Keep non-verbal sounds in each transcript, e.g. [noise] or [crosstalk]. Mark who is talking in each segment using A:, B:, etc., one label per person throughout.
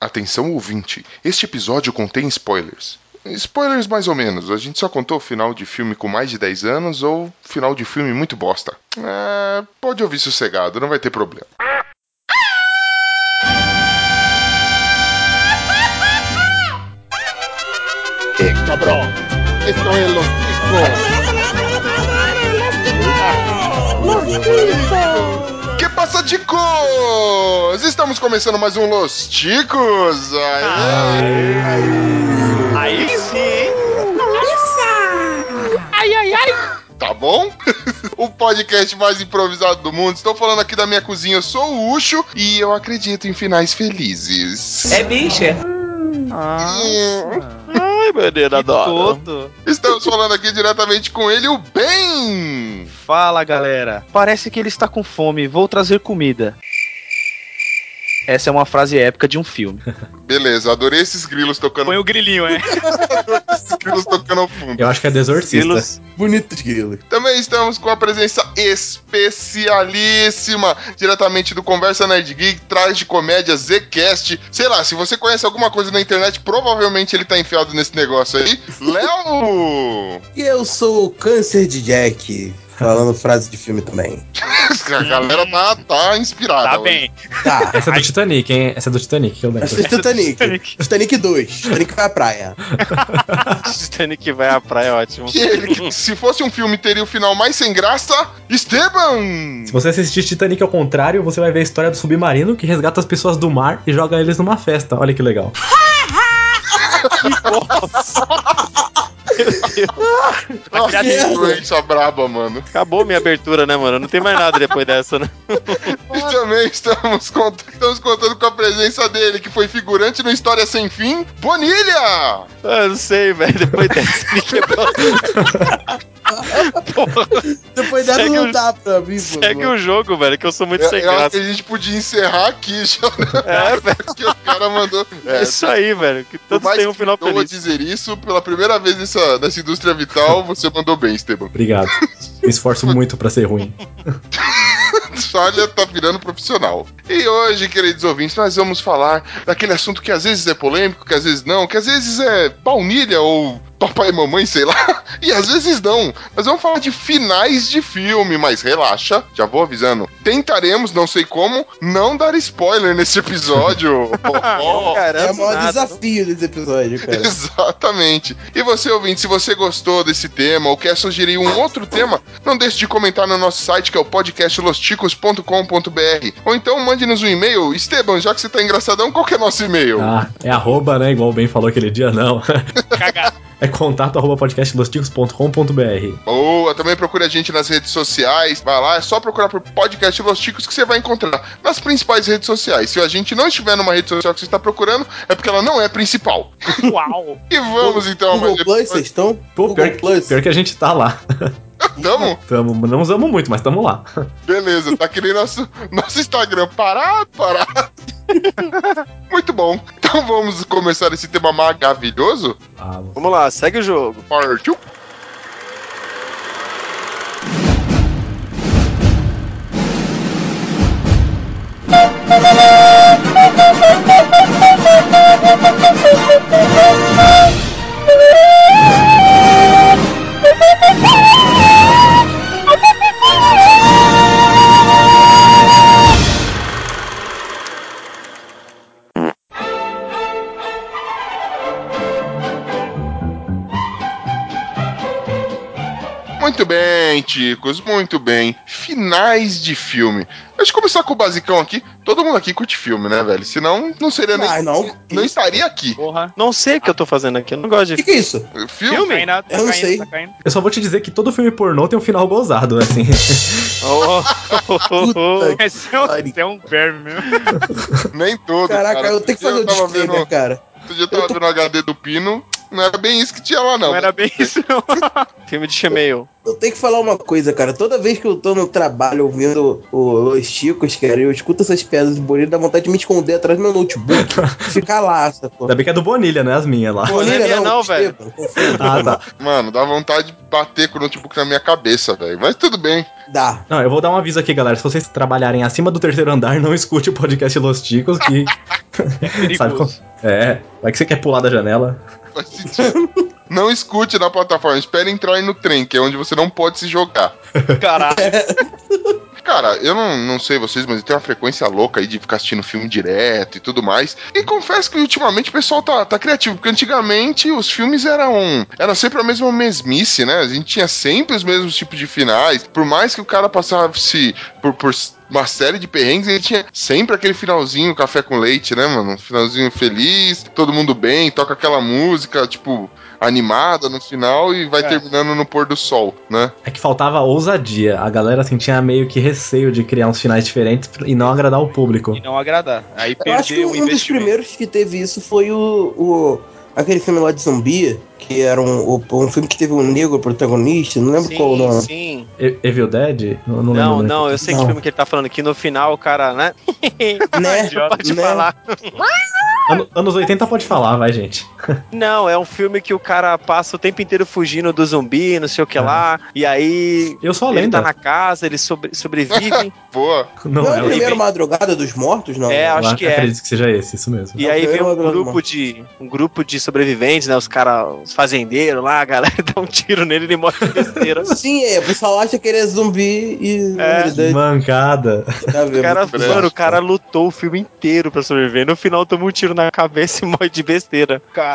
A: Atenção ouvinte, este episódio contém spoilers. Spoilers mais ou menos, a gente só contou final de filme com mais de 10 anos ou final de filme muito bosta. É, pode ouvir sossegado, não vai ter problema.
B: ¡Eh, cabrón! ¡Esto es los discos!
A: Que passa, ticos? Estamos começando mais um Los Ticos. Aê!
C: Aí sim, hein?
A: Tá bom? [laughs] o podcast mais improvisado do mundo. Estou falando aqui da minha cozinha. Eu sou o Ucho e eu acredito em finais felizes.
D: É bicha.
E: Ah.
D: Hum, um
C: Ai, É, meu Deus, adoro.
D: Todo.
A: Estamos falando aqui diretamente com ele, o Ben.
D: Fala, galera. Parece que ele está com fome. Vou trazer comida. Essa é uma frase épica de um filme.
A: Beleza, adorei esses grilos tocando,
D: Põe o grilinho, é?
A: esses grilos tocando ao fundo.
F: Eu acho que é
C: Silos.
F: desorcista. Bonito de grilo.
A: Também estamos com a presença especialíssima, diretamente do Conversa Nerd Geek, traz de comédia, Zcast. Sei lá, se você conhece alguma coisa na internet, provavelmente ele tá enfiado nesse negócio aí. Léo!
E: E eu sou o Câncer de Jack, falando frase de filme também.
A: A galera tá, tá inspirada.
C: Tá
A: hoje.
D: [laughs]
C: bem.
E: Tá,
F: [laughs] Essa é do Titanic, hein? Essa é do Titanic que eu lembro.
E: esse é Titanic. Titanic 2, Titanic vai à praia.
C: Titanic vai à praia, é ótimo.
A: Que ele, que se fosse um filme, teria o final mais sem graça. Esteban!
F: Se você assistir Titanic ao contrário, você vai ver a história do submarino que resgata as pessoas do mar e joga eles numa festa. Olha que legal.
A: Nossa, que
E: merda.
A: doença braba, mano.
C: Acabou minha abertura, né, mano? Não tem mais nada depois dessa, né? [laughs]
A: E também estamos, cont- estamos contando com a presença dele, que foi figurante no História Sem Fim, Bonilha!
C: Ah, Eu não sei, velho.
A: [laughs]
C: Depois dessa me quebrou. Porra,
E: Depois dessa
C: Segue
E: não
C: o-
E: dá pra mim, pô.
C: segue o jogo, velho, que eu sou muito
A: Eu,
C: sem
A: eu acho que
C: graça.
A: a gente podia encerrar aqui, [laughs] já
C: É, velho,
A: que o cara mandou.
C: [laughs] é
A: É,
C: isso aí, velho. Que
A: por
C: todos
A: mais
C: têm um
A: que
C: final
A: eu vou
C: feliz.
A: dizer isso, pela primeira vez nessa, nessa indústria vital, você mandou bem, Esteban.
F: [laughs] Obrigado. Me esforço muito pra ser ruim.
A: Olha, tá virando profissional. E hoje, queridos ouvintes, nós vamos falar daquele assunto que às vezes é polêmico, que às vezes não, que às vezes é baunilha ou papai e mamãe, sei lá, [laughs] e às vezes não. Nós vamos falar de finais de filme, mas relaxa, já vou avisando. Tentaremos, não sei como, não dar spoiler nesse episódio.
C: Não
E: É
C: garanto
E: o maior
C: nada.
E: desafio desse episódio, cara.
A: [laughs] Exatamente. E você, ouvinte, se você gostou desse tema ou quer sugerir um outro tema, não deixe de comentar no nosso site que é o podcastlosticos.com.br. Ou então mande-nos um e-mail. Esteban, já que você tá engraçadão, qual que é nosso e-mail?
F: Ah, é arroba, né? Igual o Ben falou aquele dia, não.
C: Cagado.
F: [laughs] É contato arroba podcastlosticos.com.br.
A: Boa, também procure a gente nas redes sociais. Vai lá, é só procurar por podcast Los Ticos que você vai encontrar nas principais redes sociais. Se a gente não estiver numa rede social que você está procurando, é porque ela não é principal.
C: Uau.
A: E vamos então,
E: Google
A: mas-
E: Plus, vocês estão?
F: Pô, pior
E: Google
F: que,
E: Plus.
F: pior que a gente tá lá. [laughs]
A: [laughs] Tamo?
F: Tamo, não usamos muito, mas tamo lá.
A: Beleza, tá que nem nosso, nosso Instagram. Parado, parado. [laughs] Muito bom. Então vamos começar esse tema maravilhoso?
F: [laughs] Ah,
C: Vamos lá, segue o jogo.
A: Partiu. Muito bem, Ticos, muito bem. Finais de filme. Deixa eu começar com o basicão aqui. Todo mundo aqui curte filme, né, velho? Senão não seria nem.
E: Ah, não.
A: Não estaria aqui.
E: [laughs]
D: Porra.
C: Não sei o que eu tô fazendo aqui. Eu não gosto
E: O
C: de
E: que, que é isso?
A: Filme?
D: Tá caindo, tá
E: Eu não
D: caindo,
E: sei.
D: tá caindo. [laughs]
F: Eu só vou te dizer que todo filme pornô tem um final gozado, assim. [laughs]
C: Oh, oh, oh, oh.
D: Esse é um, esse é um verme mesmo.
A: Nem todo.
E: Caraca,
A: cara.
E: eu tenho que fazer o
A: Outro dia eu tava
E: disclaimer,
A: vendo,
E: cara.
A: outro dia eu tava vendo o HD do Pino. Não era bem isso que tinha lá, não.
C: Não era bem isso, não.
A: [laughs]
C: Filme de Shemale.
E: Eu tenho que falar uma coisa, cara. Toda vez que eu tô no trabalho ouvindo o- os Chicos, cara, eu escuto essas piadas bonitas, dá vontade de me esconder atrás do meu notebook e ficar lá, sacou?
F: Ainda bem que é do Bonilha, né? As minhas lá.
C: Pô, não é
E: Bonilha,
C: minha não, velho.
E: Esteban, confia.
F: Ah, tá.
A: Mano, dá vontade de bater com o notebook na minha cabeça, velho. Mas tudo bem.
E: Dá.
F: Não, eu vou dar um aviso aqui, galera. Se vocês trabalharem acima do terceiro andar, não escute o podcast Los Ticos,
C: [laughs]
F: que. [laughs] Sabe como- É, vai que você quer pular da janela.
A: Faz sentido. não escute na plataforma. Espere entrar aí no trem, que é onde você não pode se jogar.
C: Caralho.
A: Cara, eu não, não sei vocês, mas eu tenho uma frequência louca aí de ficar assistindo filme direto e tudo mais. E confesso que ultimamente o pessoal tá, tá criativo, porque antigamente os filmes eram. Era sempre a mesma mesmice, né? A gente tinha sempre os mesmos tipos de finais. Por mais que o cara passasse por. por uma série de perrengues, ele tinha sempre aquele finalzinho café com leite, né, mano? Um finalzinho feliz, todo mundo bem, toca aquela música, tipo, animada no final e vai
C: É.
A: terminando no pôr do sol, né?
F: É que faltava ousadia. A galera, assim, tinha meio que receio de criar uns finais diferentes e não agradar o público.
C: E não agradar. Aí
E: Eu acho que
C: perdeu o
E: um dos
C: investimento.
E: primeiros que teve isso foi o. o- aquele filme lá de zumbi, que era um, o- um filme que teve um negro protagonista, não lembro qual o
C: Sim,
E: nome.
C: sim.
F: E- Evil Dead? Eu não, lembro.
C: Não,
F: né?
C: não, eu sei
E: é.
C: que
E: Não.
C: filme que ele tá falando aqui no final, o cara, né?
E: Né?
C: Pode
E: né?
C: falar.
F: Ano- anos 80 pode falar, vai, gente.
C: Não, é um filme que o cara passa o tempo inteiro fugindo do zumbi, não sei o que
E: Ah.
F: É.
C: lá. E aí.
F: Eu sou a
C: Ele tá
F: lenda.
C: na casa, ele sobre,
E: [laughs]
C: sobrevive.
A: Boa. [laughs]
F: [laughs] Não,
E: Não, é
F: é
E: o
F: o
E: primeiro Madrugada dos Mortos, não?
C: É,
F: Eu
C: acho
F: ac-
C: que é.
F: Acredito que seja esse, isso mesmo.
C: e
E: Não,
C: aí
E: eu
C: vem um
E: adoro,
C: grupo
E: mano.
C: de. Um grupo de sobreviventes, né? Os caras, os fazendeiros lá, a galera [laughs] dá um tiro nele e ele morre de besteira.
E: Sim, é, o pessoal acha que ele é zumbi e.
C: É.
F: Mancada. [laughs]
E: é
C: O cara,
A: muito
C: mano,
A: grande,
C: o
E: né?
C: cara lutou o filme inteiro pra sobreviver. No final toma um tiro na cabeça e [laughs] morre de besteira. Caralho.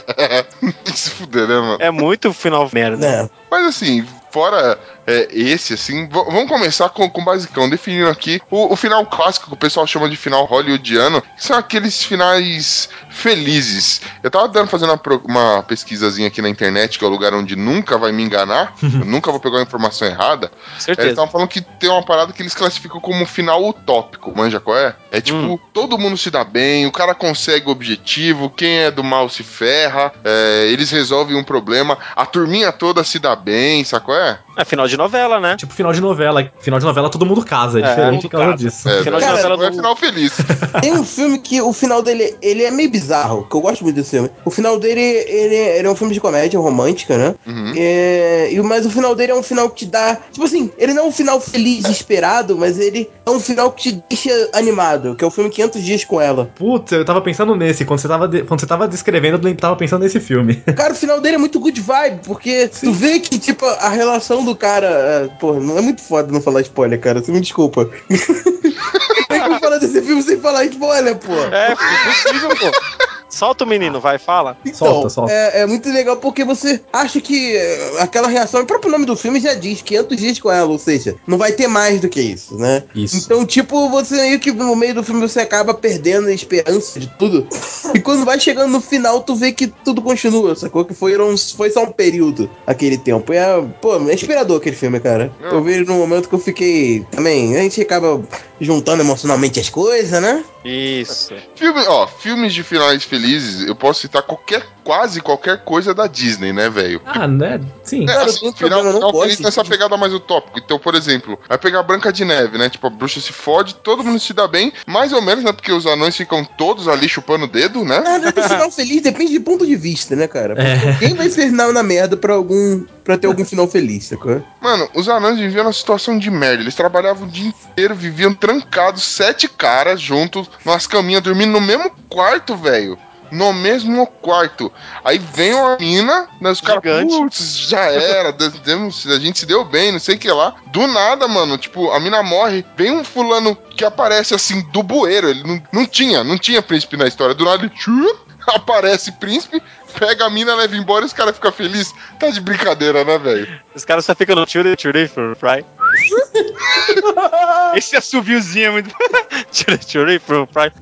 A: Tem que se fuder, né, mano?
C: É muito final merda.
E: Né?
A: Mas assim, fora é, esse, assim, v- vamos começar com, com o basicão, definindo aqui o, o final clássico que o pessoal chama de final hollywoodiano, que são aqueles finais felizes. Eu tava dando, fazendo uma, pro- uma pesquisazinha aqui na internet, que é o lugar onde nunca vai me enganar, eu nunca vou pegar uma informação errada. É, eles
C: Certeza.
A: estavam falando que tem uma parada que eles classificam como final utópico, manja qual é? É tipo,
C: Hum.
A: todo mundo se dá bem, o cara consegue o objetivo, quem é do mal se ferra, é, eles resolvem um problema, a turminha toda se dá bem, sacou é?
C: É final de novela, né?
F: Tipo final de novela. Final de novela todo mundo casa, é,
C: É,
F: diferente por
C: todo
F: causa
C: casa.
F: disso.
A: É,
C: Final de
A: né?
E: novela
A: Não é
C: do-
A: final feliz.
C: [laughs]
E: Tem um filme que o final dele ele é meio bizarro, que eu gosto muito desse filme. O final dele ele, ele é um filme de comédia romântica, né?
A: Uhum.
E: É, e, mas o final dele é um final que te dá. Tipo assim, ele não é um final feliz e esperado, mas ele é um final que te deixa animado, que é o filme 500 Dias com Ela.
F: Putz, eu tava pensando nesse. Quando você tava, de- quando você tava descrevendo, eu lem- tava pensando nesse filme. [laughs]
E: Cara, o final dele é muito good vibe, porque tu vê que, tipo, a relação do cara. é, Pô, não é muito foda não falar spoiler, cara, tu me desculpa. [laughs] Como é que eu vou falar desse filme sem falar spoiler, pô?
C: É, impossível, pô. Solta o menino, vai, fala.
E: Então,
F: Solta, solta.
E: É, é muito legal porque você acha que é, aquela reação, o próprio nome do filme já diz 500 dias com ela, ou seja, não vai ter mais do que isso, né?
F: Isso.
E: Então, tipo, você meio que no meio do filme você acaba perdendo a esperança de tudo. E quando vai chegando no final, tu vê que tudo continua, sacou? Que foi, um- foi só um período aquele tempo. E é, pô, é inspirador aquele filme, cara.
A: Não.
E: Eu vi ele num momento que eu fiquei. Também, a gente acaba juntando emocionalmente as coisas, né?
C: Isso.
A: Filme, ó, filmes de finais felizes, eu posso citar qualquer, quase qualquer coisa da Disney, né, velho?
F: Ah, né? Sim.
A: É,
E: Cara, eu
A: assim,
E: tenho um
A: final,
E: problema, eu não
A: final feliz
E: gosto tipo
A: nessa
E: de-
A: pegada mais utópica. Então, por exemplo, vai pegar a Branca de Neve, né? Tipo, a bruxa se fode, todo mundo se dá bem, mais ou menos, né? Porque os anões ficam todos ali chupando o dedo, né?
E: Nada de final feliz depende de ponto de vista, né, cara?
F: É.
E: Quem vai ser na, na merda pra algum. pra ter algum final feliz, sacou?
A: Mano, os anões viviam numa situação de merda. Eles trabalhavam o dia inteiro, viviam trancados, sete caras juntos, nas caminhas, dormindo no mesmo quarto, velho. No mesmo quarto. Aí vem uma mina, né, os caras,
C: Gigante.
A: putz, já era, des- demos- a gente se deu bem, não sei o que lá. Do nada, mano, tipo, a mina morre, vem um fulano que aparece assim, do bueiro, ele não, não tinha, não tinha príncipe na história. Do nada, ele tchum, [laughs] aparece príncipe, pega a mina, leva embora e os caras ficam felizes. Tá de brincadeira, né, velho?
C: Os caras só ficam no tiro, tiro, fry. Esse assoviozinho é muito. [laughs] Tiro, tiro, fry.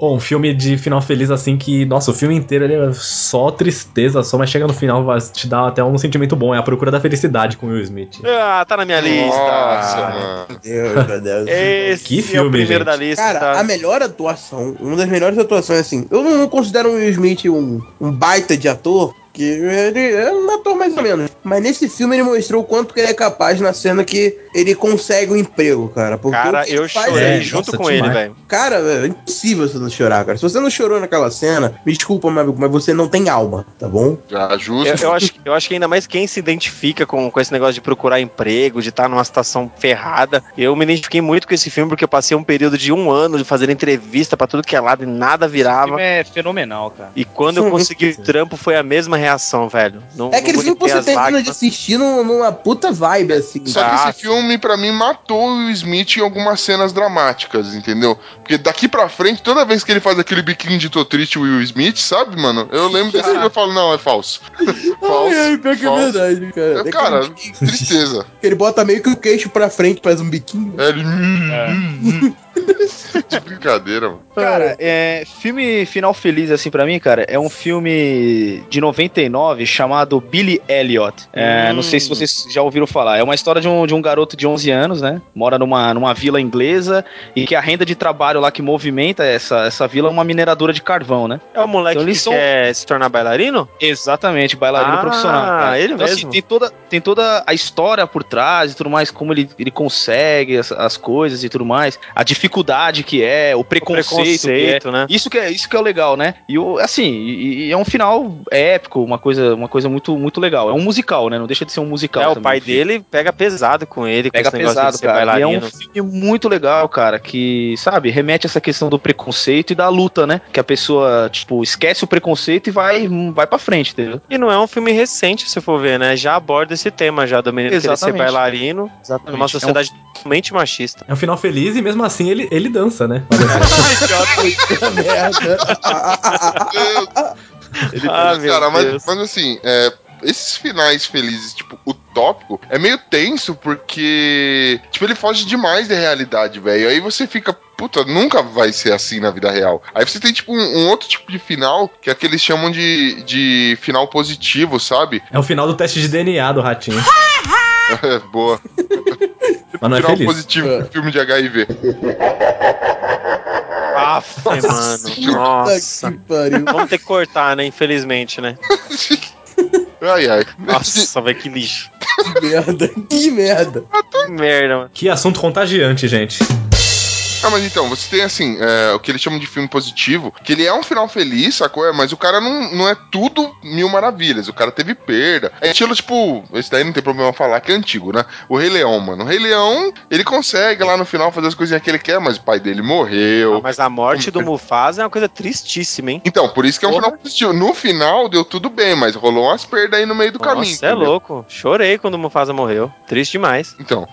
F: Bom, um filme de final feliz assim que, nossa, o filme inteiro ele é só tristeza, só, mas chega no final vai te dar até um sentimento bom, é a procura da felicidade com Will Smith.
C: Ah, tá na minha lista.
A: Nossa, mano.
E: Meu Deus, meu Deus.
C: Esse
F: Que
C: é o
F: filme, gente.
C: primeiro da lista.
E: Cara, a melhor atuação, uma das melhores atuações, assim, eu não, não considero o Will Smith um, um baita de ator, Que ele é um ator mais ou menos. Mas nesse filme ele mostrou o quanto que ele é capaz na cena que ele consegue um emprego, cara. Porque o
C: Cara,
E: que ele
C: eu
E: faz
C: chorei
F: é,
C: junto
F: nossa,
C: com ele,
F: demais.
C: velho.
E: Cara, é impossível você não chorar, cara. Se você não chorou naquela cena, me desculpa, meu amigo, mas você não tem alma, tá bom?
A: Já justo.
C: Eu, eu acho, que- eu acho que ainda mais quem se identifica com, com esse negócio de procurar emprego, de estar numa situação ferrada. Eu me identifiquei muito com esse filme porque eu passei um período de um ano de fazer entrevista pra tudo que é lado e nada
D: O
C: virava.
D: filme é fenomenal, cara.
C: E quando
E: [laughs]
C: eu consegui o trampo, foi a mesma reação, velho. Não,
E: É aquele
C: não
E: filme que
C: aguentei
E: você
C: as
E: termina
C: lágrimas.
E: de assistir num- numa puta vibe, assim.
A: Só
C: Ah,
A: que esse
C: sim.
A: filme, pra mim, matou o Will Smith em algumas cenas dramáticas, entendeu? Porque daqui pra frente, toda vez que ele faz aquele biquinho de tô triste, o Will Smith, sabe, mano? Eu lembro desse filme e eu falo, não, é falso. falso.
E: Ai, ai, pior que é
A: falso.
E: verdade, cara.
A: É,
E: É
A: cara,
E: que ele-
A: tristeza.
E: ele bota meio que o queixo pra frente, faz um biquinho.
A: É,
E: Hum.
A: ele- de brincadeira, mano.
D: Cara, é, filme final feliz, assim, pra mim, cara, é um filme de 99 chamado Billy Elliot. É,
C: Hum.
D: Não sei se vocês já ouviram falar. É uma história de um, de um garoto de 11 anos, né? Mora numa, numa vila inglesa e que a renda de trabalho lá que movimenta essa, essa vila é uma mineradora de carvão, né?
C: É o moleque
D: Então,
C: que
D: eles são-
C: quer se tornar bailarino?
D: Exatamente, bailarino
C: Ah,
D: profissional. cara.
C: ele
D: então,
C: mesmo.
D: Assim, tem, toda, tem toda a história por trás e tudo mais, como ele, ele consegue as, as coisas e tudo mais, a dificuldade que é, o preconceito, que é.
C: Preconceito, né?
D: Isso que é, isso que é o legal, né? E o, assim, e, e é um final épico, uma coisa, uma coisa muito, muito legal. É um musical, né? Não deixa de ser um musical.
C: É, o
D: também,
C: pai
D: filme.
C: dele pega pesado com ele, com
D: Pega
C: esse negócio
D: pesado,
C: de ser
D: cara. E é um
C: bailarino.
D: filme muito legal, cara, que, sabe, remete a essa questão do preconceito e da luta, né? Que a pessoa, tipo, esquece o preconceito e vai, vai pra frente, entendeu?
C: E não é um filme recente, se for ver, né? Já aborda esse tema já do menino querer ser
D: Exatamente.
C: bailarino
D: Exatamente. É um
C: numa sociedade
D: [laughs]
C: totalmente machista.
F: É um final feliz e mesmo assim ele, ele dança, né? Olha só.
E: Puta [laughs] merda.
A: Meu
F: Ah,
C: Ele
A: Mas, cara, tá mas, mas assim, é, esses finais felizes, tipo, o tópico é meio tenso porque, tipo, ele foge demais da realidade, velho. Aí você fica, puta, nunca vai ser assim na vida real. Aí você tem, tipo, um, um outro tipo de final que é que eles chamam de, de final positivo, sabe? [laughs]
F: É o final do teste de DNA do ratinho.
A: É, boa.
F: Mas não é
A: final
F: feliz.
A: positivo
E: É.
A: pro filme de HIV.
C: Aff, mano.
E: Puta
C: Nossa.
E: que pariu.
C: Vamos ter que cortar, né? Infelizmente, né?
A: Ai, ai.
C: Nossa, velho, que lixo.
E: Que merda. Que merda.
C: Que merda, mano.
F: Que assunto contagiante, gente.
A: Ah, mas então, você tem assim, é, o que eles chamam de filme positivo, que ele é um final feliz, sacou? É, mas o cara não, não é tudo mil maravilhas. O cara teve perda. É estilo, tipo, esse daí não tem problema falar que é antigo, né? O Rei Leão, mano. O Rei Leão, ele consegue lá no final fazer as coisinhas que ele quer, mas o pai dele morreu.
C: Ah, mas a morte do Mufasa é uma coisa tristíssima, hein?
A: Então, por isso que é um
C: Porra.
A: final positivo. No final deu tudo bem, mas rolou umas perdas aí no meio do caminho.
C: Nossa, é
A: entendeu?
C: louco. Chorei quando o Mufasa morreu. Triste demais.
A: Então,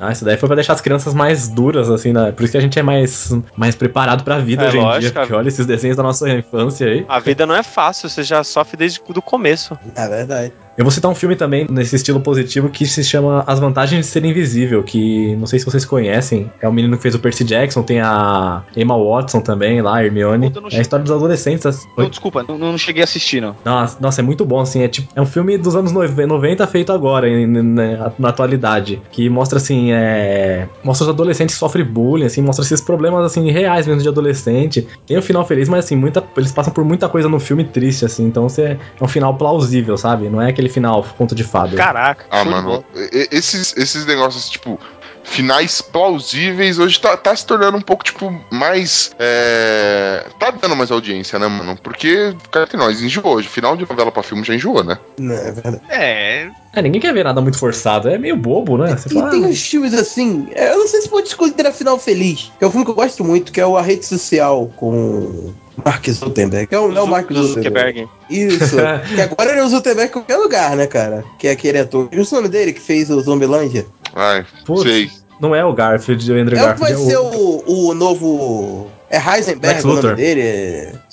F: Ah, isso daí foi pra deixar as crianças mais duras, assim, né? Por isso que a gente é mais, mais preparado pra vida
C: É,
F: hoje em
C: lógico,
F: dia. Porque olha esses desenhos da nossa infância aí.
C: A vida não é fácil, você já sofre desde o começo.
E: É verdade.
F: Eu vou citar um filme também nesse estilo positivo que se chama As Vantagens de Ser Invisível, que não sei se vocês conhecem. É o menino que fez o Percy Jackson, tem a Emma Watson também lá, a Hermione.
D: Puta, eu não
F: É a história dos adolescentes. as-
D: Não, desculpa, não, não cheguei a assistir, não.
F: Nossa, nossa, é muito bom, assim. É, tipo, é um filme dos anos noive- 90 feito agora, em- né, na atualidade. Que mostra, assim, é... Mostra os adolescentes que sofrem bullying, assim. Mostra esses problemas, assim, reais mesmo de adolescente. Tem um final feliz, mas, assim, muita, eles passam por muita coisa no filme triste, assim. Então, você, é um final plausível, sabe? Não é aquele final conto de fada.
C: Caraca.
A: ah,
C: show de bola.
A: mano, e- e- esses, esses negócios, tipo, finais plausíveis, hoje tá, tá se tornando um pouco, tipo, mais. é, Tá dando mais audiência, né, mano? Porque, cara, que nós enjoou hoje. Final de novela pra filme já enjoou, né?
E: Não, é verdade.
D: É,
F: É, ninguém quer ver nada muito forçado. É meio bobo, né? Você fala,
E: E tem
F: "Ah,
E: uns filmes assim, é, eu não sei se pode escolher final feliz, que é um filme que eu gosto muito, que é o A Rede Social com Mark Zuckerberg. Que é o, não é o Mark
C: Do
E: Zuckerberg.
C: Zuckerberg.
E: Isso. que agora ele é o Zuckerberg em qualquer lugar, né, cara? Que é aquele ator. Eu sei o nome dele que fez o Zombilândia.
A: Ai,
F: putz,
A: sei.
F: não é o Garfield, o Andrew
E: É o que
F: Garfield.
E: vai
F: é
E: ser o, o novo. É Heisenberg
F: Lex
E: o nome
F: Luthor.
E: dele?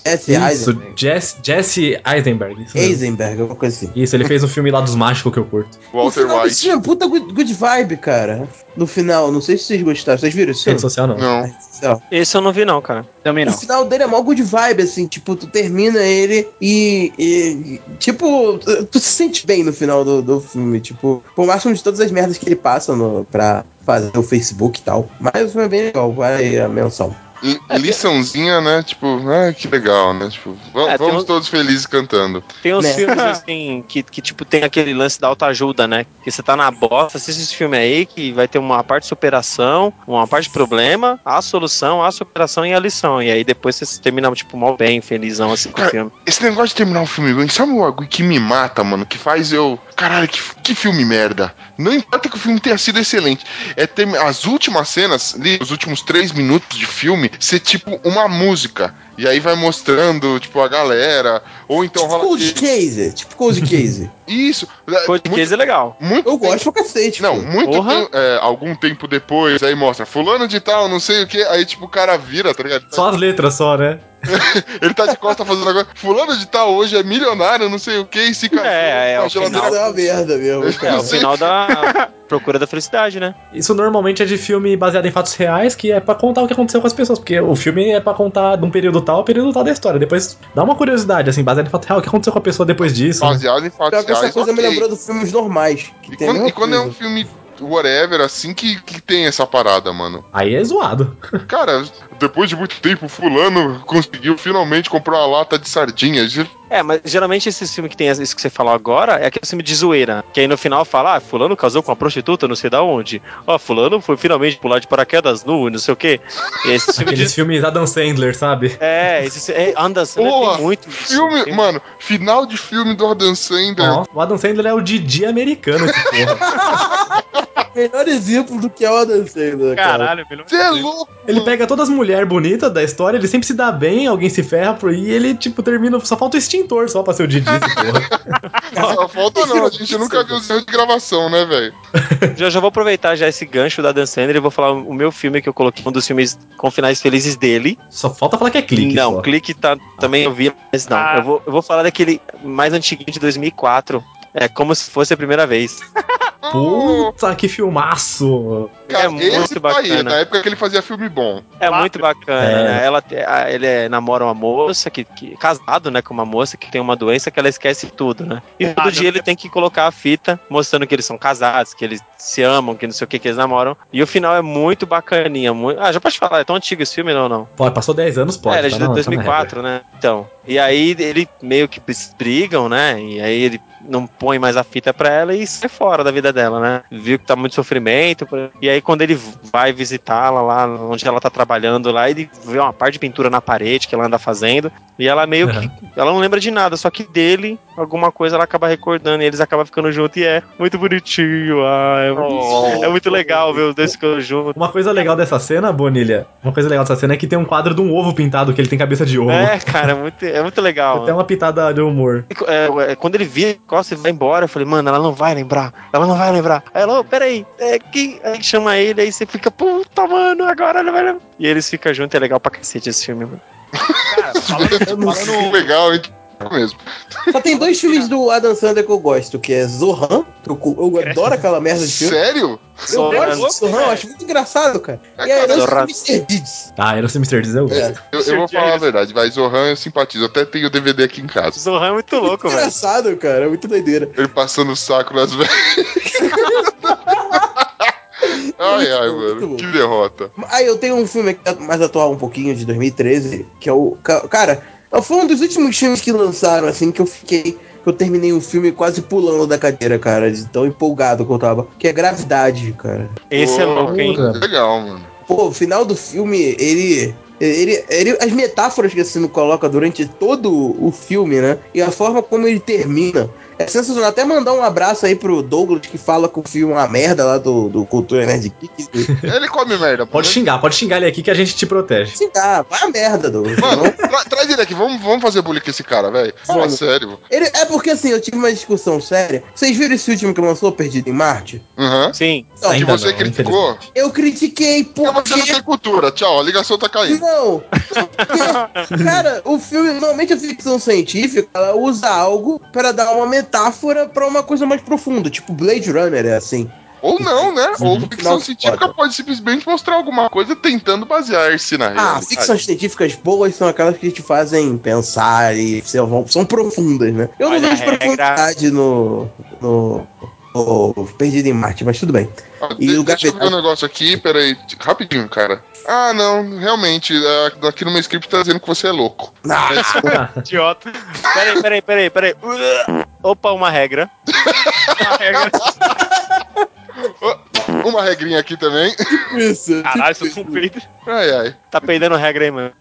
E: É S.
F: Isso,
E: Heisenberg.
F: Jesse, Jesse Eisenberg. Isso, mesmo.
E: Heisenberg, alguma coisa assim.
F: Isso, ele fez um filme lá dos mágicos que eu curto.
A: Walter
E: o final
A: White.
E: desse filme é puta good, good vibe, cara. No final, não sei se vocês gostaram. Vocês viram isso?
F: Rede social não.
A: Não.
C: Esse eu não vi, não, cara.
D: também
E: O
D: não.
E: final dele é mó good vibe, assim, tipo, tu termina ele e. e- e, tipo, tu- tu se sente bem no final do, do filme, tipo, por máximo de todas as é merdas que ele passa no, pra fazer o Facebook e tal. Mas foi bem legal, vai a menção.
C: É,
A: li-
C: um
A: liçãozinha, né? Tipo, ah, que legal, né? Tipo, va-
C: É, tem
A: vamos
C: um-
A: todos felizes cantando.
C: Tem uns
E: Né?
C: filmes assim que, que, tipo, tem aquele lance da autoajuda, né? Que você tá na bosta, assiste esse filme aí, que vai ter uma parte de superação, uma parte de problema, a solução, a superação e a lição. E aí depois você termina, tipo, mal bem, felizão assim com o
A: Cara,
C: filme.
A: Esse negócio de terminar um filme ruim, sabe um bagulho que me mata, mano? Que faz eu. Caralho, que, que filme merda. Não importa que o filme tenha sido excelente. É ter as últimas cenas, ali, os últimos três minutos de filme, ser tipo uma música. E aí vai mostrando, tipo, a galera. Ou então
E: Tipo
A: rola.
E: Cold Case, tipo
D: [laughs]
E: Cold Case.
A: Isso.
C: Cold
A: muito,
C: Case é legal.
A: muito
E: Eu gosto pra cacete.
A: Não,
E: pô.
A: muito
C: Porra.
A: tempo- é, algum tempo depois, aí mostra fulano de tal, não sei o que, aí tipo o cara vira, tá ligado?
F: Só as letras só, né?
A: Ele tá de costa fazendo agora. Fulano de tal hoje é milionário, não sei o que, e se casou
C: É, é,
A: com a
C: o
E: Isso
A: geladeira.
C: final.
E: é uma merda mesmo.
C: É, o
E: Cara.
A: sei.
C: final da Procura da Felicidade, né?
F: Isso normalmente é de filme baseado em fatos reais, que é pra contar o que aconteceu com as pessoas, porque o filme é pra contar de um período tal, período tal da história. Depois dá uma curiosidade, assim, baseado em fato real, o que aconteceu com a pessoa depois disso. né?
A: Baseado em fatos
E: Pior que essa
A: reais,
E: coisa
A: ok.
E: me lembrou né? dos filmes normais. Que
A: E
E: tem a
A: quando,
E: mesma
A: e quando é um
E: coisa.
A: filme whatever, assim, que, que tem essa parada, mano?
F: Aí é zoado.
A: Cara, depois de muito tempo, fulano conseguiu finalmente comprar uma lata de sardinhas.
C: É, mas geralmente esses filmes que tem isso que você falou agora é aquele filme de zoeira. Que aí no final fala, ah, fulano casou com uma prostituta, não sei da onde. Ó, fulano foi finalmente pular de paraquedas nu, e não sei o quê. E esse filme de...
F: Aqueles filmes Adam Sandler, sabe?
C: É, esse é, Adam Sandler
A: Boa,
C: tem muito isso.
A: Filme,
C: Tem-
A: mano, final de filme do Adam Sandler.
F: Ó, o Adam Sandler é o Didi americano, esse
C: [laughs]
F: porra.
E: Melhor exemplo do que é o Adam Sandler, cara.
C: Caralho, pelo
A: Você é louco,
F: Ele pega todas as mulheres bonitas da história, ele sempre se dá bem, alguém se ferra, por- e ele, tipo, termina. Só falta o extintor só pra ser o Didi, esse
C: [laughs]
F: porra.
A: Só falta não, a gente nunca viu os erros de gravação, né, velho?
C: Já, já vou aproveitar já esse gancho da Adam Sandler e vou falar o meu filme que eu coloquei, um dos filmes com finais felizes dele.
F: Só falta falar que é clique.
C: não,
F: só.
C: clique tá, também eu vi, mas não. Eu, vou, eu vou falar daquele mais antiguinho de 2004. É como se fosse a primeira vez.
F: Puta, que filmaço!
A: Cara,
C: é muito
A: esse Tá aí,
C: bacana.
A: na época que ele fazia filme bom.
C: É muito bacana.
F: É.
C: né? Ela, te- a- ele é- namora uma moça que, que- casado, né, com uma moça que tem uma doença que ela esquece tudo, né? E todo dia ele tem que colocar a fita mostrando que eles são casados, que eles se amam, que não sei o que que eles namoram. E o final é muito bacaninha, muito. Ah, já pode falar, é tão antigo esse filme não, não?
F: Pô, passou 10 anos, pode.
C: é, era
F: tá
C: de
F: na- tá na
C: 2004, né? Então. E aí ele meio que bris- brigam, né? E aí ele não põe mais a fita pra ela e sai fora da vida dela, né? Viu que tá muito sofrimento. por- E aí quando ele vai visitá-la lá onde ela tá trabalhando lá, ele vê uma parte de pintura na parede que ela anda fazendo. E ela meio
F: regra.
C: que. Ela não lembra de nada, só que dele, alguma coisa ela acaba recordando e eles acabam ficando juntos. E é muito bonitinho. Ah, é, muito- é muito legal ver os dois ficando juntos.
F: Uma coisa legal dessa cena, Bonilha, uma coisa legal dessa cena é que tem um quadro de um ovo pintado, que ele tem cabeça de ovo.
C: É, cara, é muito, é muito legal.
F: Até uma pitada de humor.
C: É, é, quando ele vira Costa e vai embora, eu falei, mano, ela não vai lembrar, ela não vai lembrar. Aí ela, ô, peraí, é, quem? Aí chama ele, aí você fica, puta, mano, agora ela vai lembrar. E eles ficam juntos, é legal pra cacete esse filme, mano.
D: Cara, falando,
A: Que
D: falando,
A: legal, hein? Mesmo.
C: um-
E: Só tem dois filmes do Adam Sandler que eu gosto, que é Zohan, que eu, eu
C: É.
E: adoro aquela merda de filme.
A: Sério?
E: Eu
C: Zohan.
E: gosto de Zohan, eu acho muito engraçado, cara.
A: É,
E: E a
A: cara,
E: herança do
C: Zohan.
E: Mr. Deeds.
F: Ah, era o Mr. Diz, eu gosto.
E: É,
A: eu, eu vou falar a verdade, vai. Zohan eu simpatizo. Até tenho o DVD aqui em casa.
C: Zohan é muito louco, velho.
E: engraçado, cara, é muito doideira.
A: Ele passando o saco nas [laughs] velhas. ai, ai,
E: Muito bom, muito
A: mano.
E: bom.
A: Que derrota.
E: Aí eu tenho um filme aqui mais atual um pouquinho, de 2013, que é o... ca- Cara, foi um dos últimos filmes que lançaram, assim, que eu fiquei... que Eu terminei o filme quase pulando da cadeira, cara, de tão empolgado que eu tava. Que é Gravidade, cara.
C: Esse é
A: Porra.
C: louco, hein?
A: Legal, mano.
E: Pô, o final do filme, ele. Ele, ele, as metáforas que esse filme coloca durante todo o filme, né? E a forma como ele termina é sensacional. Até mandar um abraço aí pro Douglas, que fala que o filme é uma merda lá do, do Cultura Nerd Geek.
A: Ele come merda,
F: Pode
A: né?
F: xingar, pode xingar ele aqui que a gente te protege.
E: Sim, tá, vai a merda, Douglas.
A: Mano, tra- traz ele aqui. Vamos, vamos fazer bullying com esse cara, velho. Fala
E: Mano.
A: sério.
E: Ele, é porque assim, eu tive uma discussão séria. Vocês viram esse último que lançou, Perdido em Marte?
A: Aham.
C: Sim.
E: Não,
A: Ah, Que
F: Ainda
A: você
F: não,
A: criticou.
F: infelizmente.
E: Eu critiquei
A: Porque você não
E: porque
A: tem cultura. Tchau, a ligação tá caindo.
C: [laughs]
E: Não! Porque, cara, o filme, normalmente a ficção científica, ela usa algo pra dar uma metáfora pra uma coisa mais profunda, tipo Blade Runner é assim.
A: Ou não, né? Ou ficção
E: Uhum. Não,
A: científica
E: foda.
A: pode simplesmente mostrar alguma coisa tentando basear-se
C: É
A: na
E: Ah,
A: realidade.
E: ficções científicas boas são aquelas que te fazem pensar e sei lá, são profundas, né? Eu não
C: Olha a
E: vejo
C: regra.
E: profundidade no, no ou Perdido em Marte, mas tudo bem.
A: Ah,
E: E
A: de-
E: o
A: deixa eu ver
E: Gavetão-
A: um negócio aqui, peraí, t- rapidinho, cara. Ah, não, realmente, ah, aqui no meu script tá dizendo que você é louco.
E: Ah, [laughs]
C: Idiota. Peraí, peraí, peraí, peraí. Opa, uma regra.
A: Uma regrinha aqui também.
E: isso.
D: Caralho, isso foi um peido.
A: Ai, ai.
C: Tá perdendo regra aí, mano.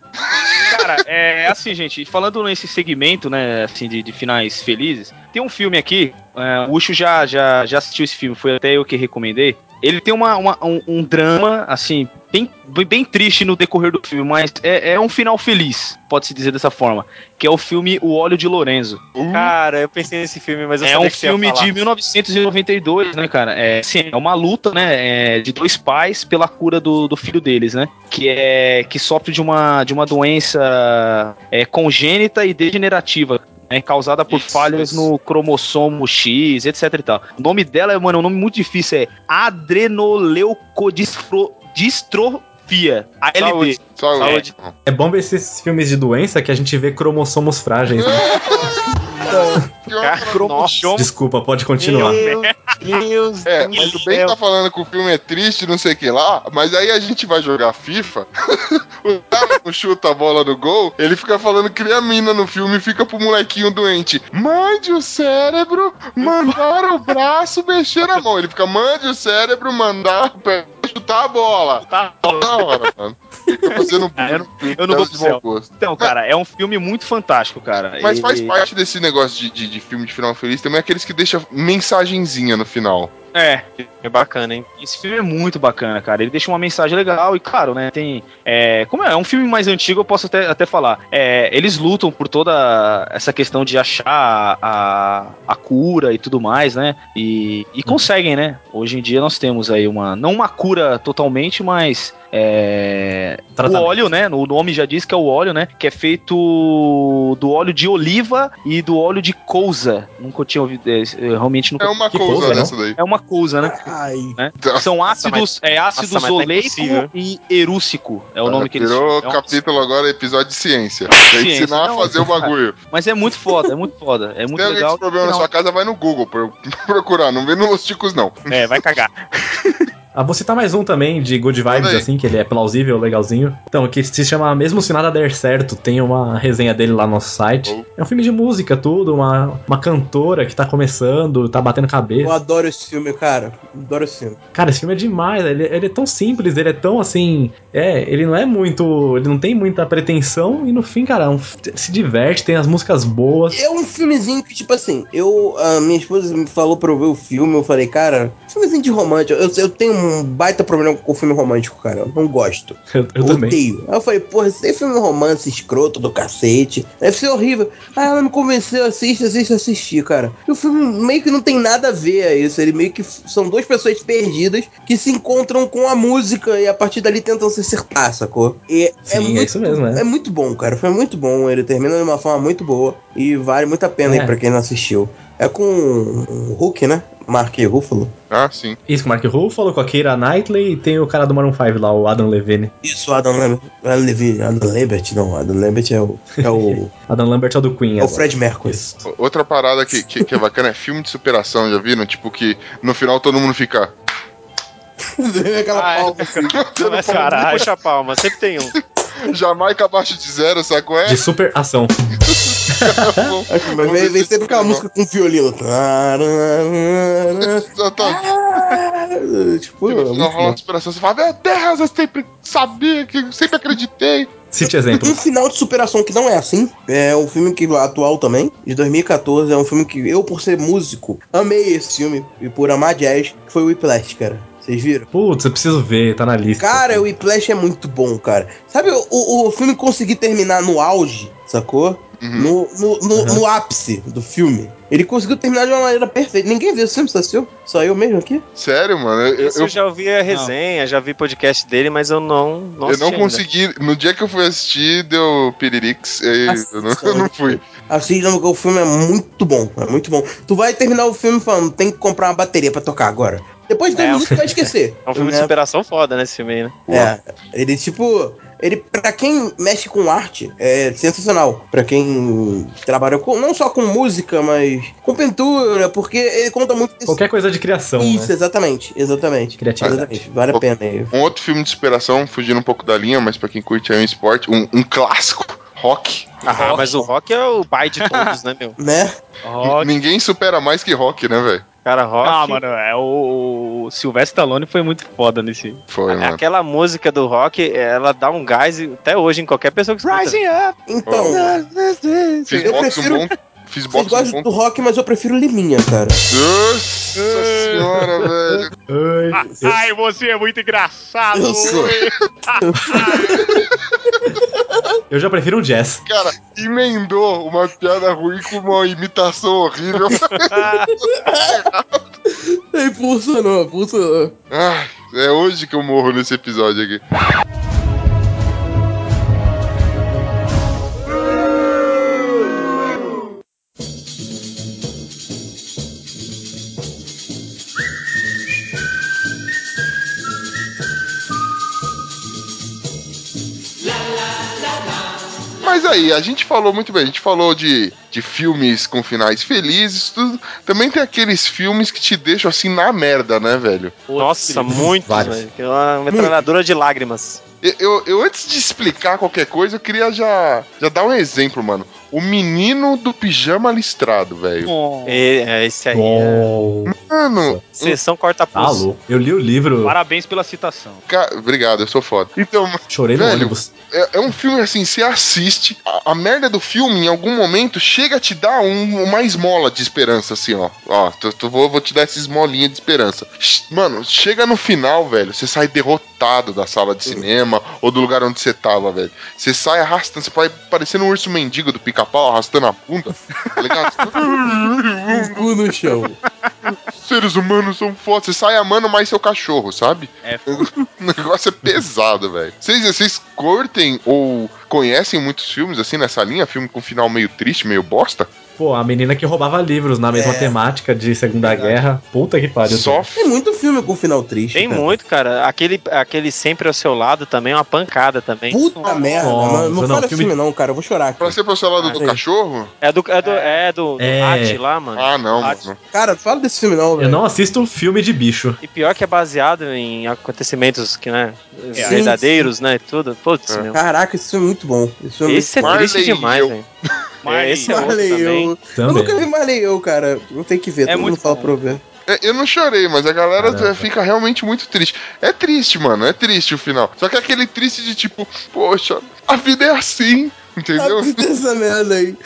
D: Cara, é assim, gente, falando nesse segmento, né, assim, de, de finais felizes, tem um filme aqui, é, o Ucho já, já, já assistiu esse filme, foi até eu que recomendei. Ele tem uma, uma- um, um drama, assim, bem, bem triste no decorrer do filme, mas é, é um final feliz, pode-se dizer dessa forma, que é o filme O Óleo de Lorenzo.
C: Cara, eu pensei nesse filme, mas eu
D: É
C: sabia
D: um
C: que você ia
D: filme
C: falar.
D: de 1992, né, cara? É, assim, é uma luta, né, é, de dois pais pela cura do, do filho deles, né? Que é que sofre de uma, de uma doença é, congênita e degenerativa. né, causada por
A: Isso,
D: falhas
A: isso.
D: no cromossomo X, etc e tal. O nome dela, é, mano, é um nome muito difícil, é adrenoleucodistrofia, ALD.
C: Saúde.
A: Saúde.
F: É bom ver esses filmes de doença que a gente vê cromossomos frágeis. né?
A: Cara,
D: um Cromossomo
F: Desculpa, pode continuar.
C: Meu Deus
A: É,
C: do
A: mas o Ben
C: céu.
A: tá falando que o filme é triste, não sei o que lá, mas aí a gente vai jogar FIFA, [laughs] o cara não chuta a bola no gol, ele fica falando que nem a mina no filme e fica pro molequinho doente. Mande o cérebro, mandar o braço, mexer na mão. Ele fica, mande o cérebro, mandar o pé, chutar a bola.
D: Tá. Ah,
A: Da hora, mano. Fica fazendo
D: [laughs]
A: bullying.
D: eu eu não vou pro
A: de
D: céu.
A: mau gosto.
D: Então, cara, é um filme muito fantástico, cara.
A: Mas
D: E-
A: faz parte desse negócio de, de- de filme de final feliz também aqueles que deixam mensagenzinha no final.
D: É,
C: É bacana, [laughs] hein?
D: Esse filme é muito bacana, cara. Ele deixa uma mensagem legal e, claro, né? Tem. é, como é, é um filme mais antigo, eu posso até, até falar. É, eles lutam por toda essa questão de achar a, a cura e tudo mais, né? E, e conseguem, né? Hoje em dia nós temos aí uma. Não uma cura totalmente, mas. é, o
F: Tratamento.
D: óleo, né? O nome já diz que é o óleo, né? Que é feito do óleo de oliva e do óleo de couza. Nunca tinha ouvido. é, eu realmente nunca.
A: É uma
F: Que
A: coisa
F: coisa, não?
A: nessa daí.
D: É uma cousa, né?
E: Ai,
D: São ácidos, é ácido
C: nossa, mas tá
D: zoleico
C: impossível.
D: e erúcico, é o nome que eles
A: Virou
D: chamam. É um-
A: capítulo agora, episódio de ciência. Vai
D: Ciência,
A: ensinar
D: não,
A: a
D: [laughs]
A: fazer o bagulho.
D: Mas é muito foda, é muito foda, é
A: Se
D: muito
A: tem alguém com
D: legal.
A: esse problema na
D: Não,
A: sua casa, vai no Google pro- [laughs] procurar. Não vê nos ticos, não.
D: É, vai cagar.
F: Ah, vou citar mais um também de Good
A: Manda
F: Vibes,
A: aí.
F: assim, que ele é plausível, legalzinho. Então, que se chama Mesmo Se Nada Der Certo, tem uma resenha dele lá no nosso site.
A: Oh.
F: É um filme de música, tudo, uma, uma cantora que tá começando, tá batendo
E: eu
F: cabeça.
E: adoro esse filme, cara. Adoro esse filme.
F: Cara, esse filme é demais, ele, ele é tão simples, ele é tão assim. É, ele não é muito. Ele não tem muita pretensão e no fim, cara, é um- se diverte, tem as músicas boas. [laughs]
E: É um filmezinho que, tipo assim, eu. A minha esposa me falou pra eu ver o filme, eu falei, cara, filmezinho de romântico. Eu, eu tenho um baita problema com filme romântico, cara. Eu não gosto.
F: Eu, eu também.
E: Odeio. Aí eu falei, porra, esse é filme romance escroto do cacete. Deve ser horrível. Ah, ela me convenceu, assiste, assiste, assisti, cara. E o filme meio que não tem nada a ver a isso. Ele meio que f- são duas pessoas perdidas que se encontram com a música e a partir dali tentam se acertar, sacou? E
F: Sim, é isso mesmo, é.
E: É muito bom, cara. Foi muito bom. Ele termina de uma forma muito boa e vale muito a pena
F: É.
E: aí pra quem não assistiu. É com o Hulk, né? Mark Ruffalo.
A: Ah, sim.
F: Isso, com o Mark Ruffalo, com a Keira Knightley e tem o cara do Maroon 5 lá, o Adam Levine.
E: Isso, Adam Lambert. Adam Levine- Adam Lambert, não. Adam Lambert é o. É o
F: Adam Lambert é o do Queen.
E: É o
F: agora.
E: Fred Mercury.
F: Isso.
A: O- Outra parada que, que, que é bacana é filme de superação, já viram? Tipo que no final todo mundo fica.
E: [laughs]
A: [laughs]
E: Aquela
C: Ah, é.
E: palma assim.
A: todo mundo
C: Caralho. Puxa a palma, sempre tem um.
A: Jamaica abaixo de zero, saco é?
F: De super ação.
E: Mas vem, vem sempre aquela música com violino.
A: Exatamente.
E: tipo, é
A: no final
E: muito
A: rola
E: bom.
A: de superação, tá- você fala, meu Deus, eu sempre sabia, que eu sempre acreditei.
F: Cite exemplos.
E: um final de superação que não é assim. É um filme que atual também, de 2014. É um filme que eu, por ser músico, amei esse filme. E por amar jazz, que foi o Whiplash, cara. Vocês viram?
F: Putz, eu preciso ver, tá na lista.
E: Cara, o Whiplash é muito bom, cara. Sabe o, o, o filme conseguir terminar no auge, sacou?
A: Uhum.
E: No, no, no,
F: Uhum.
E: no ápice do filme. Ele conseguiu terminar de uma maneira perfeita. Ninguém viu esse filme, só assistiu? Só eu mesmo aqui?
A: Sério, mano, eu, eu,
C: Isso eu já ouvi a resenha, já vi podcast dele, mas eu não.
A: eu
C: não assisti
A: não
C: ainda.
A: consegui. No dia que eu fui assistir, deu piririx. e Eu não, eu não fui.
E: Assistam, porque o filme é muito bom. É muito bom. Tu vai terminar o filme falando, tem que comprar uma bateria pra tocar agora. Depois de 10
C: [laughs] É,
E: minutos, tu vai esquecer.
C: É um filme de
E: Né?
C: superação foda, né? Esse filme aí, né?
E: É, ele tipo. Ele, pra quem mexe com arte, é sensacional. Pra quem trabalha com, não só com música, mas com pintura, porque ele conta muito desse-
F: Qualquer coisa de criação,
E: Isso,
F: né?
E: exatamente, exatamente.
F: Criatividade.
E: Exatamente, vale a pena aí.
A: Um outro filme de superação, fugindo um pouco da linha, mas pra quem curte aí um esporte, um, um clássico, rock.
C: Ah, mas o Rock é o pai de todos, né, meu?
E: Né?
D: Rock.
A: Ninguém supera mais que rock, né, velho?
C: Cara, Rock.
D: Ah, mano, é o o Sylvester Stallone foi muito foda nesse.
E: É,
A: Foi, mano.
C: Aquela música do rock, ela dá um gás até hoje em qualquer pessoa que escuta.
D: up.
E: Então,
A: Oh. Fiz
E: Eu
A: boxe um
E: prefiro-
A: bom. Fiz
E: vocês
A: boxe um
E: gostam
A: bom.
E: do rock, mas eu prefiro Liminha, cara.
A: Nossa senhora, velho.
F: Ai,
E: Ah,
F: eu-
G: Ai, você é muito engraçado.
E: Eu sou.
F: eu já prefiro o jazz.
A: Cara, emendou uma piada ruim com uma imitação horrível.
E: [laughs] Aí funcionou, funcionou.
A: Ai, é hoje que eu morro nesse episódio aqui. Mas aí, a gente falou muito bem, a gente falou de, de filmes com finais felizes, tudo. Também tem aqueles filmes que te deixam assim na merda, né, velho?
C: Nossa, muitos,
F: Vários.
C: velho. Que é Uma metralhadora de lágrimas.
A: Eu- Eu, eu, antes de explicar qualquer coisa, eu queria já, já dar um exemplo, mano. O menino do pijama listrado, velho.
C: E- é, esse aí é.
F: Oh,
A: Mano,
C: Sessão corta
F: tá
C: pulso
F: louco. Eu li o livro,
D: Parabéns pela citação.
A: ca- obrigado, eu sou foda. Então,
F: chorei no
A: Velho.
F: ônibus.
A: é, é um filme assim, você assiste, a, a merda do filme, em algum momento, chega a te dar um, uma esmola de esperança, assim, ó. Ó, tu, tu- vou, vou te dar essa esmolinha de esperança. Sh- Mano, chega no final, velho, você sai derrotado da sala de cinema ou do lugar onde você tava, velho. Você sai arrastando, você vai parecendo um urso mendigo do pica-pau, arrastando a bunda, tá ligado?
E: Cu no chão.
A: seres humanos são foda. Você sai amando mais seu cachorro, sabe?
D: É.
A: [laughs] O negócio é pesado, velho. Vocês, vocês curtem ou conhecem muitos filmes assim nessa linha? Filme com final meio triste, meio bosta?
F: Pô, a menina que roubava livros na mesma
E: É.
F: temática de Segunda Guerra. Puta que pariu.
A: Só
E: Tem muito filme com final triste.
C: Tem
E: cara.
C: muito, cara. Aquele, aquele sempre ao seu lado também é uma pancada também.
E: Puta merda,
F: Nossa,
E: mano. Não,
F: não,
E: fala
F: filme-
E: filme não, cara. Eu vou chorar.
A: pra
E: Cara,
A: ser pro seu lado
E: Ah,
A: do
E: sim.
A: cachorro?
C: É do, é do, é do, do
F: É.
C: Hatch lá, mano.
A: Ah, não,
D: Ah,
A: mano.
E: cara não fala desse filme não,
F: Eu
E: velho.
F: não assisto filme de bicho.
C: E pior que é baseado em acontecimentos que, né?
D: Sim,
C: verdadeiros, né? e Tudo. Putz,
A: É.
C: meu.
E: Caraca, esse filme é muito bom. Esse filme
C: Esse é
A: Marley
C: triste
A: e
C: demais,
A: eu.
C: velho.
D: Marley.
C: Esse é outro
E: Marley
C: também.
E: eu. Eu
F: Também.
E: nunca vi Marley eu, cara. Não tem que ver,
D: É
E: todo mundo
D: muito
E: fala
D: bom.
E: pra eu ver.
A: É, Eu não chorei, mas a galera
F: Caramba.
A: fica realmente muito triste. É triste, mano. É triste o final. Só que é aquele triste de tipo, poxa, a vida é assim, entendeu?
E: [laughs] Ah, Essa merda aí.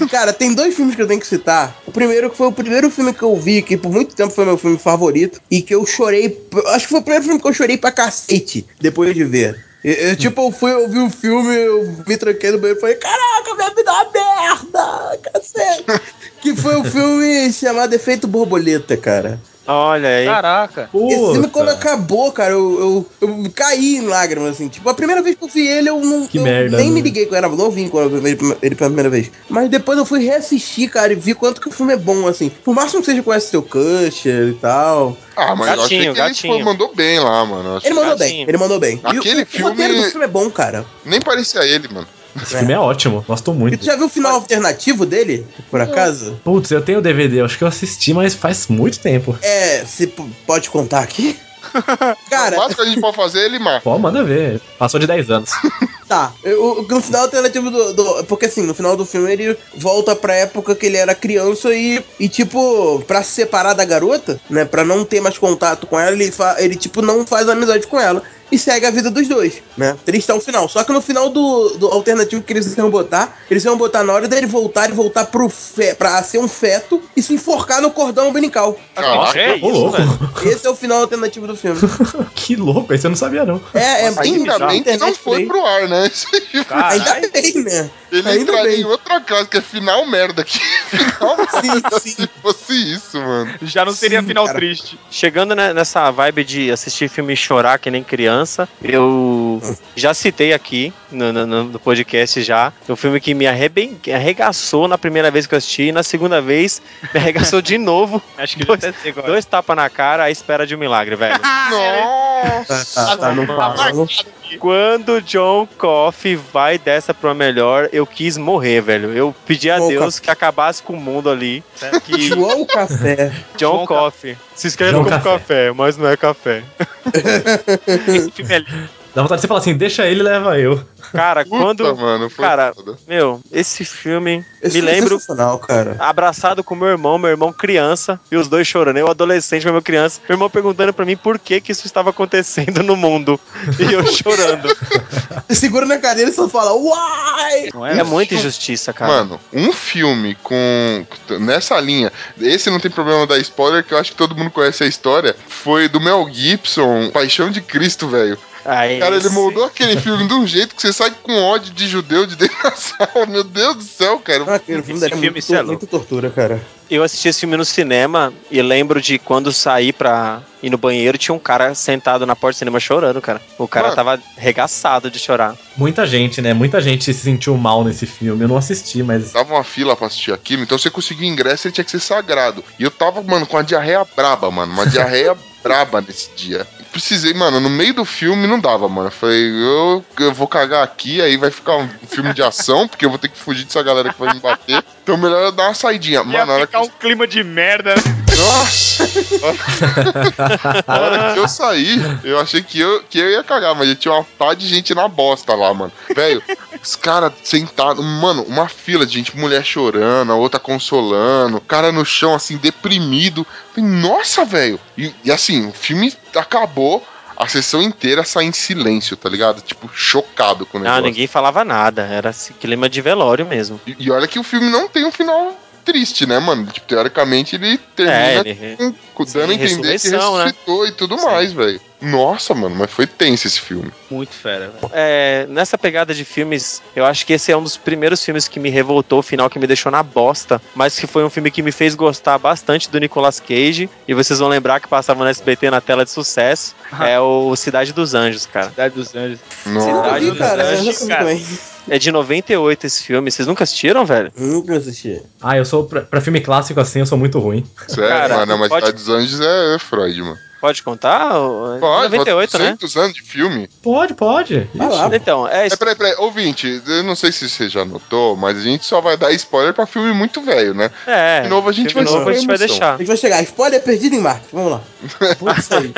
E: E, Cara, tem dois filmes que eu tenho que citar. O primeiro que foi o primeiro filme que eu vi, que por muito tempo foi meu filme favorito, e que eu chorei. Acho que foi o primeiro filme que eu chorei pra cacete depois de ver. Eu, eu, tipo, eu fui, eu vi o filme, eu me tranquei no banheiro e falei, caraca, minha vida é uma merda! Cacete! que foi o filme chamado Efeito Borboleta, cara.
C: Olha aí.
D: Caraca.
E: Esse filme, quando
F: Puta.
E: acabou, cara, eu, eu, eu caí em lágrimas, assim. Tipo, a primeira vez que eu vi ele, eu, não,
F: Que
E: eu
F: merda,
E: nem
F: né?
E: me liguei que eu era novinho quando eu vi ele, ele pela primeira vez. Mas depois eu fui reassistir, cara, e vi quanto que o filme é bom, assim. Por máximo que seja conhece seu Cusher e tal.
A: Ah, mas eu achei
C: Gatinho,
A: que ele tipo,
C: gatinho.
A: mandou bem lá, mano. Eu achei-
E: Ele mandou
C: Gatinho.
E: bem, ele mandou bem. E o-
A: Aquele
E: o,
A: filme-
E: roteiro do filme é bom, cara.
A: Nem parecia ele, mano.
F: Esse filme é ótimo. Gosto
E: E
F: muito.
E: tu já viu o final alternativo dele, por acaso?
F: Putz, eu tenho o DVD. eu Acho que eu assisti, mas faz muito tempo.
E: É, se p- pode contar aqui? [laughs] Cara,
A: O máximo que a gente pode fazer é ele, mano.
F: Pô, manda ver. Passou de 10 anos.
E: Tá, eu, eu- no final alternativo do, do. Porque assim, no final do filme ele volta pra época que ele era criança e, e tipo, pra se separar da garota, né? Pra não ter mais contato com ela, ele, fa- ele tipo, não faz amizade com ela e segue a vida dos dois, né? Triste ao final. Só que no final do, do alternativo que eles iam botar, eles iam botar na hora dele voltar e voltar pro fe, pra ser um feto e se enforcar no cordão umbilical.
A: Caraca.
D: É
F: Ô,
D: isso,
F: louco.
D: velho.
E: Esse é o final alternativo do filme.
F: [laughs] Que louco. Esse eu não sabia, não.
E: É, é
D: Nossa,
E: bem
A: Ainda bem que não
E: internet
A: foi
E: bem.
A: pro ar, né? [laughs]
D: Caralho.
E: Ainda bem, né?
A: Ele
E: Ainda
A: entraria
E: bem.
A: em outra classe, que é final merda aqui. [laughs]
E: Sim, sim.
A: Se fosse isso, mano.
D: Já não teria
E: Sim,
D: final
E: cara.
D: triste.
C: Chegando ne- nessa vibe de assistir filme e chorar que nem criança,
D: [laughs]
C: eu já citei aqui no, no- no- no podcast já um filme que me arreben- que arregaçou na primeira vez que eu assisti e na segunda vez
D: [laughs]
C: me arregaçou de novo.
D: Acho que
C: Dois-
D: já até sei agora. [laughs]
C: Dois tapas na cara à espera de um milagre, velho.
A: Nossa!
E: Tá, tá, tá, não fala. não-
C: Quando John Coffey vai dessa pra uma melhor, eu quis morrer, velho. Eu pedi a
E: João
C: Deus que acabasse com o mundo ali. Que
E: João Café.
D: João
C: John
D: É, Ca-
C: Coffey. Se escreve
F: João
C: como café.
F: Café.
C: mas não é café. [laughs]
D: Esse filme [laughs] é lindo.
F: Dá vontade de você falar assim, deixa ele, leva eu.
C: Cara,
A: Puta,
C: quando.
A: mano, foi
C: cara,
A: foda.
C: Meu, esse filme.
E: Esse
C: me
E: filme é
C: lembro
E: Sensacional, cara.
C: abraçado com meu irmão, meu irmão criança, e os dois chorando, eu adolescente, meu irmão criança, meu irmão perguntando pra mim por que que isso estava acontecendo no mundo,
A: [laughs]
C: e eu chorando.
E: Você segura na cadeira e só fala, uai!
D: Não
C: É
D: é?
C: muita injustiça, cara.
A: Mano, um filme com. nessa linha. Esse não tem problema da spoiler, que eu acho que todo mundo conhece a história. Foi do Mel Gibson, Paixão de Cristo, velho.
C: Aí,
A: Cara, ele
C: É esse-
A: moldou aquele filme de um jeito que você sai com ódio de judeu de dentro da sala. [laughs] Meu Deus do céu, cara.
E: Ah, aquele filme
D: Esse
E: daria
D: filme,
E: muito,
D: cê é louco.
E: muita tortura, cara.
C: Eu assisti esse filme no cinema e lembro de quando saí pra ir no banheiro, tinha um cara sentado na porta do cinema chorando, cara. O cara
A: Mano.
C: tava regaçado de chorar.
F: Muita gente, né? Muita gente se sentiu mal nesse filme. Eu não assisti, mas.
A: Tava uma fila pra assistir aquilo, então você conseguia ingresso, ele tinha que ser sagrado. E eu tava, mano, com a diarreia braba, mano. Uma
G: [laughs]
A: diarreia braba nesse dia. Precisei, mano, no meio do filme não dava, mano. Eu falei, eu, eu vou cagar aqui, aí vai ficar um filme de ação, porque eu vou ter que fugir dessa galera que vai me bater. Então melhor eu dar uma saidinha.
G: Ia
A: Mano, a hora que
G: ficar
A: eu
G: um clima de merda, né?
A: Nossa! A hora que eu saí, eu achei que eu, que eu ia cagar, mas tinha uma pá de gente na bosta lá, mano. Velho, os caras sentados, mano, uma fila de gente, mulher chorando, a outra consolando, o cara no chão, assim, deprimido. Falei, Nossa, velho! E, e assim, o filme acabou. A sessão inteira sai em silêncio, tá ligado? Tipo, chocado com o
C: Não,
A: negócio.
C: Ah, ninguém falava nada, era esse clima de velório mesmo.
A: E, e olha que o filme não tem um final triste, né, mano? Tipo, teoricamente ele termina
C: É, ele...
A: com- com-
C: Sim,
A: dando a entender que
C: ressurreição, né?
A: ressuscitou e tudo mais, velho. Nossa, mano, mas foi tenso esse filme.
D: Muito fera, velho.
C: É, nessa pegada de filmes, eu acho que esse é um dos primeiros filmes que me revoltou, o final que me deixou na bosta, mas que foi um filme que me fez gostar bastante do Nicolas Cage, e vocês vão lembrar que passava no SBT na tela de
A: [laughs]
C: sucesso, é o Cidade dos Anjos, cara.
D: Cidade dos Anjos.
A: Nossa.
C: Cidade
E: Eu
C: dos
E: vi, cara, eu
C: Anjos,
E: nunca vi
D: cara.
E: também.
C: É de 98 esse filme, vocês nunca assistiram, velho?
E: Nunca assisti.
F: Ah, eu sou. Pra, pra filme clássico assim, eu sou muito ruim.
A: Sério,
C: Cara,
A: mano, mas
C: pode-
A: Cidade dos Anjos é, é Freud, mano.
C: Pode contar? O-
A: Pode,
C: 98, né?
A: 200 anos de filme.
F: Pode, pode.
E: Vai lá,
C: Então, é
A: É,
C: isso.
A: peraí, peraí, ouvinte, eu não sei se você já notou, mas a gente só vai dar spoiler pra filme muito velho, né?
C: É,
A: De novo a gente
C: filme
A: vai
C: novo a
A: sofrer
C: gente vai
A: emoção.
E: a
C: deixar.
E: gente vai chegar. Spoiler é perdido em Marte. Vamos lá.
F: Putz, aí.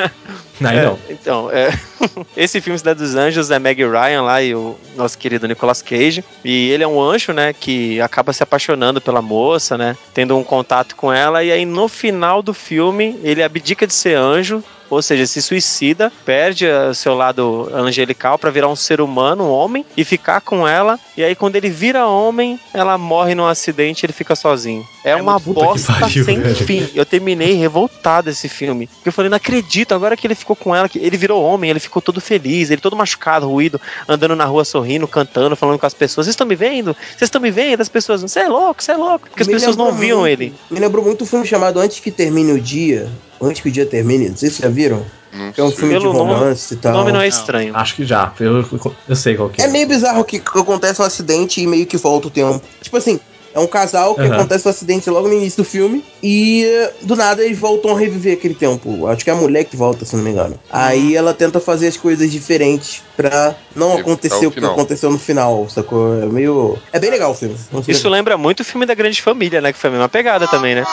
F: Aí [laughs]
C: É,
F: não.
C: Então, é, [laughs] esse filme Cidade dos Anjos é Meg Ryan lá e o nosso querido Nicolas Cage. E ele é um anjo, né, que acaba se apaixonando pela moça, né, tendo um contato com ela. E aí no final do filme ele abdica de ser anjo, ou seja, se suicida, perde eh, o seu lado angelical pra virar um ser humano, um homem, e ficar com ela. E aí quando ele vira homem, ela morre num acidente e ele fica sozinho. É, uma
F: puta que
C: bosta
F: pariu,
C: sem
F: velho.
C: fim. Eu terminei revoltado esse filme. Porque eu falei, não acredito, agora que ele ficou com ela, que ele virou homem, ele ficou todo feliz, ele todo machucado, ruído, andando na rua sorrindo, cantando, falando com as pessoas. Vocês estão me vendo? Vocês estão me vendo? As pessoas, você é louco, você é louco. Porque as
E: Me
C: pessoas não
E: lembrou
C: viam
E: muito-
C: ele.
E: Me lembrou muito um filme chamado Antes que Termine o Dia. Antes que o Dia Termine, não sei se já viram.
A: Não
E: Que é um
A: sei.
E: filme
C: Pelo
E: de
C: nome-
E: romance e
C: O
E: tal.
C: nome não é
D: não.
C: estranho.
F: Acho que já. Eu, eu sei qual que é.
E: É meio bizarro que acontece um acidente e meio que volta o tempo. Tipo assim, é um casal que
F: Aham.
E: acontece um acidente logo no início do filme e eh, do nada eles voltam a reviver aquele tempo. Acho que é a mulher que volta, se não me engano. Aí ela tenta fazer as coisas diferentes pra não
A: Evitar
E: acontecer
A: o
E: o que
A: final.
E: aconteceu no final, sacou? É meio. É bem legal o filme.
C: Isso lembra muito o filme da Grande Família, né? Que foi a mesma pegada também, né?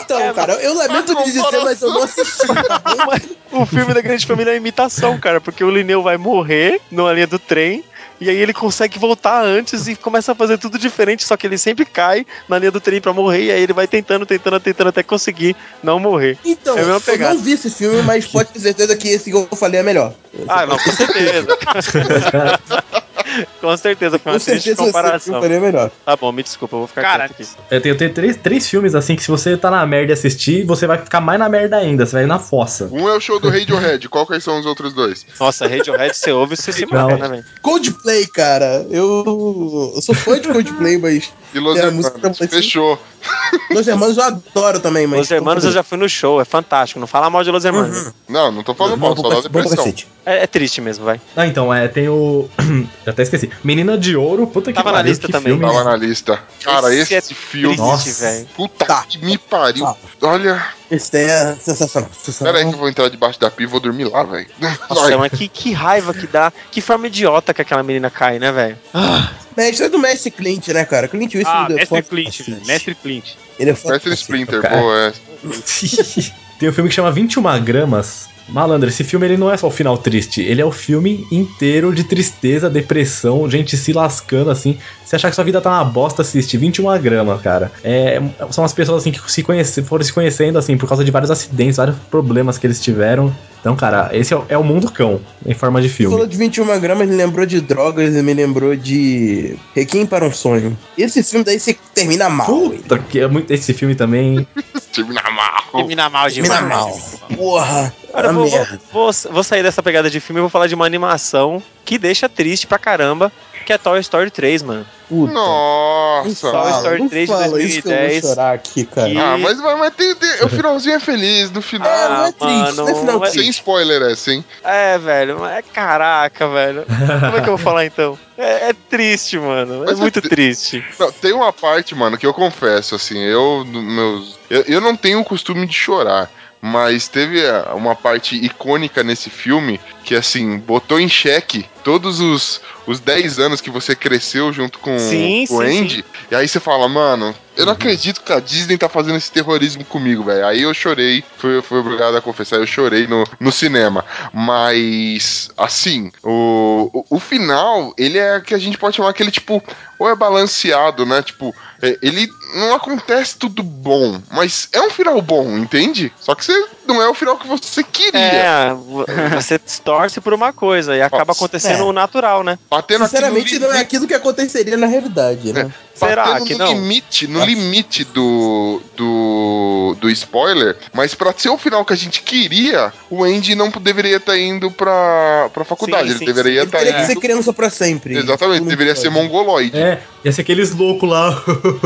E: Então,
C: é,
E: cara, eu lamento de dizer, mas eu não
C: [laughs]
E: assisti.
C: O filme da Grande Família é uma imitação, cara, porque o Lineu vai morrer numa linha do trem. E aí ele consegue voltar antes e começa a fazer tudo diferente, só que ele sempre cai na linha do trem pra morrer, e aí ele vai tentando, tentando, tentando até conseguir não morrer.
E: Então,
C: É a mesma
E: eu
C: pegada.
E: não vi esse filme, mas pode ter certeza que esse que eu falei é melhor.
C: Ah, não, com certeza. [laughs] com certeza, foi uma
E: Com
C: triste
E: certeza esse que eu
C: comparação.
E: falei é melhor.
C: Tá bom, me desculpa, eu vou ficar
G: Cara,
C: quieto aqui.
F: Eu tenho, eu tenho três, três filmes assim que se você tá na merda e assistir, você vai ficar mais na merda ainda, você vai ir na fossa.
A: Um é o show do Radiohead, qual que são os outros dois?
C: Nossa, Radiohead, você ouve, você se
F: Não.
C: mata, né, velho?
E: Coldplay, cara. Eu, eu sou fã de Coldplay, mas
A: E Los
E: É, a música
A: Hermanos,
E: tá mais-
A: fechou.
E: Los Hermanos eu adoro também, mas.
C: Los Hermanos eu já fui no show, é fantástico. Não fala mal de Los Hermanos.
A: Não, não tô falando mal,
H: Bom
A: só
H: pra
A: da
H: cac- bom pra
A: depressão.
H: cacete.
C: É, é triste mesmo, vai.
F: Ah, então, é, tem o. [clears throat] Já até esqueci. Menina de Ouro, puta que
C: Tava na
F: pariu,
C: lista
F: que
C: também.
F: filme.
A: Tava na lista. Cara, esse,
C: Esse é
A: filme.
C: Triste,
F: Nossa.
C: velho.
A: Puta
E: Tá.
A: que me pariu.
E: Tá.
A: Olha,
E: Esse é sensacional. sensacional.
A: pera aí que eu vou entrar debaixo da pia e vou dormir lá, velho. [laughs]
E: é
C: Nossa, mas que, que raiva que dá. Que forma idiota que aquela menina cai, né, velho?
E: Mestre é do mestre Clint, né, cara? Clint
G: Ah,
E: Eastwood é
G: Mestre
E: foda.
G: Clint, velho. Mestre Clint.
E: Ele é foda.
A: Mestre Splinter,
H: cara.
A: pô, é.
F: Tem um filme que chama 21 gramas. Malandro, esse filme ele não é só o final triste, ele é o filme inteiro de tristeza, depressão, gente se lascando assim. Se achar que sua vida tá uma bosta, assiste 21 gramas, cara. É, são as pessoas assim que se conhece, foram se conhecendo assim por causa de vários acidentes, vários problemas que eles tiveram. Então, cara, esse é, o- é o mundo cão em forma de
E: Ele falou
F: filme.
E: de 21 gramas, ele lembrou de drogas, ele me lembrou de Requiem para um Sonho. Esse filme daí você termina mal. ele
F: Puta, que é muito, esse filme também.
A: Time na mal.
C: Termina mal demais.
E: Termina mal. Porra.
C: Agora
E: a
C: eu vou,
E: Ah, merda.
C: vou- vou- vou sair dessa pegada de filme e vou falar de uma animação que deixa triste pra caramba, que é Toy Story 3, mano.
E: Puta.
A: Nossa.
C: Toy Story 3 de
E: isso que eu vou
C: 2010.
E: chorar aqui, cara.
C: Que-
A: Ah, mas, mas, mas tem, tem- o finalzinho é feliz. No final.
E: É, não é
C: Ah,
E: triste, não é
C: mano,
E: final
C: mas-
A: Sem
E: triste.
A: spoiler essa, hein?
C: É, velho, mas é caraca, velho. Como é que eu vou falar então? É, é triste, mano. É
A: Mas é
C: muito
A: tri-
C: triste.
A: Não, tem uma parte, mano, que eu confesso, assim, eu, no- meus, eu, eu não tenho o costume de chorar, mas teve ah, uma parte icônica nesse filme que, assim, botou em xeque todos os, os 10 anos que você cresceu junto com
C: Sim,
A: com o
C: sim,
A: Andy, [laughs] e aí você fala, mano, eu não acredito que a Disney tá fazendo esse terrorismo comigo, velho. Aí eu chorei, fui, fui obrigado a confessar, eu chorei no, no cinema. Mas, assim, o, o, o final, ele é que a gente pode chamar aquele tipo. Ou é balanceado, né? Tipo, é, ele não acontece tudo bom, mas é um final bom, entende? Só que você não é o final que você queria.
C: É, vo- você torce por uma coisa e acaba
A: Nossa,
C: acontecendo
E: é.
C: o natural, né?
A: Batendo Tá aqui no É,
E: Sinceramente, não é aquilo que aconteceria na realidade, né?
C: Será
A: batendo
C: que
A: no
C: não?
A: limite, no
E: Acho-
A: limite do, do do spoiler, mas pra ser o final que a gente queria, o Andy não deveria estar indo pra, pra faculdade,
C: Sim,
A: ele
C: sim,
A: deveria
E: Ele
A: estar
E: teria que
A: indo...
E: ser criança pra sempre.
A: tá Exatamente,
E: Não
A: deveria
E: pode.
A: ser mongoloide.
F: É, ia ser aqueles loucos lá. [laughs]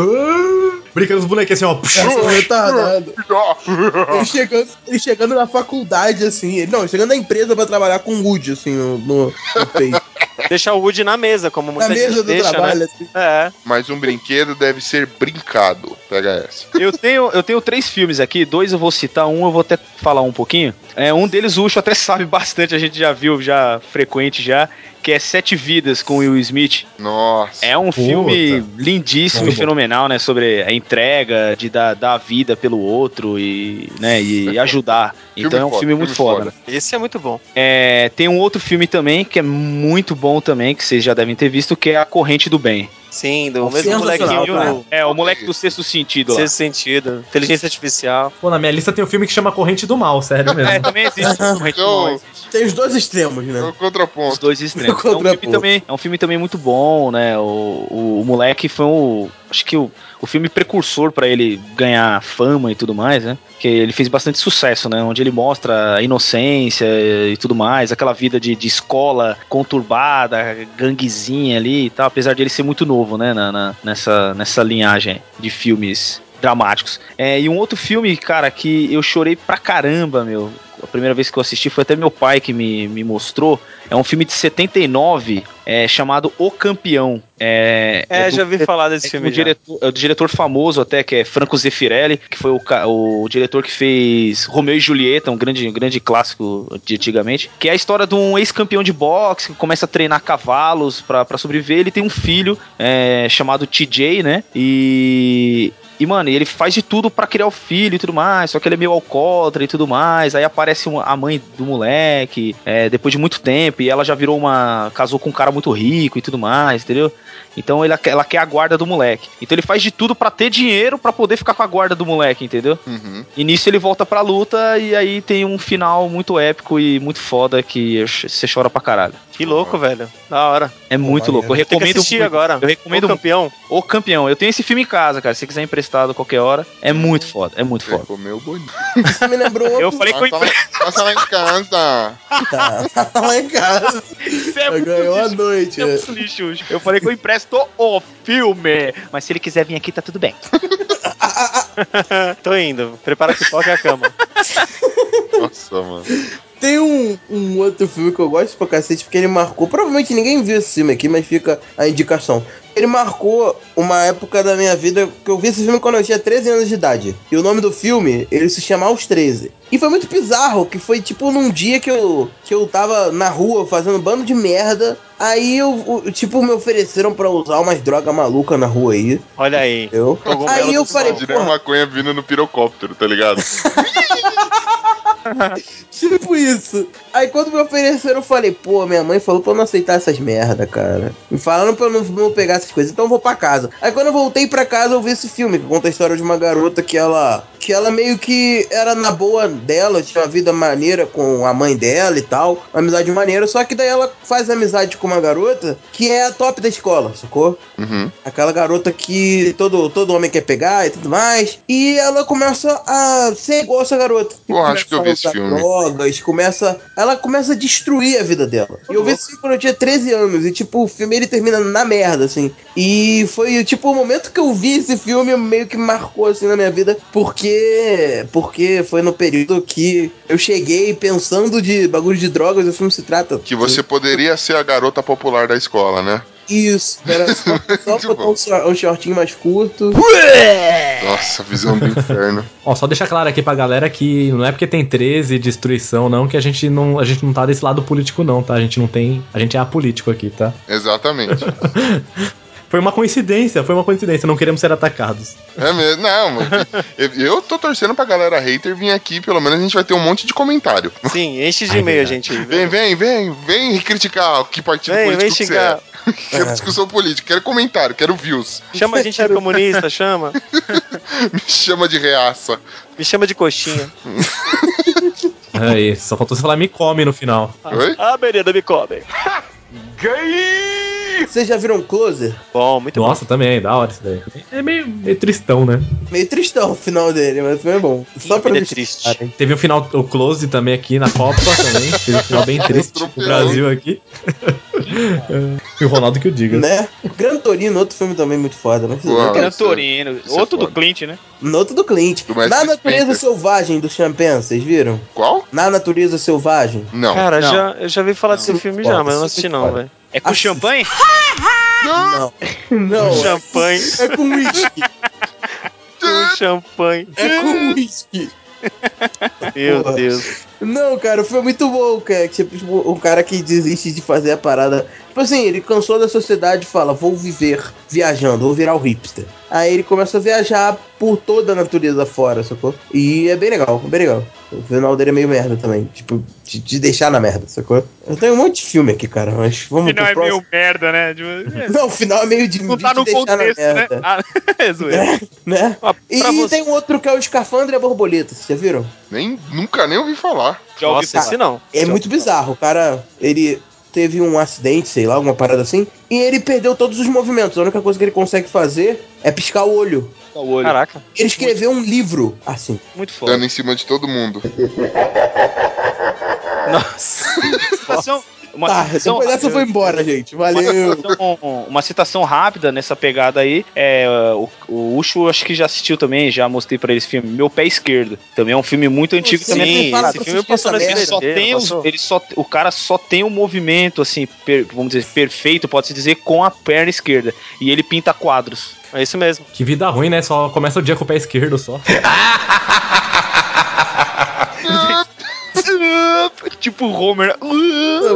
F: brincando os bonequinhos assim, ó.
E: Cara, você é um retardado.
A: [laughs] Ah,
E: Ele chegando, ele chegando na faculdade, assim. ele- não, ele chegando na empresa pra trabalhar com Woody, assim, no, no, no
A: [laughs]
E: peito.
C: Deixar o Woody na mesa, como
E: Na
C: muita gente
E: mesa do
C: deixa,
E: trabalho,
C: né?
E: assim.
C: É.
A: Mas um brinquedo deve ser brincado. Pega essa.
D: Eu tenho, eu tenho três filmes aqui, dois eu vou citar, um eu vou até falar um pouquinho. É, um deles o Ucho até [laughs] sabe bastante, a gente já viu, já frequente já, que é Sete Vidas com Will Smith.
A: Nossa.
D: É um
F: Puta.
D: filme lindíssimo
F: Muito
D: e
F: bom.
D: fenomenal, né? Sobre a entrega de dar, dar a vida pelo outro e, né, e ajudar.
A: Filme
D: Então é um
A: foda,
D: filme muito
A: filme
D: foda.
A: foda.
D: né?
C: Esse é muito bom.
D: É, tem um outro filme também que é muito bom também, que vocês já devem ter visto, que é A Corrente do Bem.
C: Sim, do
E: Nossa,
C: mesmo
E: sensacional,
C: molequinho.
D: É, o moleque do sexto sentido lá.
C: Sexto sentido, inteligência artificial.
F: Pô, na minha lista tem um filme que chama Corrente do Mal, sério mesmo. [laughs]
D: É, também existe a Corrente do
A: Então,
D: Mal.
E: Tem os dois extremos,
A: É
E: né?
A: o contraponto.
D: Os dois extremos. É um,
E: Contraponto.
D: filme também, é um filme também muito bom, né? O, o, o moleque foi um. Acho que o, o filme precursor pra ele ganhar fama e tudo mais, né? Que ele fez bastante sucesso, né? Onde ele mostra a inocência e tudo mais, aquela vida de, de escola conturbada, ganguezinha ali e tal, apesar de ele ser muito novo, né? na- na- nessa, nessa linhagem de filmes dramáticos. É, e um outro filme, cara, que eu chorei pra caramba, meu. A primeira vez que eu assisti foi até meu pai que me, me mostrou. É um filme de 79 é, chamado O Campeão. É,
C: É,
D: do-
C: já ouvi falar desse
D: é
C: filme.
D: um
C: já.
D: diretor, é um diretor famoso até, que é Franco Zeffirelli, que foi o, ca- o diretor que fez Romeu e Julieta, um grande, um grande clássico de antigamente, que é a história de um ex-campeão de boxe que começa a treinar cavalos pra pra sobreviver. Ele tem um filho é, chamado TJ, né? E. E, mano, ele faz de tudo pra criar o filho e tudo mais, só que ele é meio alcoólatra e tudo mais. Aí aparece uma- a mãe do moleque, é, depois de muito tempo, e ela já virou uma. casou com um cara muito rico e tudo mais, entendeu? Então ele- ela quer a guarda do moleque. Então ele faz de tudo pra ter dinheiro pra poder ficar com a guarda do moleque, entendeu?
A: Uhum.
D: E nisso ele volta pra luta e aí tem um final muito épico e muito foda que você chora pra caralho.
C: Que louco, velho. Da hora.
D: É
H: maneiro.
D: muito louco. Eu
C: Tem que
D: recomendo
C: assistir
D: muito.
C: agora.
D: Eu recomendo
C: o campeão.
D: O campeão. Eu tenho esse filme em casa, cara. Se você quiser emprestado a qualquer hora, é muito foda. É muito
A: Você
D: foda.
A: comeu bonito.
E: Isso me lembrou um
D: Eu
E: outro.
D: falei que eu
A: Passa lá,
D: emprestado.
A: passa lá em casa.
E: Tá, [laughs] lá em casa. Ganhou a noite. é.
D: Eu falei que eu empresto o filme. Mas se ele quiser vir aqui, tá tudo bem.
C: [laughs] Tô indo. Prepara a pipoca e a cama.
A: Nossa, mano.
E: Tem um, um outro filme que eu gosto pra cacete, porque ele marcou. Provavelmente ninguém viu esse filme aqui, mas fica a indicação. Ele marcou uma época da minha vida que eu vi esse filme quando eu tinha 13 anos de idade. E o nome do filme, ele se chama Aos 13. E foi muito bizarro, que foi tipo num dia que eu, que eu tava na rua fazendo um bando de merda. Aí eu, o- tipo, me ofereceram pra usar umas drogas malucas na rua aí.
C: Olha aí.
E: Eu.
C: Cogumelo
E: Aí eu
C: do
E: falei,
C: sol.
A: Imagina a
E: porra,
A: maconha vindo no pirocóptero, tá ligado?
E: Tipo isso. Aí quando me ofereceram, eu falei, pô, minha mãe falou pra eu não aceitar essas merda, cara. Me falaram pra eu não, não pegar essas coisas, então eu vou pra casa. Aí quando eu voltei pra casa, eu vi esse filme que conta a história de uma garota que ela. Que ela meio que era na boa dela, tinha uma vida maneira com a mãe dela e tal, uma amizade maneira, só que daí ela faz amizade com uma garota que é a top da escola, sacou?
A: Uhum.
E: Aquela garota que todo, todo homem quer pegar e tudo mais. E ela começa a ser igual essa garota.
A: Eu acho que eu vi esse
E: Começa a usar
A: filme.
E: Drogas, começa. Ela começa a destruir a vida dela. E eu vi esse filme quando eu tinha 13 anos. E, tipo, o filme ele termina na merda, assim. E foi, tipo, o momento que eu vi esse filme meio que marcou, assim, na minha vida. Porque. Porque foi no período que eu cheguei pensando de bagulho de drogas e o filme se trata.
A: Que você poderia ser a garota popular da escola, né? Tipo,
E: Isso, era
A: [laughs]
E: só, só
A: Muito
E: botar
A: bom.
E: um shor- um shortinho mais curto.
A: Nossa, visão do inferno.
F: Ó, só deixar claro aqui pra galera que não é porque tem 13 e destruição, não, que a gente não, a gente não tá desse lado político, não, tá? A gente não tem. A gente é apolítico aqui, tá?
A: Exatamente.
F: Foi uma coincidência, foi uma coincidência, não queremos ser atacados.
A: É mesmo? Não, mano. Eu- eu tô torcendo pra galera hater vir aqui, pelo menos a gente vai ter um monte de comentário.
C: Sim, enche de
F: Ai,
C: e-mail,
F: verdade.
C: gente.
A: Vem, vem, vem, vem criticar que partido
C: Vem,
A: político
C: vem
A: que você
C: xingar.
A: é. Quero discussão política, quero comentário, quero views.
C: Chama a gente de [laughs] comunista, chama.
A: Me chama de reaça.
C: Me chama de coxinha.
F: Aí, É só faltou você falar me come no final.
A: Oi?
C: Ah, merenda, me come.
E: Vocês já viram Closer?
C: Bom, muito
F: Nossa, também, da hora isso daí. É meio, meio tristão, né?
E: Meio tristão o final dele, mas foi bom. Só
C: bom.
E: pra
C: Vida é
E: deixar.
C: triste.
F: Teve o final, o close também aqui na Copa também. Fez um final [laughs] bem triste pro Brasil [laughs] aqui. e o Ronaldo que o diga.
E: Né? Gran Torino, outro filme também muito foda, mas
A: Uau.
G: Gran
A: isso é-
G: Torino.
A: isso é
G: Outro do
A: foda.
G: Clint, né?
E: no outro do Clint.
A: Do Wesley
E: Na natureza
A: Splinter.
E: selvagem do Champagne, vocês viram?
A: Qual?
E: Na natureza selvagem.
A: Não.
C: Cara,
G: Não.
C: já, eu já vi falar desse
E: Não.
C: filme já, mas eu
E: Isso
C: não assisti
E: é
C: não,
E: foda.
C: velho.
G: É com
E: Assim.
G: champanhe?
E: Não. Não.
C: Champanhe,
E: É com whisky.
C: um champanhe.
E: É com whisky.
C: Meu
E: Porra.
C: Deus.
E: Não, cara, foi muito bom, cara. Tipo, tipo, um cara que desiste de fazer a parada. Tipo assim, ele cansou da sociedade e fala: vou viver viajando, vou virar o hipster. Aí ele começa a viajar por toda a natureza fora, sacou? E é bem legal, bem legal. O final dele é meio merda também. Tipo, de, de deixar na merda, sacou? Eu tenho um monte de filme aqui, cara, mas vamos
G: Final
E: pro
G: é
E: próximo. [laughs]
G: meio merda, né? Tipo, é,
E: Não, o final é meio de,
G: Não
E: de
G: tá no
E: deixar
G: contexto,
E: na
G: né?
E: merda.
G: Ah, [laughs] é zoeira.
E: Né?
C: Ó,
E: E
C: pra você,
E: tem um outro que é o Escafandre e a Borboleta, vocês já viram?
A: Nem, nunca nem ouvi falar.
G: Já ouvi
C: nossa, esse não.
E: É muito bizarro. O cara, ele teve um acidente, sei lá, alguma parada assim, e ele perdeu todos os movimentos. A única coisa que ele consegue fazer é piscar o olho.
G: falar Tá o olho.
C: Caraca.
E: Ele escreveu um livro assim.
G: Muito foda.
A: Dando em cima de todo mundo.
C: Nossa.
G: Citação- Uma
E: tá,
G: citação,
E: depois dessa foi embora, gente. Valeu.
D: Uma citação, uma citação rápida nessa pegada aí. É, o, o Ucho acho que já assistiu também, já mostrei pra ele esse filme. Meu Pé Esquerdo. Também é um filme muito antigo
E: Sim,
D: também.
C: Sim,
E: fala,
C: esse
E: pra
C: filme
E: assistir
C: passou na
E: essa
D: Ele
E: merda.
D: só tem
C: SBT, não
D: os,
C: passou?
D: ele só, o cara só tem um movimento assim, per- vamos dizer, perfeito, pode se dizer, com a perna esquerda. E ele pinta quadros.
C: É isso mesmo.
F: Que vida ruim, né? Só começa o dia com o pé esquerdo só.
D: tipo Homer.
E: Tá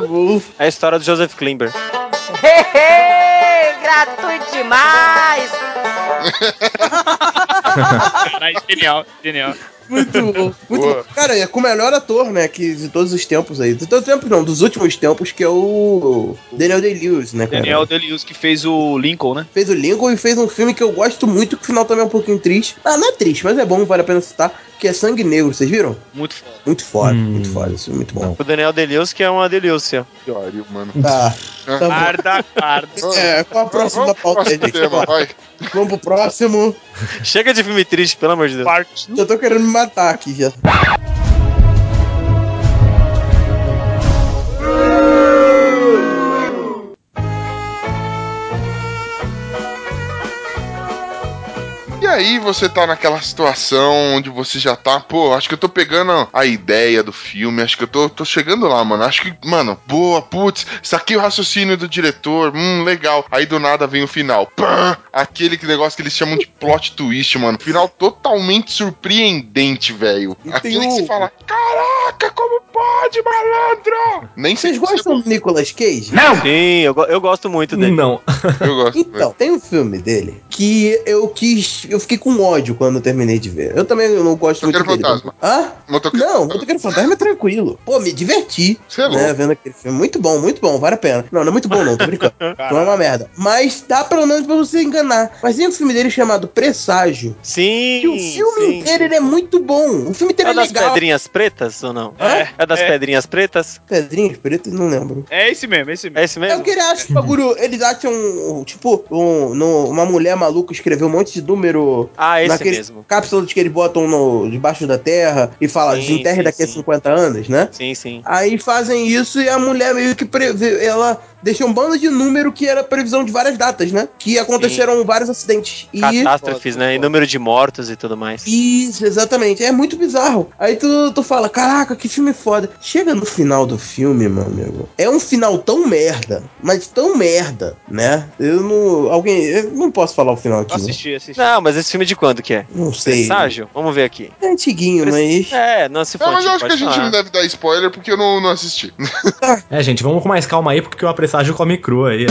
E: bom.
C: É a história do Joseph Klimber.
H: Gratuito demais!
G: Caralho, genial, genial.
E: Muito bom. Muito
A: Boa.
E: bom. Cara, é com o melhor ator, né? Que de todos os tempos aí. De todos os tempos, não, dos últimos tempos, que é o Daniel Day-Lewis, né, cara?
D: Daniel Delius que fez o Lincoln, né?
E: Fez o Lincoln e fez um filme que eu gosto muito, que o final também é um pouquinho triste. Ah, não é triste, mas é bom, vale a pena citar, que é Sangue Negro, vocês viram?
D: Muito foda.
E: Muito foda,
F: Hum.
E: muito foda, isso é muito bom.
F: Não.
C: O Daniel Delius, que é uma delícia.
A: Que pariu, mano.
E: Tá, tá bom.
G: Arda, Arda.
E: É, qual a próxima da pauta,
C: é
A: Próximo
E: gente?
A: tema, vai.
E: Vamos pro próximo.
C: Chega de filme triste, pelo amor de Deus.
G: Parte
E: Já tô querendo me matar aqui já.
A: E aí você tá naquela situação onde você já tá, pô, acho que eu tô pegando a ideia do filme, acho que eu tô, tô chegando lá, mano. Acho que, mano, boa, putz, saquei o raciocínio do diretor, hum, legal. Aí do nada vem o final. Pã! Aquele que negócio que eles chamam de plot twist, mano. Final totalmente surpreendente, velho.
E: E tem
A: Aquele que
E: o-
A: se fala, caraca, como pode, malandro? Nem sei
E: Vocês gostam do Nicolas Cage?
C: Sim, eu, go- eu gosto muito
E: Hum.
C: dele.
F: Não.
A: Eu gosto. né?
E: Então, tem um filme dele que eu quis. Eu fiquei com ódio quando eu terminei de ver. Eu também não gosto muito
A: Motoqueiro
E: dele.
A: Fantasma.
E: Hã?
A: Motoqueiro-
E: Não, Motoqueiro Fantasma é tranquilo. Pô, me diverti.
A: Você é louco.
E: Né, vendo aquele filme. Muito bom, muito bom, vale a pena. Não, não é muito bom, não,
A: [laughs]
E: tô brincando. não é uma merda. Mas dá pelo menos pra você enganar. Mas tem um filme dele chamado Presságio.
C: Sim.
E: Que o filme
C: sim,
E: inteiro
C: sim.
E: ele é muito bom. O filme inteiro
C: É
E: é
C: das
E: legal.
C: pedrinhas pretas ou não?
E: Hã?
C: É das
G: É.
C: pedrinhas pretas?
E: Pedrinhas pretas, não lembro.
G: É esse mesmo, é esse mesmo.
C: É isso
E: É o
C: mesmo?
E: que ele acha que o bagulho. Eles acham, tipo, um- no- uma mulher maluca escreveu um monte de número
C: Ah, esse
E: Naquele-
C: mesmo.
E: cápsulas que eles botam no, debaixo da terra e falam,
C: Sim,
E: desenterre
C: sim,
E: daqui a
C: sim.
E: 50 anos, né?
C: Sim, sim.
E: Aí fazem isso e a mulher meio que prevê, ela deixou um bando de número que era previsão de várias datas, né? Que aconteceram vários acidentes. E
C: Catástrofes, né? E número de mortos e tudo mais.
E: isso, exatamente. É muito bizarro. Aí tu, tu fala, caraca, que filme foda. Chega no final do filme, meu amigo. É um final tão merda, mas tão merda, né? Eu não. Alguém. Eu não posso falar o final aqui. né?
G: Assisti, assisti.
C: Não, mas esse filme de quando que é?
E: Não sei.
C: Presságio? Vamos ver aqui.
E: É antiguinho, mas.
C: É, não se for.
A: Não, mas eu acho que
C: tipo,
A: a
C: pode
A: gente
C: falar.
A: não
E: é.
A: deve dar spoiler porque eu não, não assisti.
F: É, gente, vamos com mais calma aí, porque o apresságio come cru aí.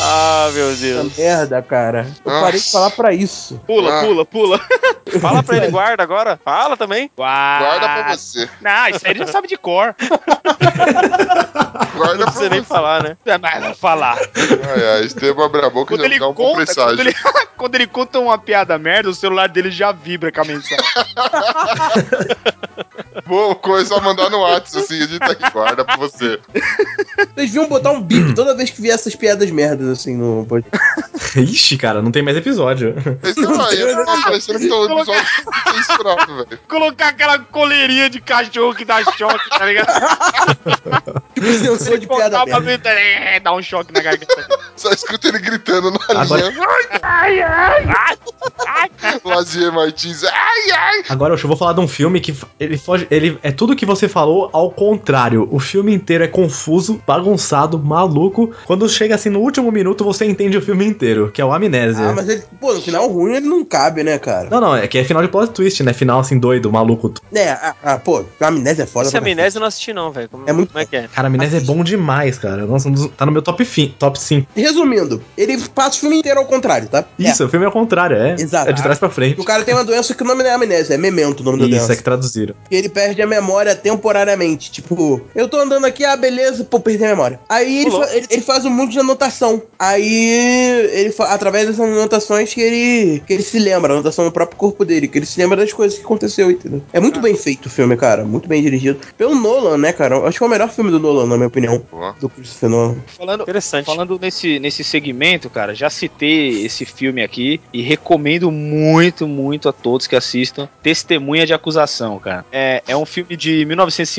C: Ah, meu
E: [laughs]
C: Deus.
E: Essa é merda, cara. Eu
A: Nossa.
E: parei de falar pra isso.
G: Pula,
A: Ah.
G: pula, pula.
C: Fala pra ele, guarda agora. Fala também.
A: Guarda
G: Ah,
A: pra você.
G: Não, isso aí ele já sabe de cor.
A: Guarda pra
C: Não
A: você.
C: precisa nem falar, né?
G: Não, É, Mas vai falar.
A: Ai, ai, Estevam abre a boca e
G: Quando
A: já
G: ele,
A: dá um bom
G: conta, quando,
A: presságio.
G: ele, [laughs] quando ele conta uma piada merda, o celular dele já vibra com
A: [laughs]
G: a mensagem.
A: Vou começar a mandar no WhatsApp assim, a gente tá aqui, guarda pra você.
E: Vocês deviam botar um bip toda vez que vier essas piadas merdas assim no podcast.
F: Ixi, cara, não tem mais episódio.
A: Vocês estão aí, eu tô parecendo que é um episódio censurado, velho.
G: Colocar aquela coleirinha de cachorro que dá choque, tá ligado?
E: [laughs] Tipo, sensor de piada
G: Cortar o
E: merda.
G: bagulho, é, dá um choque na garganta.
A: Só escuta ele gritando na
F: Agora-
A: linha. Lazier Martins. Ai, ai.
F: Agora eu vou falar de um filme que ele foge. Ele é tudo que você falou ao contrário. O filme inteiro é confuso, bagunçado, maluco. Quando chega assim no último minuto, você entende o filme inteiro, que é o Amnésia.
E: Ah, mas ele, pô, no final ruim ele não cabe, né, cara?
F: Não, não, é que é final de plot twist, né? Final assim, doido, maluco.
E: É, ah, ah, pô, a amnésia é foda.
C: Esse
E: pra
C: amnésia eu não assisti, não, velho. Como
E: É muito
C: como é que é?
F: Cara, Amnésia é bom demais, cara. Nossa, um dos- tá no meu top, fi, top 5.
E: cacete. Resumindo, ele passa o filme inteiro ao contrário, tá?
F: Isso, o filme é o contrário, é.
E: Exato.
F: É de trás pra
E: É. O
F: frente.
E: cara tem uma doença que o nome não é amnésia, é memento o nome da
F: Isso,
E: doença.
F: é que traduziram.
E: que ele perde a memória temporariamente. Tipo, eu tô andando aqui, ah, beleza, pô, perdi a memória. Aí ele,
C: Pulou.
E: fa- ele, ele faz um monte de anotação. Aí ele fa- através dessas anotações que ele que ele se lembra, a anotação do próprio corpo dele, que ele se lembra das coisas que aconteceu, entendeu? É muito bem feito o filme, cara, muito bem dirigido pelo Nolan, né, cara? Eu Acho que é o melhor filme do Nolan, na minha opinião.
A: Boa.
E: Do Christopher Nolan.
G: Falando,
C: Interessante.
G: Falando nesse, nesse segmento, cara, já citei esse filme aqui e recomendo muito, muito a todos que assistam Testemunha de Acusação, cara. É, é um filme de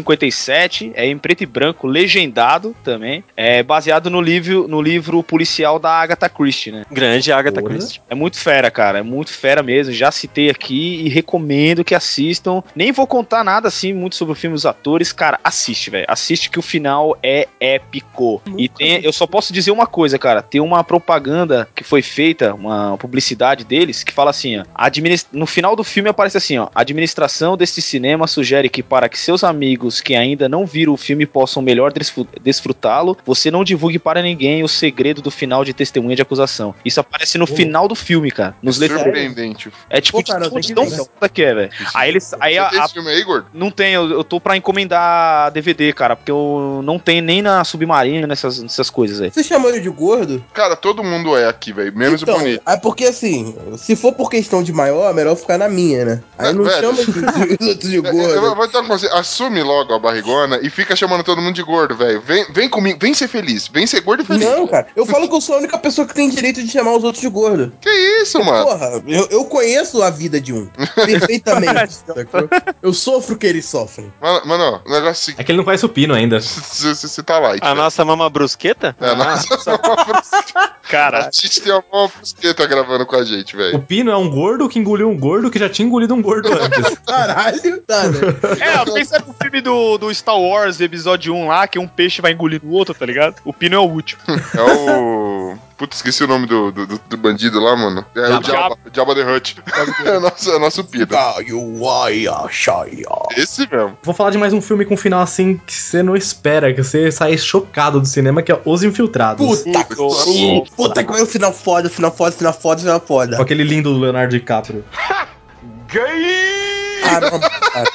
G: 1957, é em preto e branco, legendado também, é baseado no livro, no livro policial da Agatha Christie, né?
C: Grande Agatha
F: Porra.
C: Christie.
G: É muito fera, cara, é muito fera mesmo, já citei aqui e recomendo que assistam. Nem vou contar nada, assim, muito sobre o filme, os atores, cara, assiste, velho, assiste que o final é épico. E tem, eu só posso dizer uma coisa, cara, tem uma propaganda que foi feita, uma publicidade deles, que fala assim, ó, "Adminis- no final do filme aparece assim, ó, a administração deste cinema sugere que para que seus amigos que ainda não viram o filme possam melhor desfru- desfrutá-lo, você não divulgue para ninguém o segredo do final de testemunha de acusação. Isso aparece no
E: Pô.
G: final do filme, cara, nos letreiros.
A: Surpreendente.
G: É tipo,
E: Pô, cara, eu
G: de-
E: tenho que
G: tão
E: ver.
G: foda que é, velho. Aí eles, aí
A: Você
G: a-
A: tem
G: a
A: esse filme aí, gordo?
G: não tem, eu, eu tô pra encomendar DVD, cara, porque eu não tenho nem na Submarina, nessas, nessas coisas aí.
E: Você chamou ele de gordo?
A: Cara, todo mundo é aqui, velho. Menos o Bonito.
E: é porque assim, se for por questão de maior, é melhor ficar na minha, né? Aí não
A: Velho.
E: chama de- de, de,
A: [laughs]
E: de
A: Eu- eu- eu
E: gordo.
A: vou dar um conselho. Assume logo a barrigona e fica chamando todo mundo de gordo, velho. Vem, vem comigo, vem ser feliz. Vem ser gordo e feliz.
E: [laughs] Não, cara, eu falo que eu sou a única pessoa que tem direito de chamar os outros de gordo.
A: Que isso, mano?
E: Porra, eu, eu conheço a vida de um [laughs] perfeitamente. sacou? eu sofro o que eles sofrem.
A: Mano, mano, o negócio é
F: É que ele não conhece o pino ainda.
A: o seguinte: você você tá light.
C: A
A: velho.
C: nossa mama brusqueta?
A: É, nossa, [laughs]
C: Cara,
A: a gente tem uma mão fusqueta gravando com a gente,
F: O
A: velho.
F: Pino, menino é um gordo que engoliu um gordo que já tinha engolido um
E: [laughs]
F: gordo antes.
E: Caralho. Tá, né?
G: É, pensa no filme do, do Star Wars, episódio 1 lá, que um peixe vai engolir o outro, tá ligado? O Pino é o último.
A: É o. Putz, esqueci o nome do, do, do bandido lá, mano. É o Jabba, o Jabba the Hutt. É o nosso, é o nosso Pida.
E: Ah, you why, ah, shy, ah.
A: Esse mesmo.
F: Vou falar de mais um filme com um final assim que você não espera, que você sai chocado do cinema, que é Os Infiltrados.
A: Tá
E: Puta que pariu. Puta que pariu. Final foda, final foda, final foda, final foda.
F: Com aquele lindo Leonardo DiCaprio.
E: Caramba, Ah, cara.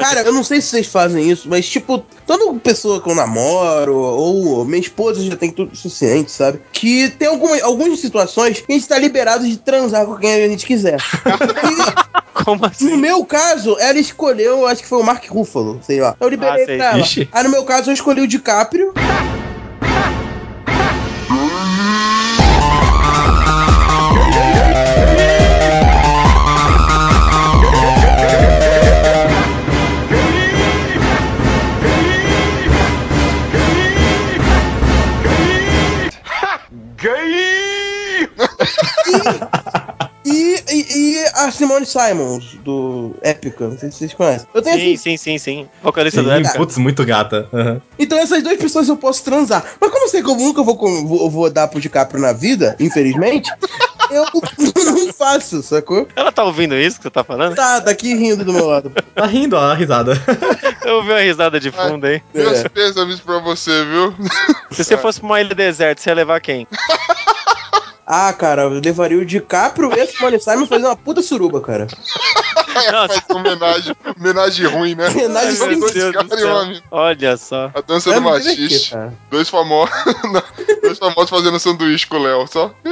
E: Cara, eu não sei se vocês fazem isso, mas tipo, toda pessoa que eu namoro, ou minha esposa já tem tudo suficiente, sabe? Que tem alguma, algumas situações que a gente tá liberado de transar com quem a gente
C: [laughs]
E: quiser. E
C: [laughs] Como assim?
E: no meu caso, ela escolheu, eu acho que foi o Mark Ruffalo, sei lá. Eu liberei
C: Ah, sei.
E: pra ela.
F: Ixi.
E: Aí no meu caso eu escolhi o DiCaprio. E, e, e a Simone Simons, do Épica, não sei se vocês conhecem. Eu tenho
C: Sim,
E: essas,
C: sim, sim, sim. Vocalista do
F: Sim,
C: Epica.
F: Putz, muito gata. Aham.
E: então essas duas pessoas eu posso transar. Mas como eu sei que eu nunca vou, com- vou, vou dar pro DiCaprio na vida, infelizmente, eu [laughs] não faço, sacou?
C: Ela tá ouvindo isso que você tá falando?
E: Tá, tá aqui rindo do meu lado.
F: Tá rindo ó, a risada.
C: Eu ouvi uma risada de fundo aí.
A: Meus
E: É.
A: pêsames pra você, viu? [laughs]
C: Se
G: Tá.
C: você fosse pra uma ilha deserta, você ia
G: [laughs]
C: levar quem?
E: Ah, cara, eu levaria o DiCaprio e a Simone Simons fazer uma puta suruba, cara.
C: Nossa,
A: Faz uma homenagem. Homenagem ruim, né?
E: Homenagem
A: Ai, meu
E: sem
A: Deus,
C: Deus do
A: cara,
C: céu.
A: homem.
C: olha só.
A: A dança
E: Eu
A: do
E: não sei o que,
A: machiste.
E: É cara.
A: Dois famosos. [laughs] dois famosos fazendo sanduíche com o Léo, só. [laughs]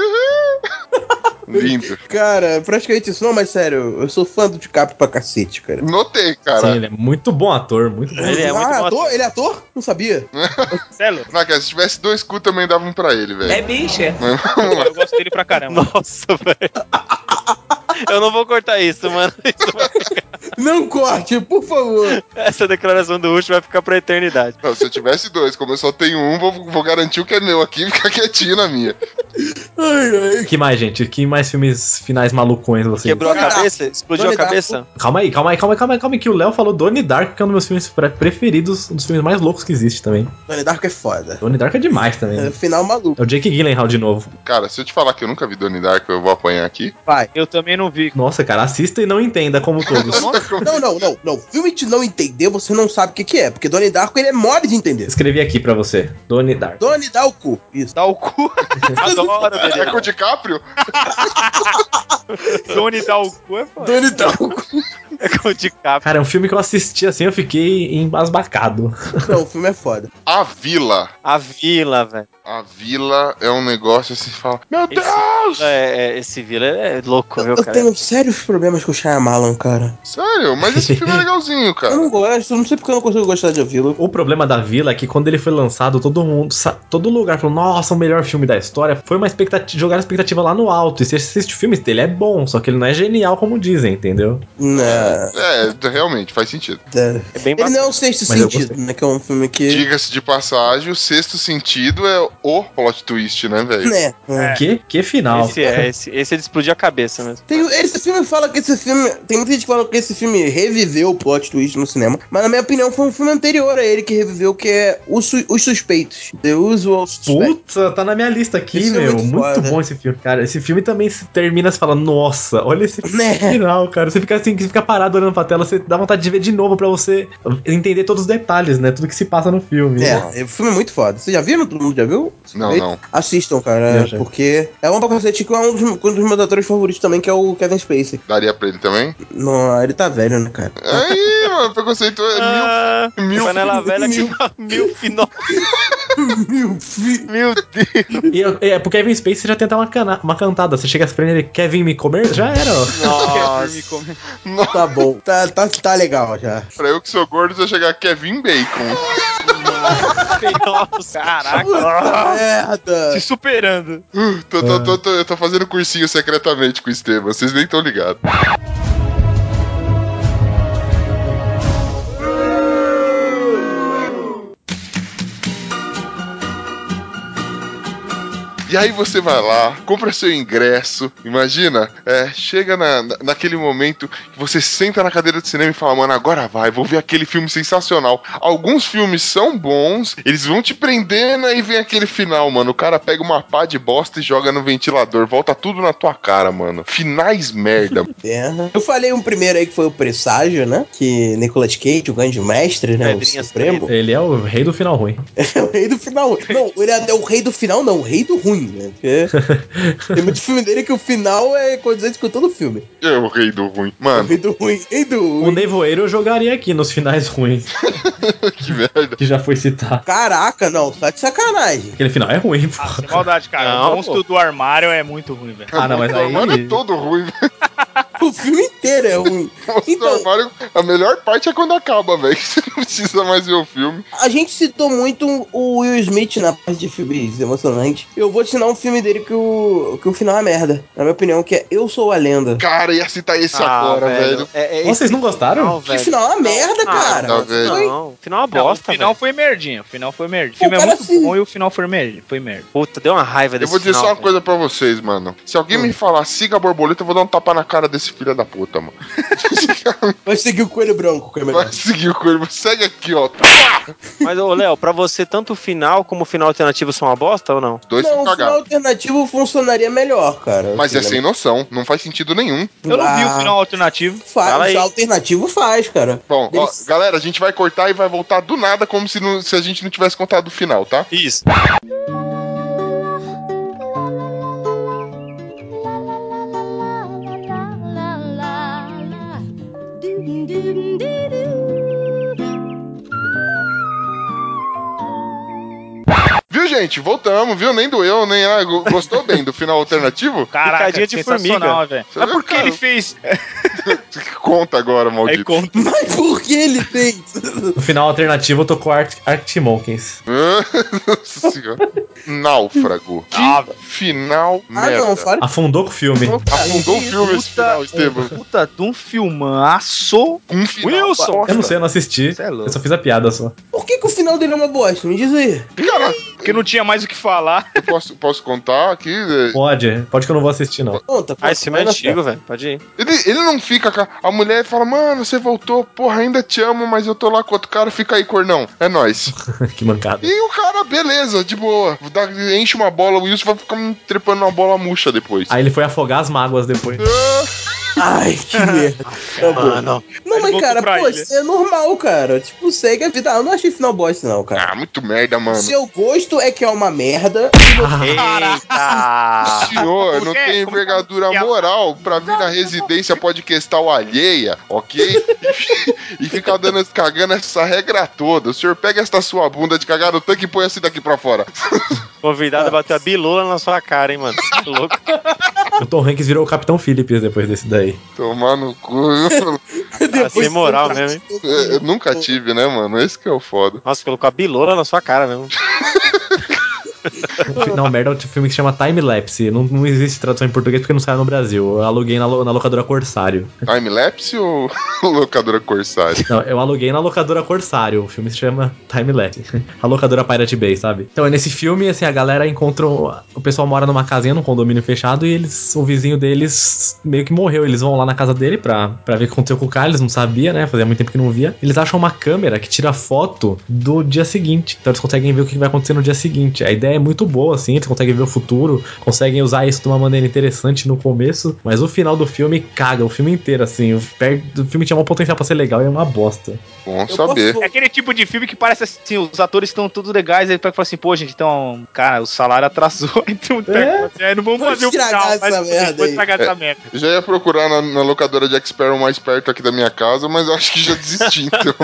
A: Lindo.
E: Cara, praticamente isso. Não, mas sério, eu sou fã do DiCaprio pra cacete, cara.
A: Notei,
F: Sim,
A: cara.
F: ele é muito bom ator, muito bom.
C: Ele é muito bom
E: ah, ator?
C: ator.
E: Ele é ator? Não sabia.
G: assim. Marcelo,
A: Na cara, se tivesse dois cu, também dava um pra ele,
C: É
A: velho.
H: bicha?
G: eu gosto dele pra caramba.
C: Nossa, velho. Eu não vou cortar isso, mano. Isso vai-
E: Não corte, por favor.
C: Essa declaração do último vai ficar pra eternidade.
A: Não, se eu tivesse dois, como eu só tenho um, vou, vou garantir o que é meu aqui e ficar [laughs] quietinho na minha.
E: Ai, ai.
F: Que mais, gente? Que mais filmes finais malucões vocês?
C: Quebrou a
E: Donnie Darko.
C: cabeça? Explodiu
E: Donnie
C: a cabeça?
F: Calma aí, calma aí, calma aí, calma aí, calma aí, que o Léo falou Donnie Dark, que é um dos meus filmes pre- preferidos, um dos filmes mais loucos que existe também.
E: Donnie Darko é foda.
F: Donnie Dark é demais também.
E: É,
F: né?
E: final maluco.
F: É o Jake Gyllenhaal de novo.
A: Cara, se eu te falar que eu nunca vi Donnie Darko, eu vou apanhar aqui.
E: Vai.
G: Eu também não vi.
F: Nossa, cara, assista e não entenda como todos.
E: Não, não, não, não. Filme de não entender, você não sabe o que, que é. Porque Donnie Darko, ele é mole de entender.
F: Escrevi aqui pra você, Donnie Dark.
E: Donnie dá o cu. Isso.
G: Dá o
C: [laughs]
G: cu.
A: É
C: Adoro,
A: com o
C: velho.
A: DiCaprio?
G: Doni dá o cu é foda.
E: Donnie dá o cu.
C: É com o DiCaprio.
F: Cara, é um filme que eu assisti assim, eu fiquei embasbacado.
E: Não, o filme é foda.
A: A Vila.
C: A vila, velho.
A: A Vila é um negócio assim, fala... Meu
C: Esse-
A: Deus!
C: É, é, esse vila é louco,
E: Eu,
C: viu,
E: eu
C: cara?
E: tenho sérios problemas com o Shyamalan, cara.
A: Sério, mas esse filme é legalzinho,
E: Eu
A: cara.
E: não gosto, eu não sei porque eu não consigo gostar de ouvi-lo.
F: O problema da Vila é que quando ele foi lançado, todo mundo, sa- todo lugar falou: "Nossa, o melhor filme da história". Foi uma expectativa, jogar a expectativa lá no alto. E se assiste o filme dele é bom, só que ele não é genial como dizem, entendeu?
E: Não.
A: É, realmente, faz sentido.
C: É bem
E: Ele
C: bacana.
E: não é o sexto
F: Mas eu
E: sentido, né? Que é um filme que.
A: Diga-se de passagem, o sexto sentido é o plot twist, né, velho?
E: Né? É.
F: Que que final.
C: Esse é, esse, esse ele explodiu a cabeça mesmo.
E: Tem, esse filme fala que esse filme. Tem muita gente que fala que esse filme reviveu o plot twist no cinema. Mas na minha opinião foi um filme anterior a ele que reviveu, que é Os, Su- Os Suspeitos. The Usual Suspects.
F: Puta, tá na minha lista aqui,
E: Esse é
F: meu.
E: muito
F: muito
E: foda.
F: bom esse filme, cara. Esse filme também se termina, você fala, nossa, olha
E: [laughs]
F: esse
E: Né?
F: final, cara. Você fica assim, você fica parado olhando pra tela, você dá vontade de ver de novo pra você entender todos os detalhes, né? Tudo que se passa no filme.
E: É, o filme é muito foda. Vocês já viram? Todo mundo já viu?
A: Não, não.
E: Assistam, cara.
F: Já, já.
E: Porque é uma pra cacete que é um dos, um dos meus atores favoritos também, que é o Kevin Spacey.
A: Daria pra ele também?
E: Não, ele tá velho, né, cara?
A: Aí, mano, preconceito é mil
C: Ah,
A: mil-
C: panela velha que mil final.
E: Meu filho.
C: Meu Deus.
F: E é, é, pro Kevin Spacey já tentar uma, cana- uma cantada. Você chega pra ele, quer vir me comer? Já era, ó.
C: [laughs] Nossa.
E: Tá bom. Tá, tá, tá legal já.
A: Pra eu que sou gordo, se eu chegar Kevin Bacon.
C: Nossa, caraca.
E: Puta merda.
G: Se superando.
A: Uh, Tô, tô, tô, tô- eu tô fazendo cursinho secretamente com o Estevam, vocês nem estão ligados. E aí você vai lá, compra seu ingresso, imagina, é, chega na, na- naquele momento que você senta na cadeira de cinema e fala, mano, agora vai, vou ver aquele filme sensacional. Alguns filmes são bons, eles vão te prendendo aí vem aquele final, mano. O cara pega uma pá de bosta e joga no ventilador, volta tudo na tua cara, mano. Finais merda. [laughs]
E: Inferno. Eu falei um primeiro aí que foi o Presságio, né? Que Nicolas Cage, o grande mestre, né?
C: Pedrinhas
E: o Supremo.
F: Ele é o rei do final ruim.
E: É [laughs] o rei do final. Não, ele é o rei do final, não. O rei do ruim, né? Porque tem muito filme dele que o final é condizente com todo o filme.
A: Eu rei do ruim.
E: O
A: Mano,
E: rei do ruim, rei do
F: O
E: ruim.
F: Nevoeiro eu jogaria aqui nos finais ruins, [laughs]
A: que merda.
F: que já foi citado.
E: Caraca, não. Tá de sacanagem.
F: Aquele final é ruim, pô.
I: Ah, sem maldade, cara.
C: Não,
I: o monstro do armário é muito ruim, velho.
F: Ah, não, mas aí-
A: Mano, é todo ruim. [laughs]
E: O filme inteiro é ruim.
A: Então...
E: Então-
A: Armário, a melhor parte é quando acaba, velho. [laughs] que Você não precisa mais ver o filme.
E: A gente citou muito o Will Smith na parte de filmes emocionantes. Eu vou te dar um filme dele que o, que o final é uma merda. Na minha opinião, que é Eu Sou a Lenda.
A: Cara, ia citar esse
C: Ah,
A: agora, Ah, velho.
C: É, é
F: Vocês
C: esse
F: não gostaram?
C: final,
E: Que
C: velho.
E: final é uma merda, cara.
A: não, velho.
C: Não, final é uma
I: Não, o
C: bosta,
I: final
C: velho.
I: foi merdinha. O final foi merda. O filme é
E: cara
I: muito
E: se-
I: bom e o final foi merda. Foi merda.
C: Puta, deu uma raiva desse
A: Eu vou dizer
C: final,
A: só uma
C: velho.
A: coisa pra vocês, mano. Se alguém me falar siga a borboleta, eu vou dar um tapa na cara desse filho da puta, mano.
E: Vai seguir o Coelho Branco, que é melhor.
A: Vai seguir o coelho, segue aqui, ó.
C: Mas, ô, Léo, pra você, tanto o final como o final alternativo são uma bosta ou não?
A: Os dois
E: Não,
A: se
E: o final
A: cagaram.
E: alternativo funcionaria melhor, cara.
A: Mas é
E: Assim,
A: sem
E: né?
A: noção, não faz sentido nenhum.
I: Eu não vi o
E: Ah,
I: final alternativo.
C: Fala
E: Faz,
C: aí.
E: o alternativo faz, [laughs] cara.
A: Bom, ó,
E: Eles-
A: galera, a gente vai cortar e vai voltar do nada como se, não- se a gente não tivesse contado o final, tá?
C: Isso.
A: Viu, gente? Voltamos, viu? Nem doeu, nem. Ah, go- gostou bem do final alternativo?
I: Caraca,
C: Picadinha de
I: sensacional, velho.
A: Você
G: É
I: Mas
A: viu,
I: por que
A: cara?
I: ele fez?
A: Conta agora,
I: Aí
A: maldito.
I: conta.
E: Mas por que ele tem?
F: No final alternativo eu tô com o Arct- Arctic Monkeys.
A: Nossa senhora.
I: [laughs]
A: Náufrago. Que
I: Ah,
A: final
E: Ah, não,
A: merda.
E: fora
F: Afundou com o filme.
A: Afundou o filme esse
D: Puta-
A: final, Estevam.
D: Puta de um filmaço.
A: Um final.
D: Wilson.
A: bosta.
F: Eu não sei, eu não assisti.
D: Cê é louco.
F: Eu só fiz a piada só.
E: Por que, que o final dele é uma bosta? Me diz aí.
A: Cara,
I: Porque não tinha mais o que falar.
A: eu posso, posso contar aqui? É,
F: Pode, pode que eu não vou assistir, não. [laughs]
E: Conta.
C: Ah,
E: conta,
C: esse filme é
E: olha só.
C: antigo, velho. Pode ir.
A: Ele, ele não fica. com a- A mulher fala, mano, você voltou, porra, ainda te amo, mas eu tô lá com outro cara, fica aí, cornão. É nóis.
F: que mancada.
A: E o cara, beleza, de boa. Dá- enche uma bola, o Wilson vai ficar me trepando uma bola murcha depois.
F: Aí ele foi afogar as mágoas [laughs] depois.
A: Ah,
E: Ai, que merda. Tá bom.
C: Mano,
E: Não,
I: Ele
E: mas
I: voltou
E: cara,
I: pra
E: pô,
I: ilha.
E: isso é normal, cara. Tipo, segue a vida. Ah, eu não achei final bosta, não, cara.
A: ah, muito merda, mano.
E: Seu gosto é que é uma merda.
C: [laughs] eita!
A: Senhor,
I: Como
A: não
I: que é? Como
A: tem
I: que é?
A: envergadura
I: Que é?
A: moral pra vir na residência podcastal alheia, ok? e ficar dando, cagando essa regra toda. O senhor pega esta sua bunda de cagar no tanque e põe assim daqui pra fora.
C: Convidado bateu a bilula na sua cara, hein, mano. Que louco.
F: O Tom Hanks virou o Capitão Phillips depois desse daí.
A: Tomar no cu.
C: Cara, sem moral mesmo, hein?
A: Eu nunca tive, né, mano? Esse que é o foda.
C: Nossa, colocou a bilula na sua cara mesmo.
F: O final merda é um filme que chama Time Lapse. Não, não existe tradução em português porque não saiu no Brasil. Eu aluguei na, lo- na locadora Corsário.
A: Timelapse ou [laughs] locadora Corsário?
F: Não, eu aluguei na locadora Corsário. O filme se chama Time Lapse. [laughs] A locadora Pirate Bay, sabe? Então, é nesse filme, assim, a galera encontra. o- O pessoal mora numa casinha, num condomínio fechado, e eles, o vizinho deles meio que morreu. Eles vão lá na casa dele pra, pra ver o que aconteceu com o cara. Eles não sabiam, né? Fazia muito tempo que não via. Eles acham uma câmera que tira foto do dia seguinte. Então, eles conseguem ver o que vai acontecer no dia seguinte. A ideia é muito boa, assim. Eles conseguem ver o futuro, conseguem usar isso de uma maneira interessante no começo, mas o final do filme caga o filme inteiro, assim. O per- o filme tinha um potencial pra ser legal e é uma bosta.
A: Bom
E: Eu
A: saber.
E: posso-
D: É aquele tipo de filme que parece assim, os atores estão todos legais, aí pega e fala assim, pô, gente, então, cara, o salário [laughs] atrasou, então pega, assim,
G: É,
D: aí não vamos
E: Vamos
D: fazer o final.
E: estragar
D: mas
E: essa
D: tudo bem,
E: merda
D: vou
E: aí."
D: estragar
C: É.
D: essa merda.
A: Já ia procurar na, na locadora de X-Sparrow mais perto aqui da minha casa, mas eu acho que já desisti, [laughs] então.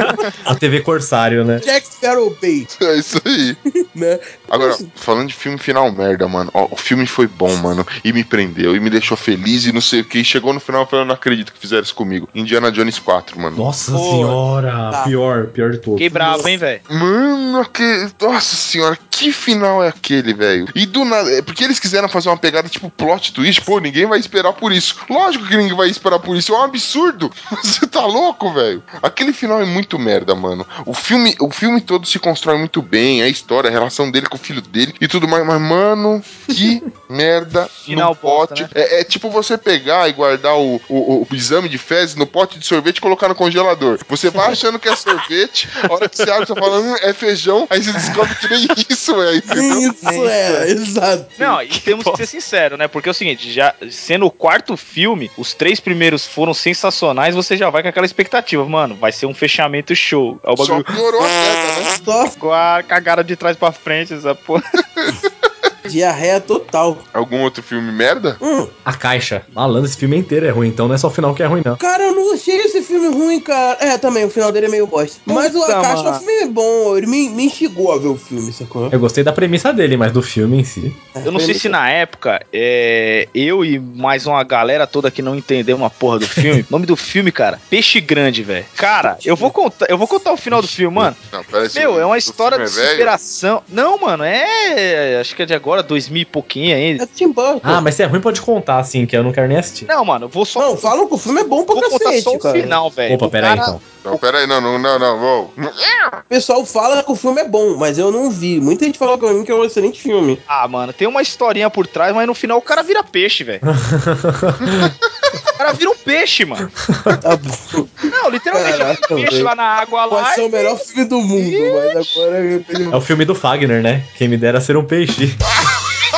F: A TV Corsário, né?
E: Jack Sparrow Bay,
A: É isso aí.
E: né?
A: Agora, falando de filme final merda, mano. Ó, o filme foi bom, mano. E me prendeu, e me deixou feliz, e não sei o que. E chegou no final, eu falei, eu não acredito que fizeram isso comigo. Indiana Jones 4, mano.
F: Nossa
D: Pô.
F: senhora!
E: Tá.
F: Pior, pior de tudo.
D: Fiquei bravo, hein, Tá velho.
A: Mano, que... nossa senhora, que final é aquele, velho? E do nada, é porque eles quiseram fazer uma pegada tipo plot twist, pô, ninguém vai esperar por isso. Lógico que ninguém vai esperar por isso, é um absurdo. [laughs] Você tá louco, velho? Aquele final é muito merda, mano. O filme, o filme todo se constrói muito bem, a história, a relação dele com o filho dele, e, e tudo mais, mas, mano, que [laughs] merda
D: Final
A: no
D: bosta,
A: pote.
D: né?
A: é, é tipo você pegar e guardar o, o- o exame de fezes no pote de sorvete e colocar no congelador. Você vai achando que é sorvete, a hora que você abre, você fala, hum, é feijão, aí você descobre que nem isso, é, entendeu?
E: Isso é, exato.
D: Não, e temos que ser sinceros, né? Porque é o seguinte, já sendo o quarto filme, os três primeiros foram sensacionais, você já vai com aquela expectativa, mano, vai ser um fechamento show. É o
A: Só
D: bagulho
A: piorou a merda, né?
E: Só
D: com a cagada de trás pra frente, essa porra.
E: diarreia total.
A: Algum outro filme merda?
E: Hum,
F: A caixa. Malandro, esse filme inteiro é ruim, então não é só o final que é ruim, não.
E: cara, eu não achei esse filme ruim, cara. É, também, o final dele é meio bosta. Mas o
D: Puta,
E: Akashi é um
D: mano.
E: filme bom, ele me, me instigou a ver o filme, sacou?
F: Eu gostei da premissa dele, mas do filme em si.
D: Eu não sei se na época é, eu e mais uma galera toda que não entendeu uma porra do filme. [laughs] o nome do filme, cara, Peixe Grande, velho. Cara, eu vou contar, eu vou contar o final do filme, mano.
A: Não, parece
D: Meu, é uma
A: o
D: história de
A: filme é velho.
D: superação. Não, mano, é. Acho que é de agora, 2000 e pouquinho ainda.
E: É Tim Burton.
F: Ah, mas se é ruim, pode contar, assim, que eu não quero nem assistir.
D: Não, mano, eu vou só.
E: Não, falam que o filme é bom pra
D: vou contar
E: cacete,
D: só o
E: cara.
D: final, velho.
F: Opa,
D: O
F: pera aí
D: cara-
F: então.
A: Não, peraí, não, não, não, não, vou. [laughs]
E: O pessoal fala que o filme é bom, mas eu não vi. Muita gente falou pra mim que é um excelente filme.
D: Ah, mano, tem uma historinha por trás, mas no final o cara vira peixe,
F: [laughs]
D: velho. o cara vira um peixe, mano.
E: Tá bom.
D: Não, literalmente
E: Caraca,
D: é um peixe
E: velho.
D: lá na água lá.
E: Pode ser
D: e-
E: o melhor filme do mundo, mas agora.
F: É o filme do Fagner, né? Quem me dera ser um peixe.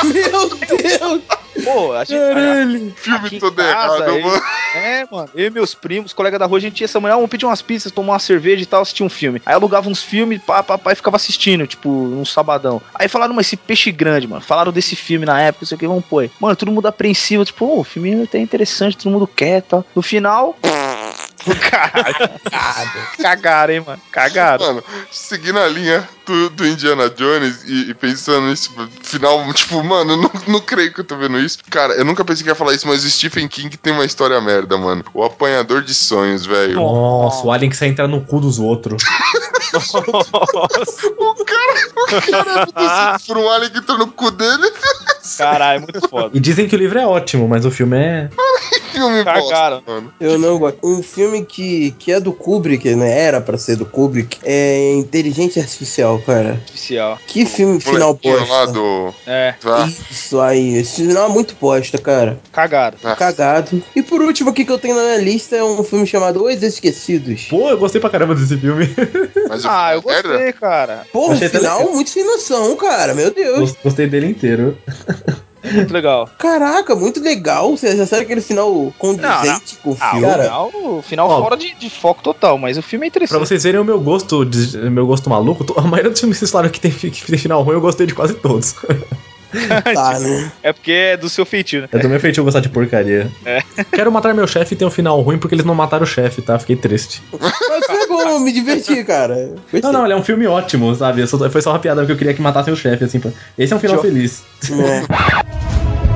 E: Meu Deus!
D: Pô, a gente.
A: Filme
D: Aqui em
A: todo
D: casa,
A: errado,
D: ele-
A: mano.
D: É, mano. Eu e meus primos, colega da rua, a gente ia essa manhã, ah, vamos pedir umas pizzas, tomar uma cerveja e tal, assistir um filme. Aí alugava uns filmes, pá, pá, pá, e ficava assistindo, tipo, num sabadão. Aí falaram, mas esse peixe grande, mano. Falaram desse filme na época, não sei o que, vamos pôr. Mano, todo mundo apreensivo, tipo, ô, o filme é até interessante, todo mundo quer e tal. No final. [laughs] Caralho. Cagaram, hein, mano. Cagaram.
A: Mano, seguindo a linha do, do Indiana Jones e, e pensando nisso, final, tipo, mano, eu não, não creio que eu tô vendo isso. Cara, eu nunca pensei que ia falar isso, mas o Stephen King tem uma história merda, mano. O apanhador de sonhos, velho.
F: Nossa, o alien que sai entrar no cu dos outros.
A: O cara, o cara é por um alien que entrou no cu dele. [laughs]
D: Caralho, é muito foda.
F: E dizem que o livro é ótimo, mas o filme é.
A: Filme bosta,
D: [laughs] Cagaram.
A: mano.
E: Eu não gosto. Um filme que, que é do Kubrick, né? Era pra ser do Kubrick, é Inteligência Artificial, cara.
D: Oficial.
E: Que filme final
A: Molequinho lá
E: bosta.
A: do...
D: É,
A: tá.
E: Isso aí. Esse final é muito bosta, cara.
D: cagaram.
A: Ah.
E: Cagado. E por último aqui que eu tenho na minha lista é um filme chamado Os Esquecidos.
F: Pô, eu gostei pra caramba desse [laughs] filme.
D: [laughs]
A: Mas o
D: Ah, eu
A: filme é merda?
D: gostei, cara.
E: Porra,
F: Achei
E: o
F: até
E: um final
F: legal.
E: muito sem noção, cara. Meu Deus.
F: Gost- Gostei dele inteiro.
D: Muito legal.
E: Caraca, muito legal. Vocês acharam aquele final condizente com o
D: Ah,
E: filme?
D: o
E: Cara,
D: final, o final
F: Ó.
D: fora de, de foco total, mas o filme é
F: Pra
D: interessante.
F: vocês verem o meu gosto, de- meu gosto maluco, to- a maioria dos filmes que vocês falaram que tem, fi- que tem final ruim, eu gostei de quase todos.
E: tá,
A: [laughs]
E: né?
D: É porque é do seu feitio, né?
F: [laughs] É do meu feitio gostar de porcaria. Quero matar meu chefe e tem um final ruim porque eles não mataram o chefe, tá? Fiquei triste.
E: Mas foi bom, me diverti, cara. Gostei.
F: Não, não, ele é um filme ótimo, sabe? Eu só- foi só uma piada porque eu queria que matassem o chefe, assim. pra- Esse é um final
D: Tchau.
F: feliz.
E: É.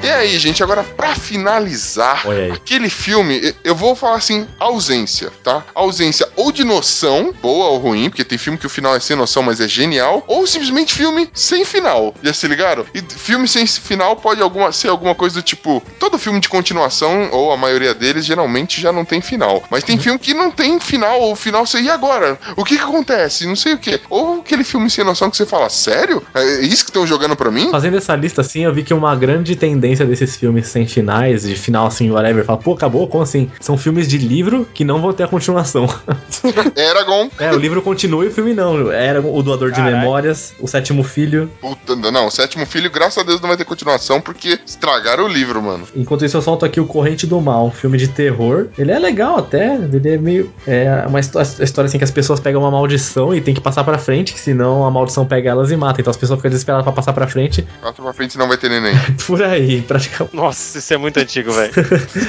A: E aí, gente, agora pra finalizar,
F: Olha aí.
A: aquele filme, e- eu vou falar assim, ausência, tá? Ausência ou de noção, boa ou ruim, porque tem filme que o final é sem noção, mas é genial, ou simplesmente filme sem final. Já se ligaram? E d- filme sem s- final pode alguma, ser alguma coisa do tipo, todo filme de continuação, ou a maioria deles, geralmente já não tem final. Mas tem filme que não tem final, ou o final você, e agora? O que que acontece? Não sei o quê. Ou aquele filme sem noção que você fala, sério? É isso que estão jogando pra
F: [laughs]
A: mim?
F: Fazendo essa lista assim, eu vi que uma grande tendência desses filmes sem finais, de final assim, whatever, fala, pô, acabou? Como assim? São filmes de livro que não vão ter a continuação.
A: Eragon
F: é, o livro continua e o filme não. Era o doador de
D: Caralho.
F: memórias, o sétimo filho.
A: Puta, não, o sétimo filho, graças a Deus, não vai ter continuação, porque estragaram o livro, mano.
F: Enquanto isso, eu solto aqui o Corrente do Mal, um filme de terror. Ele é legal até, ele é meio. É uma histó- história assim que as pessoas pegam uma maldição e tem que passar pra frente, que senão a maldição pega elas e mata. Então as pessoas ficam desesperadas pra passar pra frente. [laughs]
A: Quatro pra frente não vai ter neném.
F: Por aí, praticamente.
C: Nossa, isso é muito antigo, velho.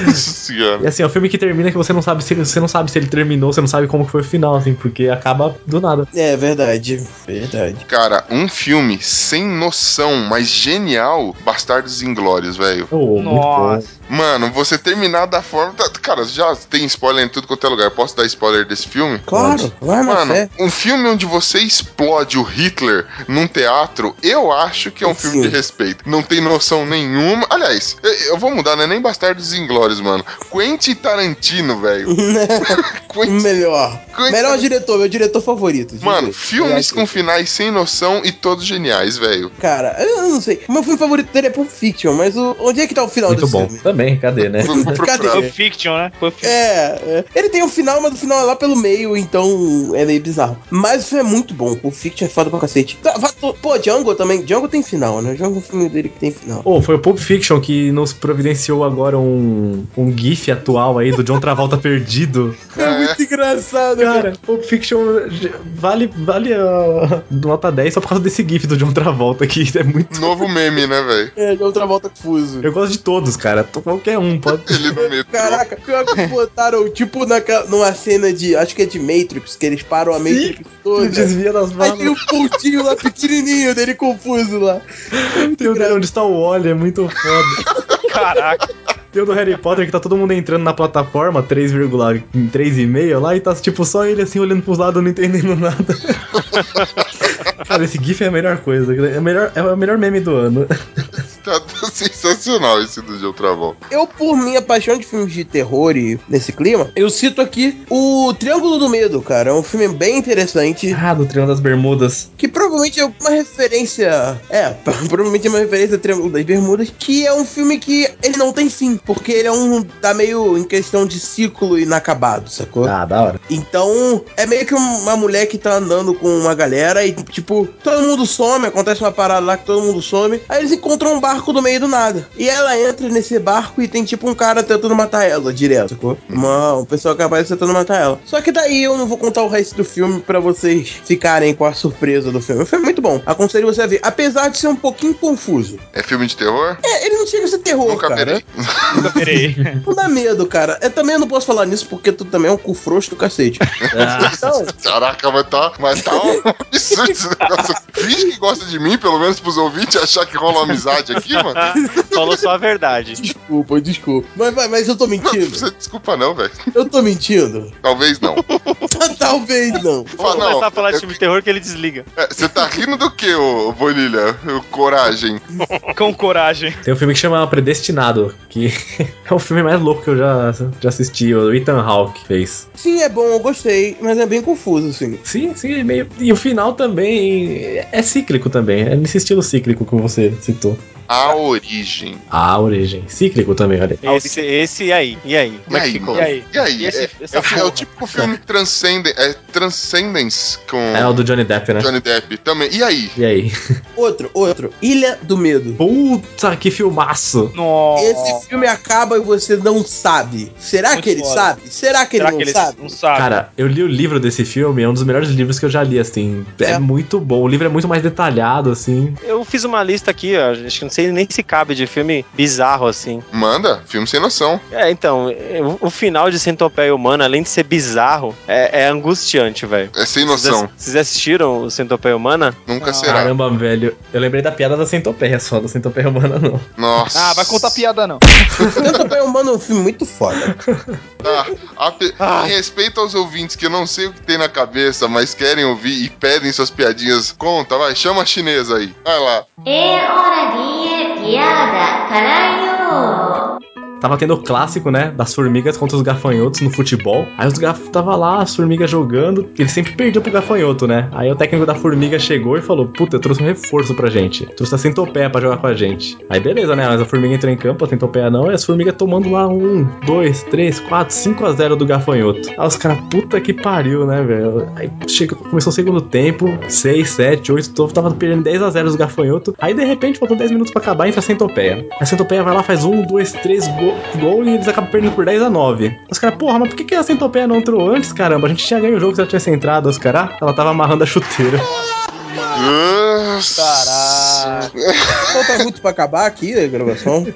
A: Nossa senhora.
F: E assim, é um filme que termina que você não sabe se ele, você não sabe se ele terminou, você não sabe como que foi o final, assim, porque acaba do nada.
E: É verdade. Verdade.
A: Cara, um filme sem noção, mas genial, Bastardos Inglórios, velho.
F: Oh, muito bom.
D: Nossa.
A: Mano, você terminar da forma. tá- Cara, já tem spoiler em tudo quanto é lugar. Eu posso dar spoiler desse filme?
E: Claro, vai é na
A: Mano,
E: fé.
A: um filme onde você explode o Hitler num teatro, eu acho que é um
E: Sim.
A: filme de respeito. Não tem noção nenhuma. Aliás, eu, eu vou mudar, né? Nem Bastardos Inglórios, mano. Quentin Tarantino,
E: [laughs]
A: velho. [laughs] Quentin
E: Melhor.
A: Quentin-
E: Né? Melhor diretor, meu diretor favorito. de
A: Mano,
E: todos.
A: filmes
E: Eu
A: com
E: acho-
A: finais sem noção e todos geniais,
E: [laughs]
A: velho.
E: Cara, eu não sei. Meu filme favorito dele é Pulp Fiction, mas o- onde é que tá o final
F: Muito
E: desse
F: bom.
E: filme?
F: Também, cadê, né?
A: Vou- vou procurar.
E: Cadê?
G: Pulp Fiction, né? Pulp Fiction.
E: É, é. ele tem um final, mas o final é lá pelo meio, então é meio bizarro. Mas o filme é muito bom, o Fiction é foda pra cacete. Tá, vá to- Pô, Django também, Django tem final, né? Django é o filme dele que tem final.
F: Ô, foi o Pulp Fiction que nos providenciou agora um, um GIF atual aí do John Travolta [laughs] perdido.
A: É,
E: muito engraçado,
F: Cara, Pulp Fiction j- vale, vale a nota 10 só por causa desse GIF do John Travolta que é muito.
A: Novo meme, né, velho?
E: É, de outra volta fuso.
F: Eu gosto de todos, cara. Tô- Qualquer um pode.
A: Ele no metrô.
E: Caraca, pior que botaram, tipo, naquela- numa cena de. Acho que é de Matrix, que eles param a Matrix
F: [laughs]
E: toda.
F: Desvia das
E: Aí tem
F: balas.
E: um pontinho lá pequenininho dele confuso lá.
F: Tem o dele onde está o Wally, é muito foda.
G: Caraca.
F: Tem o do Harry Potter que tá todo mundo entrando na plataforma 3,3,5 lá e tá tipo só ele assim olhando pros lados, não entendendo nada. cara, esse GIF é a melhor coisa. É, a melhor, é o melhor meme do ano.
A: Tá, tá sensacional esse do John Travolta.
E: Eu, por minha paixão de filmes de terror e nesse clima, eu cito aqui o Triângulo do Medo, cara. É um filme bem interessante,
F: Ah, do Triângulo das Bermudas.
E: que provavelmente é uma referência. É, [laughs] provavelmente é uma referência ao Triângulo das Bermudas, que é um filme que ele não tem fim, porque ele é um. tá meio em questão de ciclo inacabado, sacou?
F: Ah, da hora.
E: Então, é meio que uma mulher que tá andando com uma galera e, tipo, todo mundo some, acontece uma parada lá que todo mundo some. Aí eles encontram um barco no meio do nada. E ela entra nesse barco e tem, tipo, um cara tentando matar ela direto. sacou? Uma, um pessoal que aparece tentando matar ela. Só que daí eu não vou contar o resto do filme pra vocês ficarem com a surpresa do filme. Foi muito bom. Aconselho você a ver. Apesar de ser um pouquinho confuso.
A: É filme de terror?
E: É, ele não chega a ser terror,
A: Nunca
E: cara.
A: verei.
E: Não dá medo, cara. Eu também não posso falar nisso porque tu também é um cu frouxo do cacete. Então...
A: Caraca, vai tá, vai tá um absurdo esse negócio. Finge que gosta de mim, pelo menos pros ouvintes achar que rola amizade aqui, mano.
C: Falou só a verdade.
E: Desculpa, desculpa. Mas, mas, mas eu tô
A: Não, não
G: [laughs]
E: mentindo.
A: precisa de desculpa, não, velho.
E: Eu tô mentindo.
A: Talvez não.
E: Talvez
A: Fala,
E: não.
C: Vamos
G: tá-
C: começar a falar de
A: não.
C: filme de terror que ele desliga.
A: Você tá rindo do que, ô Bonilha? Ô, Coragem.
G: Com coragem.
F: Tem um filme que chama Predestinado, que [laughs] é o filme mais louco que eu já, já assisti, o Ethan Hawke fez.
E: Sim, é bom, eu gostei, mas é bem confuso, assim.
F: Sim, sim, é meio. E o final também é cíclico também. É nesse estilo cíclico que você citou.
A: A origem.
F: A origem. Cíclico também, olha. aí.
C: Esse, esse e aí? E aí?
A: E
C: Como é que
A: aí,
C: ficou?
A: mano?
G: E aí?
A: E aí?
G: E esse-
A: é,
G: essa
A: é o fi- é o
G: porra?
A: típico filme transcende, é, Transcendence com
F: É o do Johnny Depp, né?
A: Johnny Depp também. E aí?
F: E aí?
E: Outro, outro. Ilha do Medo.
F: Puta que filmaço!
G: Nossa.
E: Esse filme acaba e você não sabe. Será
G: Oh. Muito
E: que ele
G: foda.
E: sabe? Será que ele
G: Será
E: não
G: que ele
E: sabe?
G: não sabe?
F: Cara, eu li o livro desse filme, é um dos melhores livros que eu já li, assim. É,
E: É.
F: muito bom. O livro é muito mais detalhado, assim.
C: Eu fiz uma lista aqui, ó, acho que não sei nem se cabe de filme bizarro assim.
A: Manda, filme sem noção.
C: É, então, é, o- o final de Centopeia Humana, além de ser bizarro, é, é angustiante, velho.
A: É sem
C: Vocês
A: noção.
C: ass- Vocês assistiram o Centopeia Humana?
A: Nunca
G: Ah.
A: será.
F: Caramba, velho. Eu lembrei da piada da centopeia só, da centopeia humana não.
A: Nossa.
G: Ah, vai contar piada não.
E: Tanto bem humano é um filme muito foda.
A: Ah, a pe-
C: Ah.
A: Em respeito aos ouvintes que eu não sei o que tem na cabeça, mas querem ouvir e pedem suas piadinhas, conta, vai, chama a chinesa aí. Vai lá.
J: É hora de piada, caralho!
F: Tava tendo o clássico, né? Das formigas contra os gafanhotos no futebol. Aí os gaf tava lá, as formigas jogando. Ele sempre perdia pro gafanhoto, né? Aí o técnico da formiga chegou e falou: Puta, eu trouxe um reforço pra gente. Trouxe a centopeia pra jogar com a gente. Aí beleza, né? Mas a formiga entrou em campo, a centopeia não. E as formigas tomando lá um, dois, três, quatro, cinco a zero do gafanhoto. Aí os caras, puta que pariu, né, velho? Aí chegou, começou o segundo tempo, seis, sete, oito, tô- tava perdendo 10 a 0 os gafanhotos. Aí de repente faltam 10 minutos pra acabar, entra a centopeia. A centopeia vai lá, faz um, dois, três gol, gol e eles acabam perdendo por 10 a 9. Os caras, porra, mas por que, que a centopeia não entrou antes, caramba? A gente tinha ganho o jogo se ela tivesse entrado, os caras. "Ah, Ela tava amarrando a chuteira.
A: Nossa. Nossa.
G: Caralho.
E: Falta Então tá muito pra acabar aqui a gravação.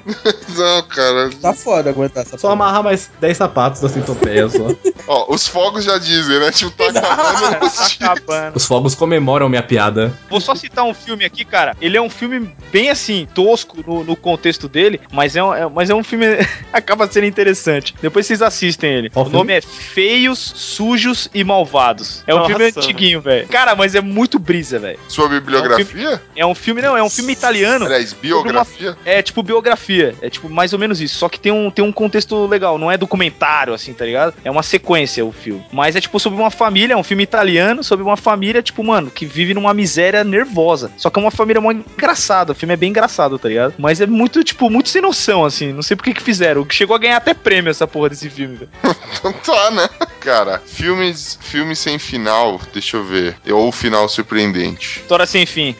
A: Não, cara.
E: Tá foda aguentar essa
F: Só amarrar mais 10 sapatos da centopeia só.
A: Ó, os fogos já dizem, né? Tipo, tá acabando. os dias.
F: Os fogos comemoram minha piada.
G: Vou só citar um filme aqui, cara. Ele é um filme bem assim, tosco no, no contexto dele, mas é um, é- mas é um filme. [laughs] acaba sendo interessante. Depois vocês assistem ele. o
F: Qual filme?
G: nome é Feios, Sujos e Malvados. É um
C: Nossa.
G: filme antiguinho, velho. Cara, mas é muito brisa, velho.
A: Sua bibliografia?
G: É um filme, não, é um filme italiano.
A: Aliás, biografia?
G: É tipo biografia. É tipo mais ou menos isso. Só que tem um, tem um contexto legal. Não é documentário, assim, tá ligado? É uma sequência o filme. Mas é tipo sobre uma família. É um filme italiano sobre uma família, tipo, mano, que vive numa miséria nervosa. Só que é uma família mó engraçada. O filme é bem engraçado, tá ligado? Mas é muito, tipo, muito sem noção, assim. Não sei por que que fizeram. Chegou a ganhar até prêmio essa porra desse filme, velho.
A: Então tá, né? Cara, filmes, filmes sem final, deixa eu ver. Ou final surpreendente.
G: História sem fim.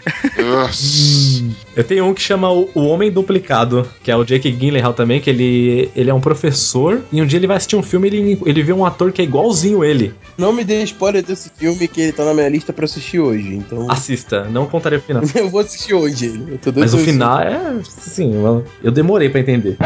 A: Nossa.
F: Eu tenho um que chama o, o Homem Duplicado, que é o Jake Gyllenhaal também, que ele, ele é um professor, e um dia ele vai assistir um filme e ele, ele vê um ator que é igualzinho ele.
E: Não me dê spoiler desse filme que ele tá na minha lista pra assistir hoje. Então.
G: Ah.
F: Assista, não contarei o [laughs] final.
E: [laughs] Eu vou assistir hoje ele. Eu tô doido
F: Mas o
E: pra assistir.
F: final é. Sim, eu demorei pra entender.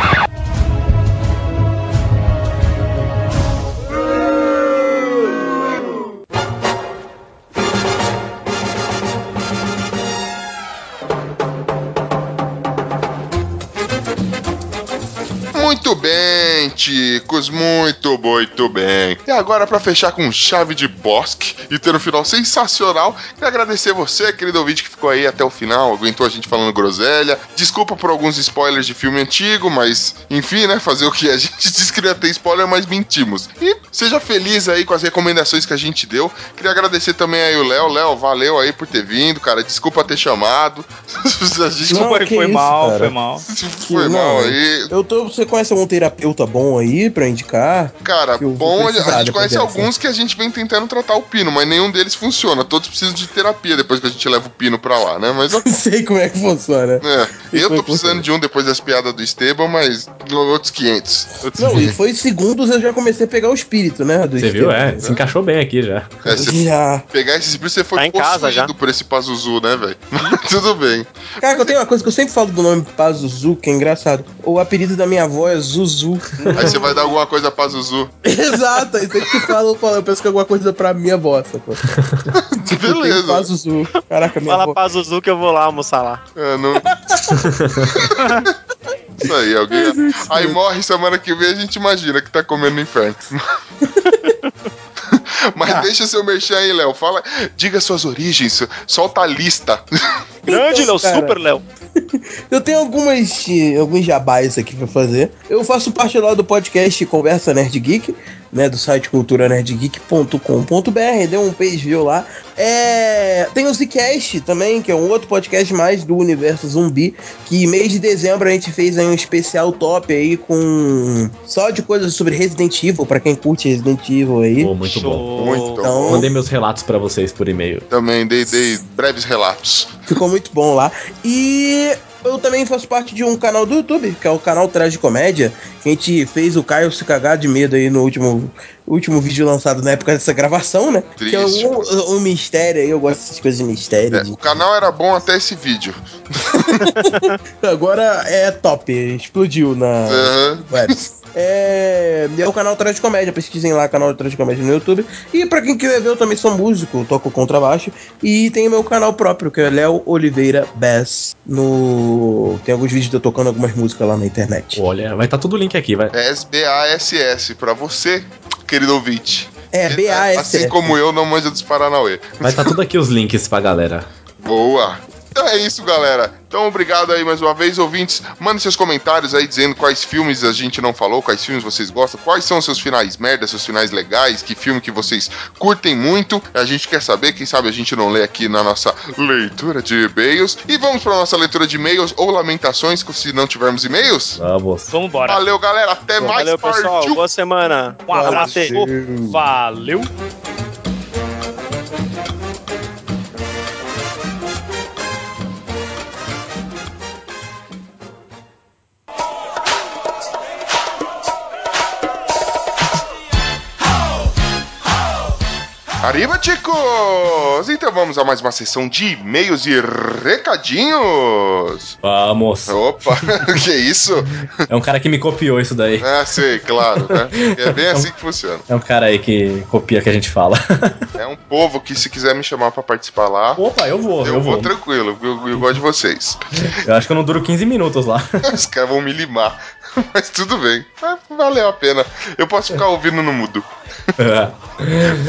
A: Muito bem, ticos, muito, muito bem. E agora, pra fechar com chave de bosque e ter um final sensacional, quero agradecer você, querido ouvinte, que ficou aí até o final, aguentou a gente falando groselha. Desculpa por alguns spoilers de filme antigo, mas enfim, né? Fazer o que a [laughs] gente disse que não ia ter spoiler, mas mentimos. E seja feliz aí com as recomendações que a gente deu. Queria agradecer também aí o Léo. Léo, valeu aí por ter vindo, cara. Desculpa ter chamado. [laughs] a gente
E: Não,
G: foi
E: que
G: foi
E: isso,
G: mal,
E: cara.
G: foi mal.
A: foi
E: não,
A: mal
E: é.
A: aí.
E: Eu tô. Você conhece algum terapeuta bom aí pra indicar? [laughs]
A: Cara,
E: que eu vou
A: bom, a
E: precisar
A: gente
E: depois
A: conhece
E: dessa.
A: alguns que a gente vem tentando tratar o pino, mas nenhum deles funciona. Todos precisam de terapia depois que a gente leva o pino pra lá, né?
E: [laughs]
A: Mas.
E: Não sei como é que funciona.
A: É,
E: Isso
A: eu
E: foi
A: tô precisando de um depois das piadas do Esteban, mas outros 500. Outros
E: Não, e
A: 500.
E: foi segundos eu já comecei a pegar o espírito, né? do
F: Você viu?
E: esquema.
F: É, se encaixou bem aqui já.
A: É, se
E: Já.
A: pegar esse espírito, você foi
C: Tá em casa
A: possuído
C: já.
A: por esse Pazuzu, né, velho? [laughs] Mas Tudo bem.
E: Cara, eu tenho uma coisa que eu sempre falo do nome Pazuzu, que é engraçado. O apelido da minha avó é Zuzu. [laughs]
A: Aí você vai dar alguma coisa pra Zuzu.
E: Exato, aí sempre que falo, eu falo, eu penso que é alguma coisa pra minha avó, sacou? Tipo, eu tenho
A: Beleza.
E: Pazuzu. Caraca, minha
C: Fala
E: avó.
C: pra Zuzu que eu vou lá almoçar lá.
A: É, não... Isso aí, alguém. Aí morre semana que vem, a gente imagina que tá comendo no inferno. Mas deixa seu merchan aí, Léo. Fala, diga suas origens, solta a lista.
C: Grande,
E: Então,
C: Léo,
E: cara.
C: super Léo.
E: Eu tenho algumas, eh, alguns jabais aqui pra fazer. Eu faço parte lá do podcast Conversa Nerd Geek, né? Do site culturanerdgeek.com.br. Dê um page view lá. É, tem o Zcast também, que é um outro podcast mais do universo zumbi. Que mês de dezembro a gente fez aí um especial top aí com só de coisas sobre Resident Evil, pra quem curte Resident Evil aí.
F: Pô, muito bom.
A: Muito bom.
E: Então,
F: Mandei meus relatos pra vocês por e-mail.
A: Também dei, dei breves relatos.
E: Ficou muito bom lá. E eu também faço parte de um canal do YouTube, que é o canal Traje Comédia, que a gente fez o Caio se cagar de medo aí no último, último vídeo lançado na época dessa gravação, né? Que é
A: Triste.
E: um, um mistério aí, eu gosto dessas coisas de mistério.
A: É,
E: de-
A: o canal era bom até esse vídeo.
E: Agora é top, explodiu na
A: Aham.
E: web. [laughs] É, é o canal Traje Comédia, pesquisem lá canal Traje Comédia no YouTube. E pra quem quiser ver, eu também sou músico, eu toco contrabaixo. E tem o meu canal próprio, que é Léo Oliveira Bass. No... Tem alguns vídeos de eu tocando algumas músicas lá na internet.
F: Olha, vai estar tá tudo link aqui, vai.
A: é S-B-A-S-S, pra você, querido ouvinte.
E: É,
A: Assim
E: B-A-S-S.
A: como eu, não manja dos Paranauê.
F: Vai estar tá tudo aqui os links pra galera.
A: Boa! Então é isso, galera. Então, obrigado aí mais uma vez, ouvintes. Mandem seus comentários aí dizendo quais filmes a gente não falou, quais filmes vocês gostam, quais são os seus finais merda, seus finais legais, que filme que vocês curtem muito. A gente quer saber, quem sabe a gente não lê aqui na nossa leitura de e-mails. E vamos para nossa leitura de e-mails ou lamentações, se não tivermos e-mails.
F: Vamos.
G: Vambora.
A: Valeu, galera. Até É mais.
C: Valeu, pessoal.
A: Partiu.
C: Boa semana.
G: Um abraço. Valeu.
A: Ah, Arriba, chicos! Então vamos a mais uma sessão de e-mails e recadinhos.
F: Vamos.
A: Opa, [laughs] que isso?
F: É um cara que me copiou isso daí.
A: Ah, sei, claro, né? É bem assim que funciona.
F: É um cara aí que copia o que a gente fala.
A: É um povo que se quiser me chamar pra participar lá,
F: Opa, eu vou, eu,
A: eu vou
F: vou.
A: tranquilo, eu, eu gosto de vocês. [laughs]
F: Eu acho que eu não duro 15 minutos lá. [laughs]
A: Os caras vão me limar, [laughs] mas tudo bem. Mas Valeu a pena. Eu posso ficar ouvindo no mudo.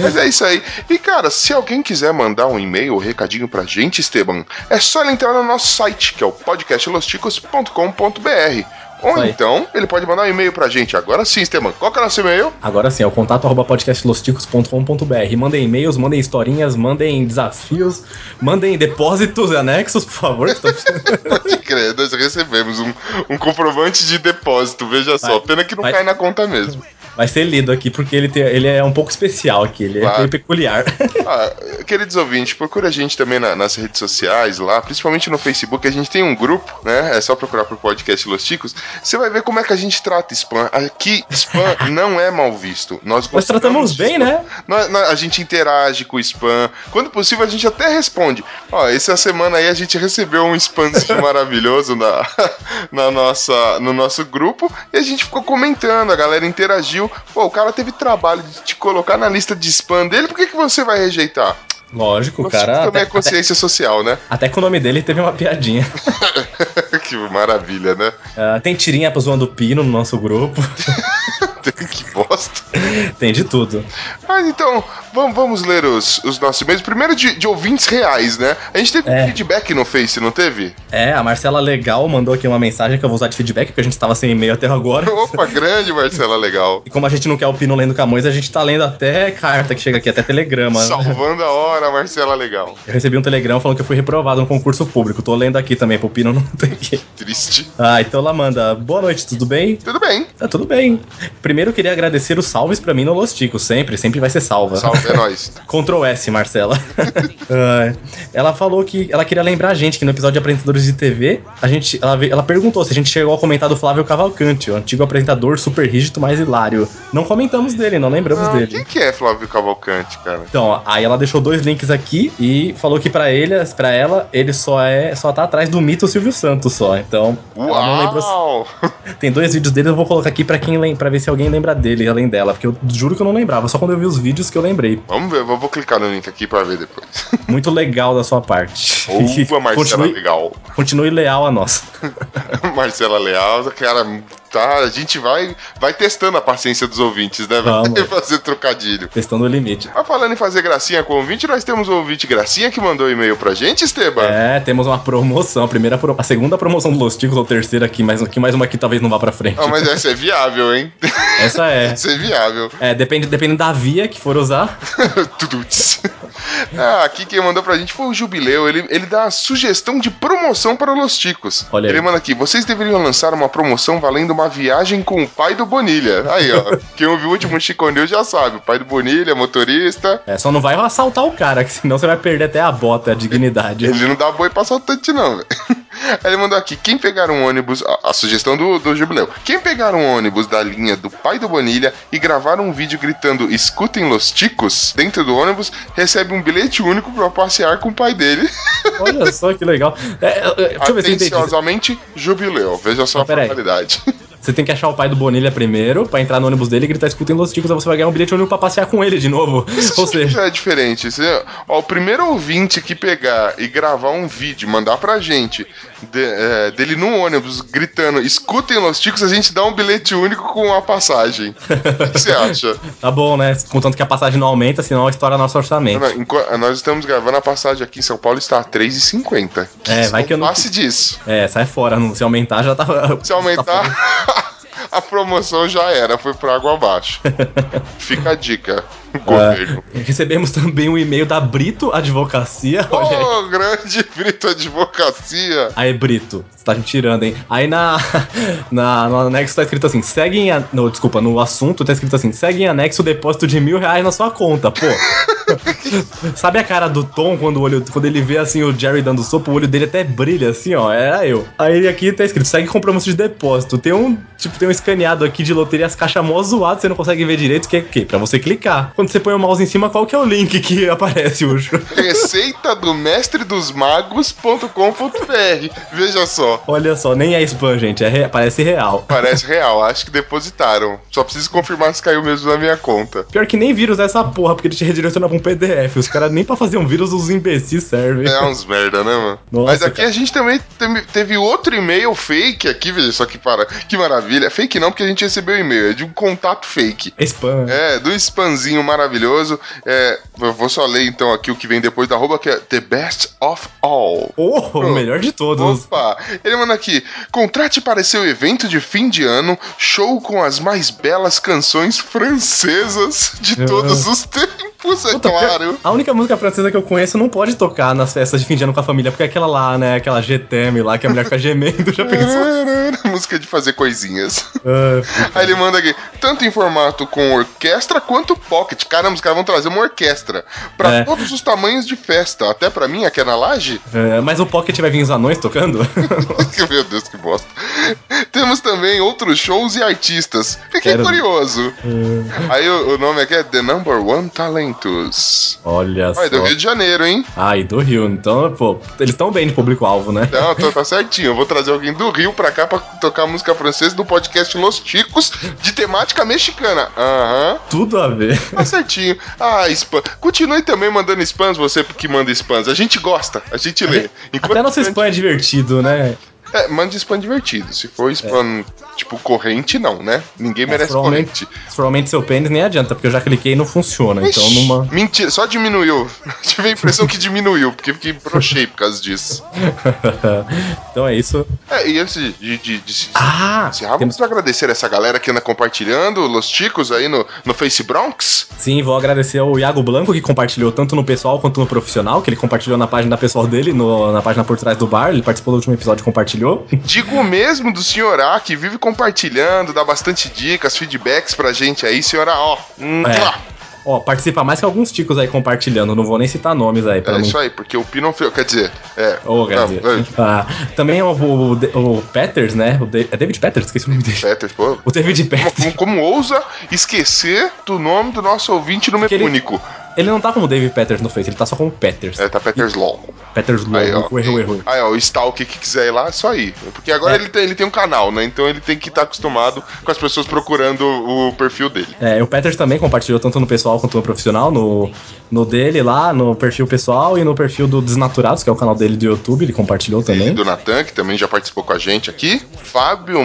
A: Mas é isso aí. E cara, se alguém quiser mandar um e-mail ou recadinho pra gente, Esteban, é só ele entrar no nosso site, que é o podcastlosticos.com.br. Ou
F: Isso aí.
A: então, ele pode mandar um e-mail pra gente. Agora sim, Esteban. Qual que é o nosso e-mail?
F: Agora sim, é o contato arroba podcastlosticos.com.br. Mandem e-mails, mandem historinhas, mandem desafios, mandem depósitos e anexos, por favor. Estamos-
A: Pode crer, nós recebemos um, um comprovante de depósito, veja só.
F: Vai.
A: Pena que não
F: Vai.
A: cai na conta mesmo.
F: Vai ser lido aqui, porque ele, tem- ele é um pouco especial aqui, ele
A: Claro.
F: é meio peculiar.
A: Ah, queridos ouvintes, procure a gente também na- nas redes sociais lá, principalmente no Facebook. A gente tem um grupo, né? É só procurar pro podcast Los Ticos. Você vai ver como é que a gente trata spam. Aqui, spam [laughs] não é mal visto. Nós,
F: Nós
A: gostamos
F: tratamos
A: de
F: bem,
A: spam.
F: né?
A: Nó- nó- é, a gente interage com o spam. Quando possível, a gente até responde. Ó, essa semana aí a gente recebeu um
F: [laughs]
A: spamzinho maravilhoso na, [laughs] na nossa, no nosso grupo e a gente ficou comentando, a galera interagiu. Pô, o cara teve trabalho de te colocar na lista de spam dele, por que, que você vai rejeitar?
F: Lógico, o
A: Nossa,
F: cara.
A: isso
F: Até, [laughs]
A: também é consciência social, né? [laughs]
F: até com o nome dele teve uma piadinha.
A: que maravilha, né? [laughs]
F: Ah, tem tirinha pra zoando o pino no nosso grupo. [laughs]
A: que bosta.
F: Tem de tudo.
A: Mas então, vamos, vamos ler os, os nossos e-mails. Primeiro de, de ouvintes reais, né? A gente teve
F: É.
A: feedback no Face, não teve?
F: É, a Marcela Legal mandou aqui uma mensagem que eu vou usar de feedback, porque a gente tava sem e-mail até agora.
A: Opa, grande, Marcela, legal.
F: E como a gente não quer o Pino lendo Camões, a gente tá lendo até carta que chega aqui, até telegrama. né?
A: Salvando a hora, Marcela, legal.
F: Eu recebi um telegrama falando que eu fui reprovado no concurso público. Tô lendo aqui também, pro Pino [laughs] não tem que.
A: Triste.
F: Ah, então ela manda. Boa noite, tudo bem?
A: Tudo bem.
F: Tá tudo bem. Primeiro eu queria agradecer os salves pra mim no Lostico, sempre, sempre vai ser salva.
A: Salve, é
F: [laughs]
A: nóis.
F: Ctrl S, Marcela. [laughs] Ai. ela falou que ela queria lembrar a gente que no episódio de apresentadores de TV, a gente, ela, ve- ela perguntou se a gente chegou a comentar do Flávio Cavalcante, o antigo apresentador super rígido, mas hilário. Não comentamos dele, não lembramos
A: Ah,
F: dele.
A: quem que é Flávio Cavalcante, cara?
F: Então, aí ela deixou dois links aqui e falou que pra ele, para ela, ele só é, só tá atrás do mito Silvio Santos só. Então, ela não lembrou. se-
A: Uau!
F: Tem dois vídeos dele, eu vou colocar aqui pra quem lem- para ver se alguém lembra dele além dela, porque eu juro que eu não lembrava, só quando eu vi os vídeos que eu lembrei.
A: Vamos ver, eu vou clicar no link aqui pra ver depois.
F: Muito legal da sua parte.
A: Uva, Marcela,
F: [laughs] continue,
A: legal. [laughs]
F: continue leal a nós.
A: Marcela Leal, cara, tá, a gente vai, vai testando a paciência dos ouvintes, né? Vai
F: Vamos.
A: [laughs] fazer trocadilho.
F: Testando o limite.
A: Mas falando em fazer gracinha com o ouvinte, nós temos um ouvinte gracinha que mandou um e-mail pra gente, Esteban.
F: É, temos uma promoção, a primeira pro- a segunda promoção do Los Ticos, ou terceira aqui, mais aqui mais uma que talvez não vá pra frente.
A: Ah, mas essa é viável, hein?
F: Essa é.
A: Essa é viável.
F: É, depende, depende da via que for usar.
A: Tuduts. [laughs] ah, aqui quem mandou pra gente foi o Jubileu. Ele, ele dá a sugestão de promoção para Los Ticos.
F: Olha aí.
A: ele manda aqui: vocês deveriam lançar uma promoção valendo uma viagem com o pai do Bonilha. Aí,
F: [laughs]
A: ó. quem ouviu o último Chico News já sabe: o pai do Bonilha, motorista.
F: É, só não vai assaltar o cara, que senão você vai perder até a bota,
A: [laughs]
F: a dignidade.
A: Ele não dá boi pra assaltante, não, velho. [laughs] Aí ele mandou aqui: quem pegar um ônibus, a, a sugestão do, do jubileu, quem pegar um ônibus da linha do pai do Bonilha e gravar um vídeo gritando escutem Los Ticos dentro do ônibus, recebe um bilhete único pra passear com o pai dele.
F: Olha só que legal. É, é, é, deixa eu ver se eu entendi.
A: Atenciosamente, jubileu. Veja só a
F: Não, peraí.
A: formalidade.
F: Você tem que achar o pai do Bonilha primeiro, pra entrar no ônibus dele e gritar escutem Los Ticos, aí você vai ganhar um bilhete único pra passear com ele
A: [laughs]
F: de novo. [laughs] Ou seja,
A: Já é diferente. Você- ó, o primeiro ouvinte que pegar e gravar um vídeo, mandar pra gente de- é, dele no ônibus gritando: escutem Los Ticos, a gente dá um bilhete único com a passagem. O que você
F: [laughs]
A: acha?
F: tá bom, né? Contanto que a passagem não aumenta, senão estoura nosso orçamento.
A: Não, enqu- Nós estamos gravando a passagem aqui em São Paulo, está a 3,50.
F: É, vai que eu não-
A: passe disso.
F: É, sai fora, não- se aumentar já tá.
A: Se aumentar, [laughs] a promoção já era, foi pra água
F: [laughs]
A: abaixo. Fica a dica,
F: Ah,
A: governo.
F: [laughs] Recebemos também um e-mail da Brito Advocacia. Olha aí.
A: Ô, grande [laughs] Brito Advocacia!
F: Aí, Brito, você tá me tirando, hein? Aí na, [laughs] na, no anexo tá escrito assim: segue em. an- No, desculpa, no assunto tá escrito assim: segue em anexo o depósito de mil reais na sua conta, pô. [laughs] Sabe a cara do Tom quando, o olho, quando ele vê assim o Jerry dando sopa, o olho dele até brilha assim, ó. Era eu. Aí aqui tá escrito: segue compromisso de depósito. Tem um, tipo, tem um escaneado aqui de loteria, as caixas mó zoadas, você não consegue ver direito, que é o quê? Pra você clicar. quando você põe o mouse em cima, qual que é o link que [laughs] aparece, Ucho?
A: Receita do mestre dos magos.com.br. Veja só.
F: Olha só, nem é spam, gente. É re- Parece real.
A: Parece real, acho que depositaram. Só preciso confirmar se caiu mesmo na minha conta.
F: Pior que nem vírus é essa porra, porque ele te redireciona pra um PDF. Os caras nem pra fazer um vírus, os imbecis servem.
A: É uns merda, né, mano?
F: Nossa,
A: Mas aqui
F: cara.
A: a gente também te- teve outro e-mail fake aqui, veja só que para. Que maravilha. Fake não, porque a gente recebeu e-mail, é de um contato fake.
F: É spam.
A: É, do spamzinho maravilhoso. É, eu vou só ler então aqui o que vem depois da arroba, que é The Best of All.
F: Oh, o melhor de todos.
A: Opa! Ele manda aqui: contrate para seu evento de fim de ano show com as mais belas canções francesas de
F: Ah.
A: todos os tempos, é
F: Puta,
A: claro.
F: A única música francesa que eu conheço não pode tocar nas festas de fim de ano com a família, porque é aquela lá, né? Aquela GTM lá, que a mulher fica gemendo, já
A: [laughs]
F: pensou?
A: Música de fazer coisinhas.
F: Ah,
A: Aí ele manda aqui, tanto em formato com orquestra quanto pocket. Caramba, os caras vão trazer uma orquestra pra
F: É.
A: todos os tamanhos de festa. Até pra mim, aqui na laje.
F: é, mas o Pocket vai vir os anões tocando? [laughs]
A: [laughs] Meu Deus, que bosta. Temos também outros shows e artistas. Fiquei
F: Quero-
A: curioso. Aí o, o nome aqui é The Number One Talentos.
F: Olha só.
A: Olha, é do Rio de Janeiro, hein?
F: Ai, do Rio. Então, pô, eles estão bem de público-alvo, né?
A: Não, tá, tá certinho. Eu vou trazer alguém do Rio pra cá pra tocar música francesa do podcast Los Chicos de temática mexicana. Aham.
F: Tudo
A: [laughs]
F: a ver.
A: Tá certinho. Ah, spam. Continue também mandando spams, você que manda spams. A gente gosta, a gente lê.
F: [laughs] Até nosso
A: spam.
F: spam é divertido, né?
A: É, mande spam divertido. Se for spam, tipo, corrente, não, né? Ninguém
F: É,
A: merece corrente.
F: provavelmente, provavelmente seu pênis nem adianta, porque eu já cliquei e não funciona. Então,
A: Ixi,
F: numa.
A: Mentira, só diminuiu. [laughs] Tive a impressão que diminuiu, porque fiquei brochei por causa disso.
F: [laughs] então é isso.
A: É, e antes de, de, de, de se-
F: Ah!
A: encerrar,
F: temos-
A: vamos agradecer essa galera que anda compartilhando, Los Chicos aí no, no Face Bronx.
F: Sim, vou agradecer ao Iago Blanco que compartilhou tanto no pessoal quanto no profissional, que ele compartilhou na página pessoal dele, no- na página por trás do bar. Ele participou do último episódio e compartilhou. [laughs]
A: Digo o mesmo do senhor A, que vive compartilhando, dá bastante dicas, feedbacks pra gente aí, senhora A, ó. Hum,
F: É.
A: lá.
F: Ó, participa mais que alguns ticos aí compartilhando, não vou nem citar nomes aí pra
A: É
F: não.
A: isso aí, porque o Pino Fio, quer dizer, é.
F: Ô, quer
A: não,
F: dizer.
A: é,
F: Ah, também o, o, o Peters, né? O Da- é David Peters? Esqueci o nome dele.
A: Peters, pô.
F: O David
A: é, Como,
F: Peters.
A: como- como ousa esquecer do nome do nosso ouvinte número
F: Que ele-
A: único?
F: Ele não tá como David Peters no Face, ele tá só como Peters.
A: É, tá Peters Long.
F: Peters
A: Aí,
F: Lobo,
A: ó.
F: errou, errou.
A: Aí, ó, o Stalk que quiser ir lá, é só ir. Porque agora
F: É.
A: ele, tem, ele tem um canal, né? Então ele tem que estar acostumado com as pessoas procurando o perfil dele.
F: É, o Peters também compartilhou tanto no pessoal quanto no profissional, no, no dele lá, no perfil pessoal e no perfil do Desnaturados, que é o canal dele do YouTube, ele compartilhou
A: Ele
F: também.
A: do Natan, que também já participou com a gente aqui. Fábio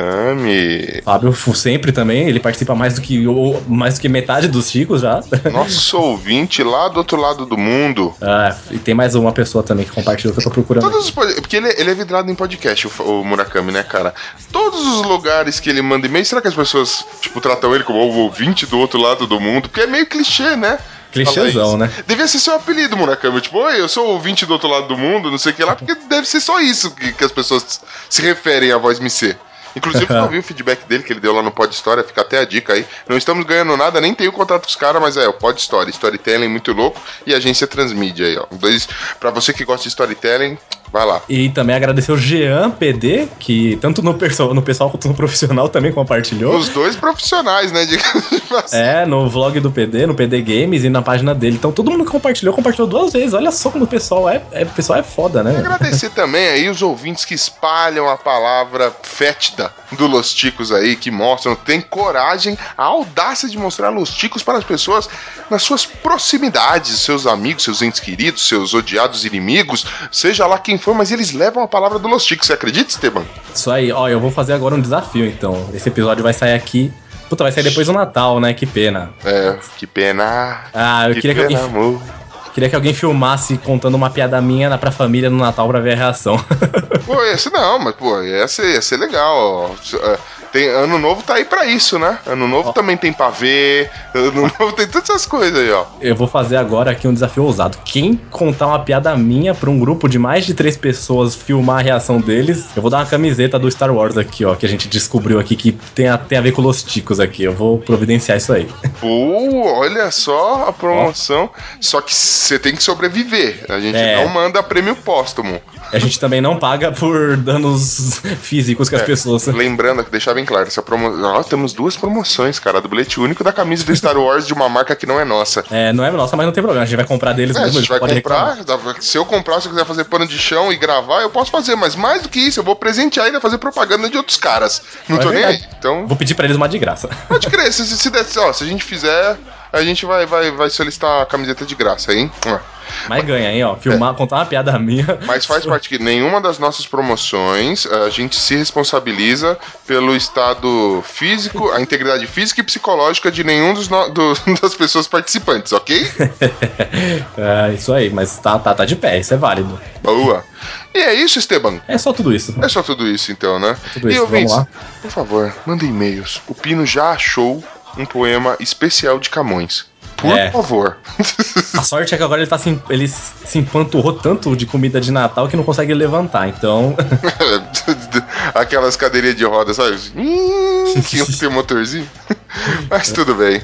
A: Murakami.
F: Fábio Fu sempre também, ele participa mais do que o- mais do que metade dos Chicos já. [laughs]
A: Nosso ouvinte lá do outro lado do mundo.
F: Ah, e tem mais uma pessoa também que compartilhou que eu tô procurando.
A: Todos os pod- Porque ele, ele é vidrado em podcast, o, Fa- o Murakami, né, cara? Todos os lugares que ele manda e-mail, será que as pessoas, tipo, tratam ele como o ouvinte do outro lado do mundo? Porque é meio clichê, né?
F: Clichêzão,
A: Falar
F: né?
A: isso. Devia ser seu apelido, Murakami. Tipo, oi, eu sou o ouvinte do outro lado do mundo, não sei o que lá, porque deve ser só isso que, que as pessoas se referem à voz MC. Inclusive, eu vi o feedback dele que ele deu lá no Pod História, fica até a dica aí. Não estamos ganhando nada, nem tenho contato com os caras, mas é o Pod História, storytelling muito louco e agência Transmídia aí, ó. Dois, pra você que gosta de storytelling, vai lá.
F: E também agradecer o Jean PD, que tanto no, perso- no pessoal quanto no profissional também compartilhou.
A: Os dois profissionais, né? De...
F: É, no vlog do PD, no PD Games e na página dele. Então todo mundo que compartilhou, compartilhou duas vezes. Olha só como o pessoal é, é, o pessoal é foda, né? meu?
A: Agradecer também aí os ouvintes que espalham a palavra fétida do Los Ticos aí, que mostram, tem coragem, a audácia de mostrar Los Ticos para as pessoas nas suas proximidades, seus amigos, seus entes queridos, seus odiados inimigos, seja lá quem for, mas eles levam a palavra do Los Ticos. Você acredita, Esteban?
F: Isso aí, ó, eu vou fazer agora um desafio então. Esse episódio vai sair aqui. Puta, vai sair depois do Natal, né? Que pena.
A: É, que pena.
F: Ah, eu
A: que
F: queria, que
A: pena,
F: alguém,
A: amor.
F: queria que alguém filmasse contando uma piada minha na- pra família no Natal pra ver a reação.
A: Pô, esse não, mas pô, ia ser, ia ser legal. ó. É, Tem, ano novo tá aí pra isso, né? Ano novo também tem pavê, ano novo tem todas essas coisas aí, ó.
F: Eu vou fazer agora aqui um desafio ousado. Quem contar uma piada minha pra um grupo de mais de três pessoas filmar a reação deles, eu vou dar uma camiseta do Star Wars aqui, ó, que a gente descobriu aqui que tem a, tem a ver com Los Ticos aqui. Eu vou providenciar isso aí.
A: Pô, olha só a promoção. Só que você tem que sobreviver. A gente
F: É.
A: não manda prêmio
F: [laughs]
A: póstumo. É,
F: A gente também não paga por danos [laughs] físicos que as pessoas.
A: Lembrando, deixar bem claro. Essa promo... Ó, temos duas promoções, cara. Do bilhete único e da camisa do Star Wars de uma marca que não é nossa.
F: É, não é nossa, mas não tem problema. A gente vai comprar deles
A: É, a
F: mesmo.
A: gente vai
F: pode
A: comprar.
F: reclamar.
A: dá- Se eu comprar, se eu quiser fazer pano de chão e gravar, eu posso fazer. Mas mais do que isso, eu vou presentear e ainda fazer propaganda de outros caras. Não
F: É
A: tô nem aí.
F: verdade.
A: Então,
F: Vou pedir pra eles uma
A: [laughs]
F: de graça.
A: pode crer. Se, se, se der- ó, se a gente fizer, a gente vai, vai, vai solicitar a camiseta de graça, hein? Ué.
F: Mas ganha, hein, ó. Filmar, contar uma piada minha.
A: Mas faz um. parte que nenhuma das nossas promoções eh, a gente se responsabiliza pelo estado físico, a integridade física e psicológica de nenhum dos no- do- [laughs] das pessoas participantes, ok?
F: [laughs] É, isso aí, mas tá, tá, tá de pé, isso é válido.
A: Boa. E é isso, Esteban.
F: É só tudo isso.
A: É só tudo isso então, né?
F: Tudo
A: e
F: isso,
A: ouvintes,
F: vamos
A: por favor, mandem e-mails. O Pino já achou um poema especial de Camões. Por
F: É.
A: favor.
F: A sorte é que agora ele, tá se, em- ele se empanturrou tanto de comida de Natal que não consegue levantar, então. [laughs]
A: [laughs] Aquelas cadeirinhas de roda, sabe? Hum, Que tem um motorzinho. [laughs] Mas tudo bem.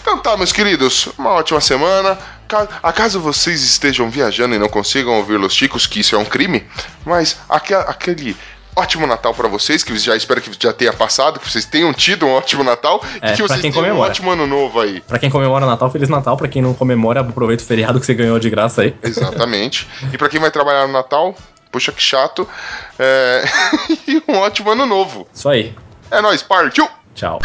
A: Então tá, meus queridos, uma ótima semana. Ca- Acaso vocês estejam viajando e não consigam ouvir Los Chicos, que isso é um crime, mas aque- aquele ótimo Natal pra vocês, que já espero que já tenha passado, que vocês tenham tido um ótimo Natal
F: É,
A: e que
F: pra
A: vocês
F: quem
A: tenham um
F: comemora.
A: ótimo ano novo aí.
F: Pra quem comemora Natal, Feliz Natal. Pra quem não comemora, aproveita o feriado que você ganhou de graça aí.
A: Exatamente. E pra quem vai trabalhar no Natal, puxa que chato. É, [laughs] e um ótimo ano novo.
F: Isso aí.
A: É nóis, partiu!
F: Tchau.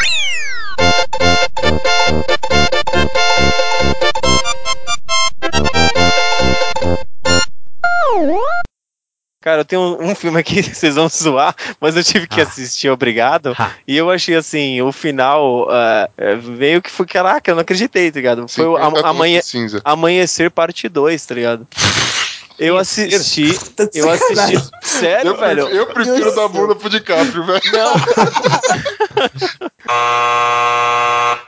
C: Cara, eu tenho um, um filme aqui, [laughs] vocês vão zoar, mas eu tive que
F: Ah.
C: assistir, obrigado.
F: Ah.
C: E eu achei assim, o final ah, é, meio que foi, caraca, eu não acreditei, tá ligado? Foi o
A: Cinquenta tons
C: a,
A: de
C: amanhã,
A: Cinza.
C: Amanhecer Parte 2, tá ligado? Eu assisti,
E: Tá de
C: eu
E: sacanagem.
C: assisti. Sério,
A: Eu,
C: Ah, velho?
A: prefiro- eu prefiro
E: Deus
A: dar
E: do céu.
A: bunda pro DiCaprio, velho.
C: Não.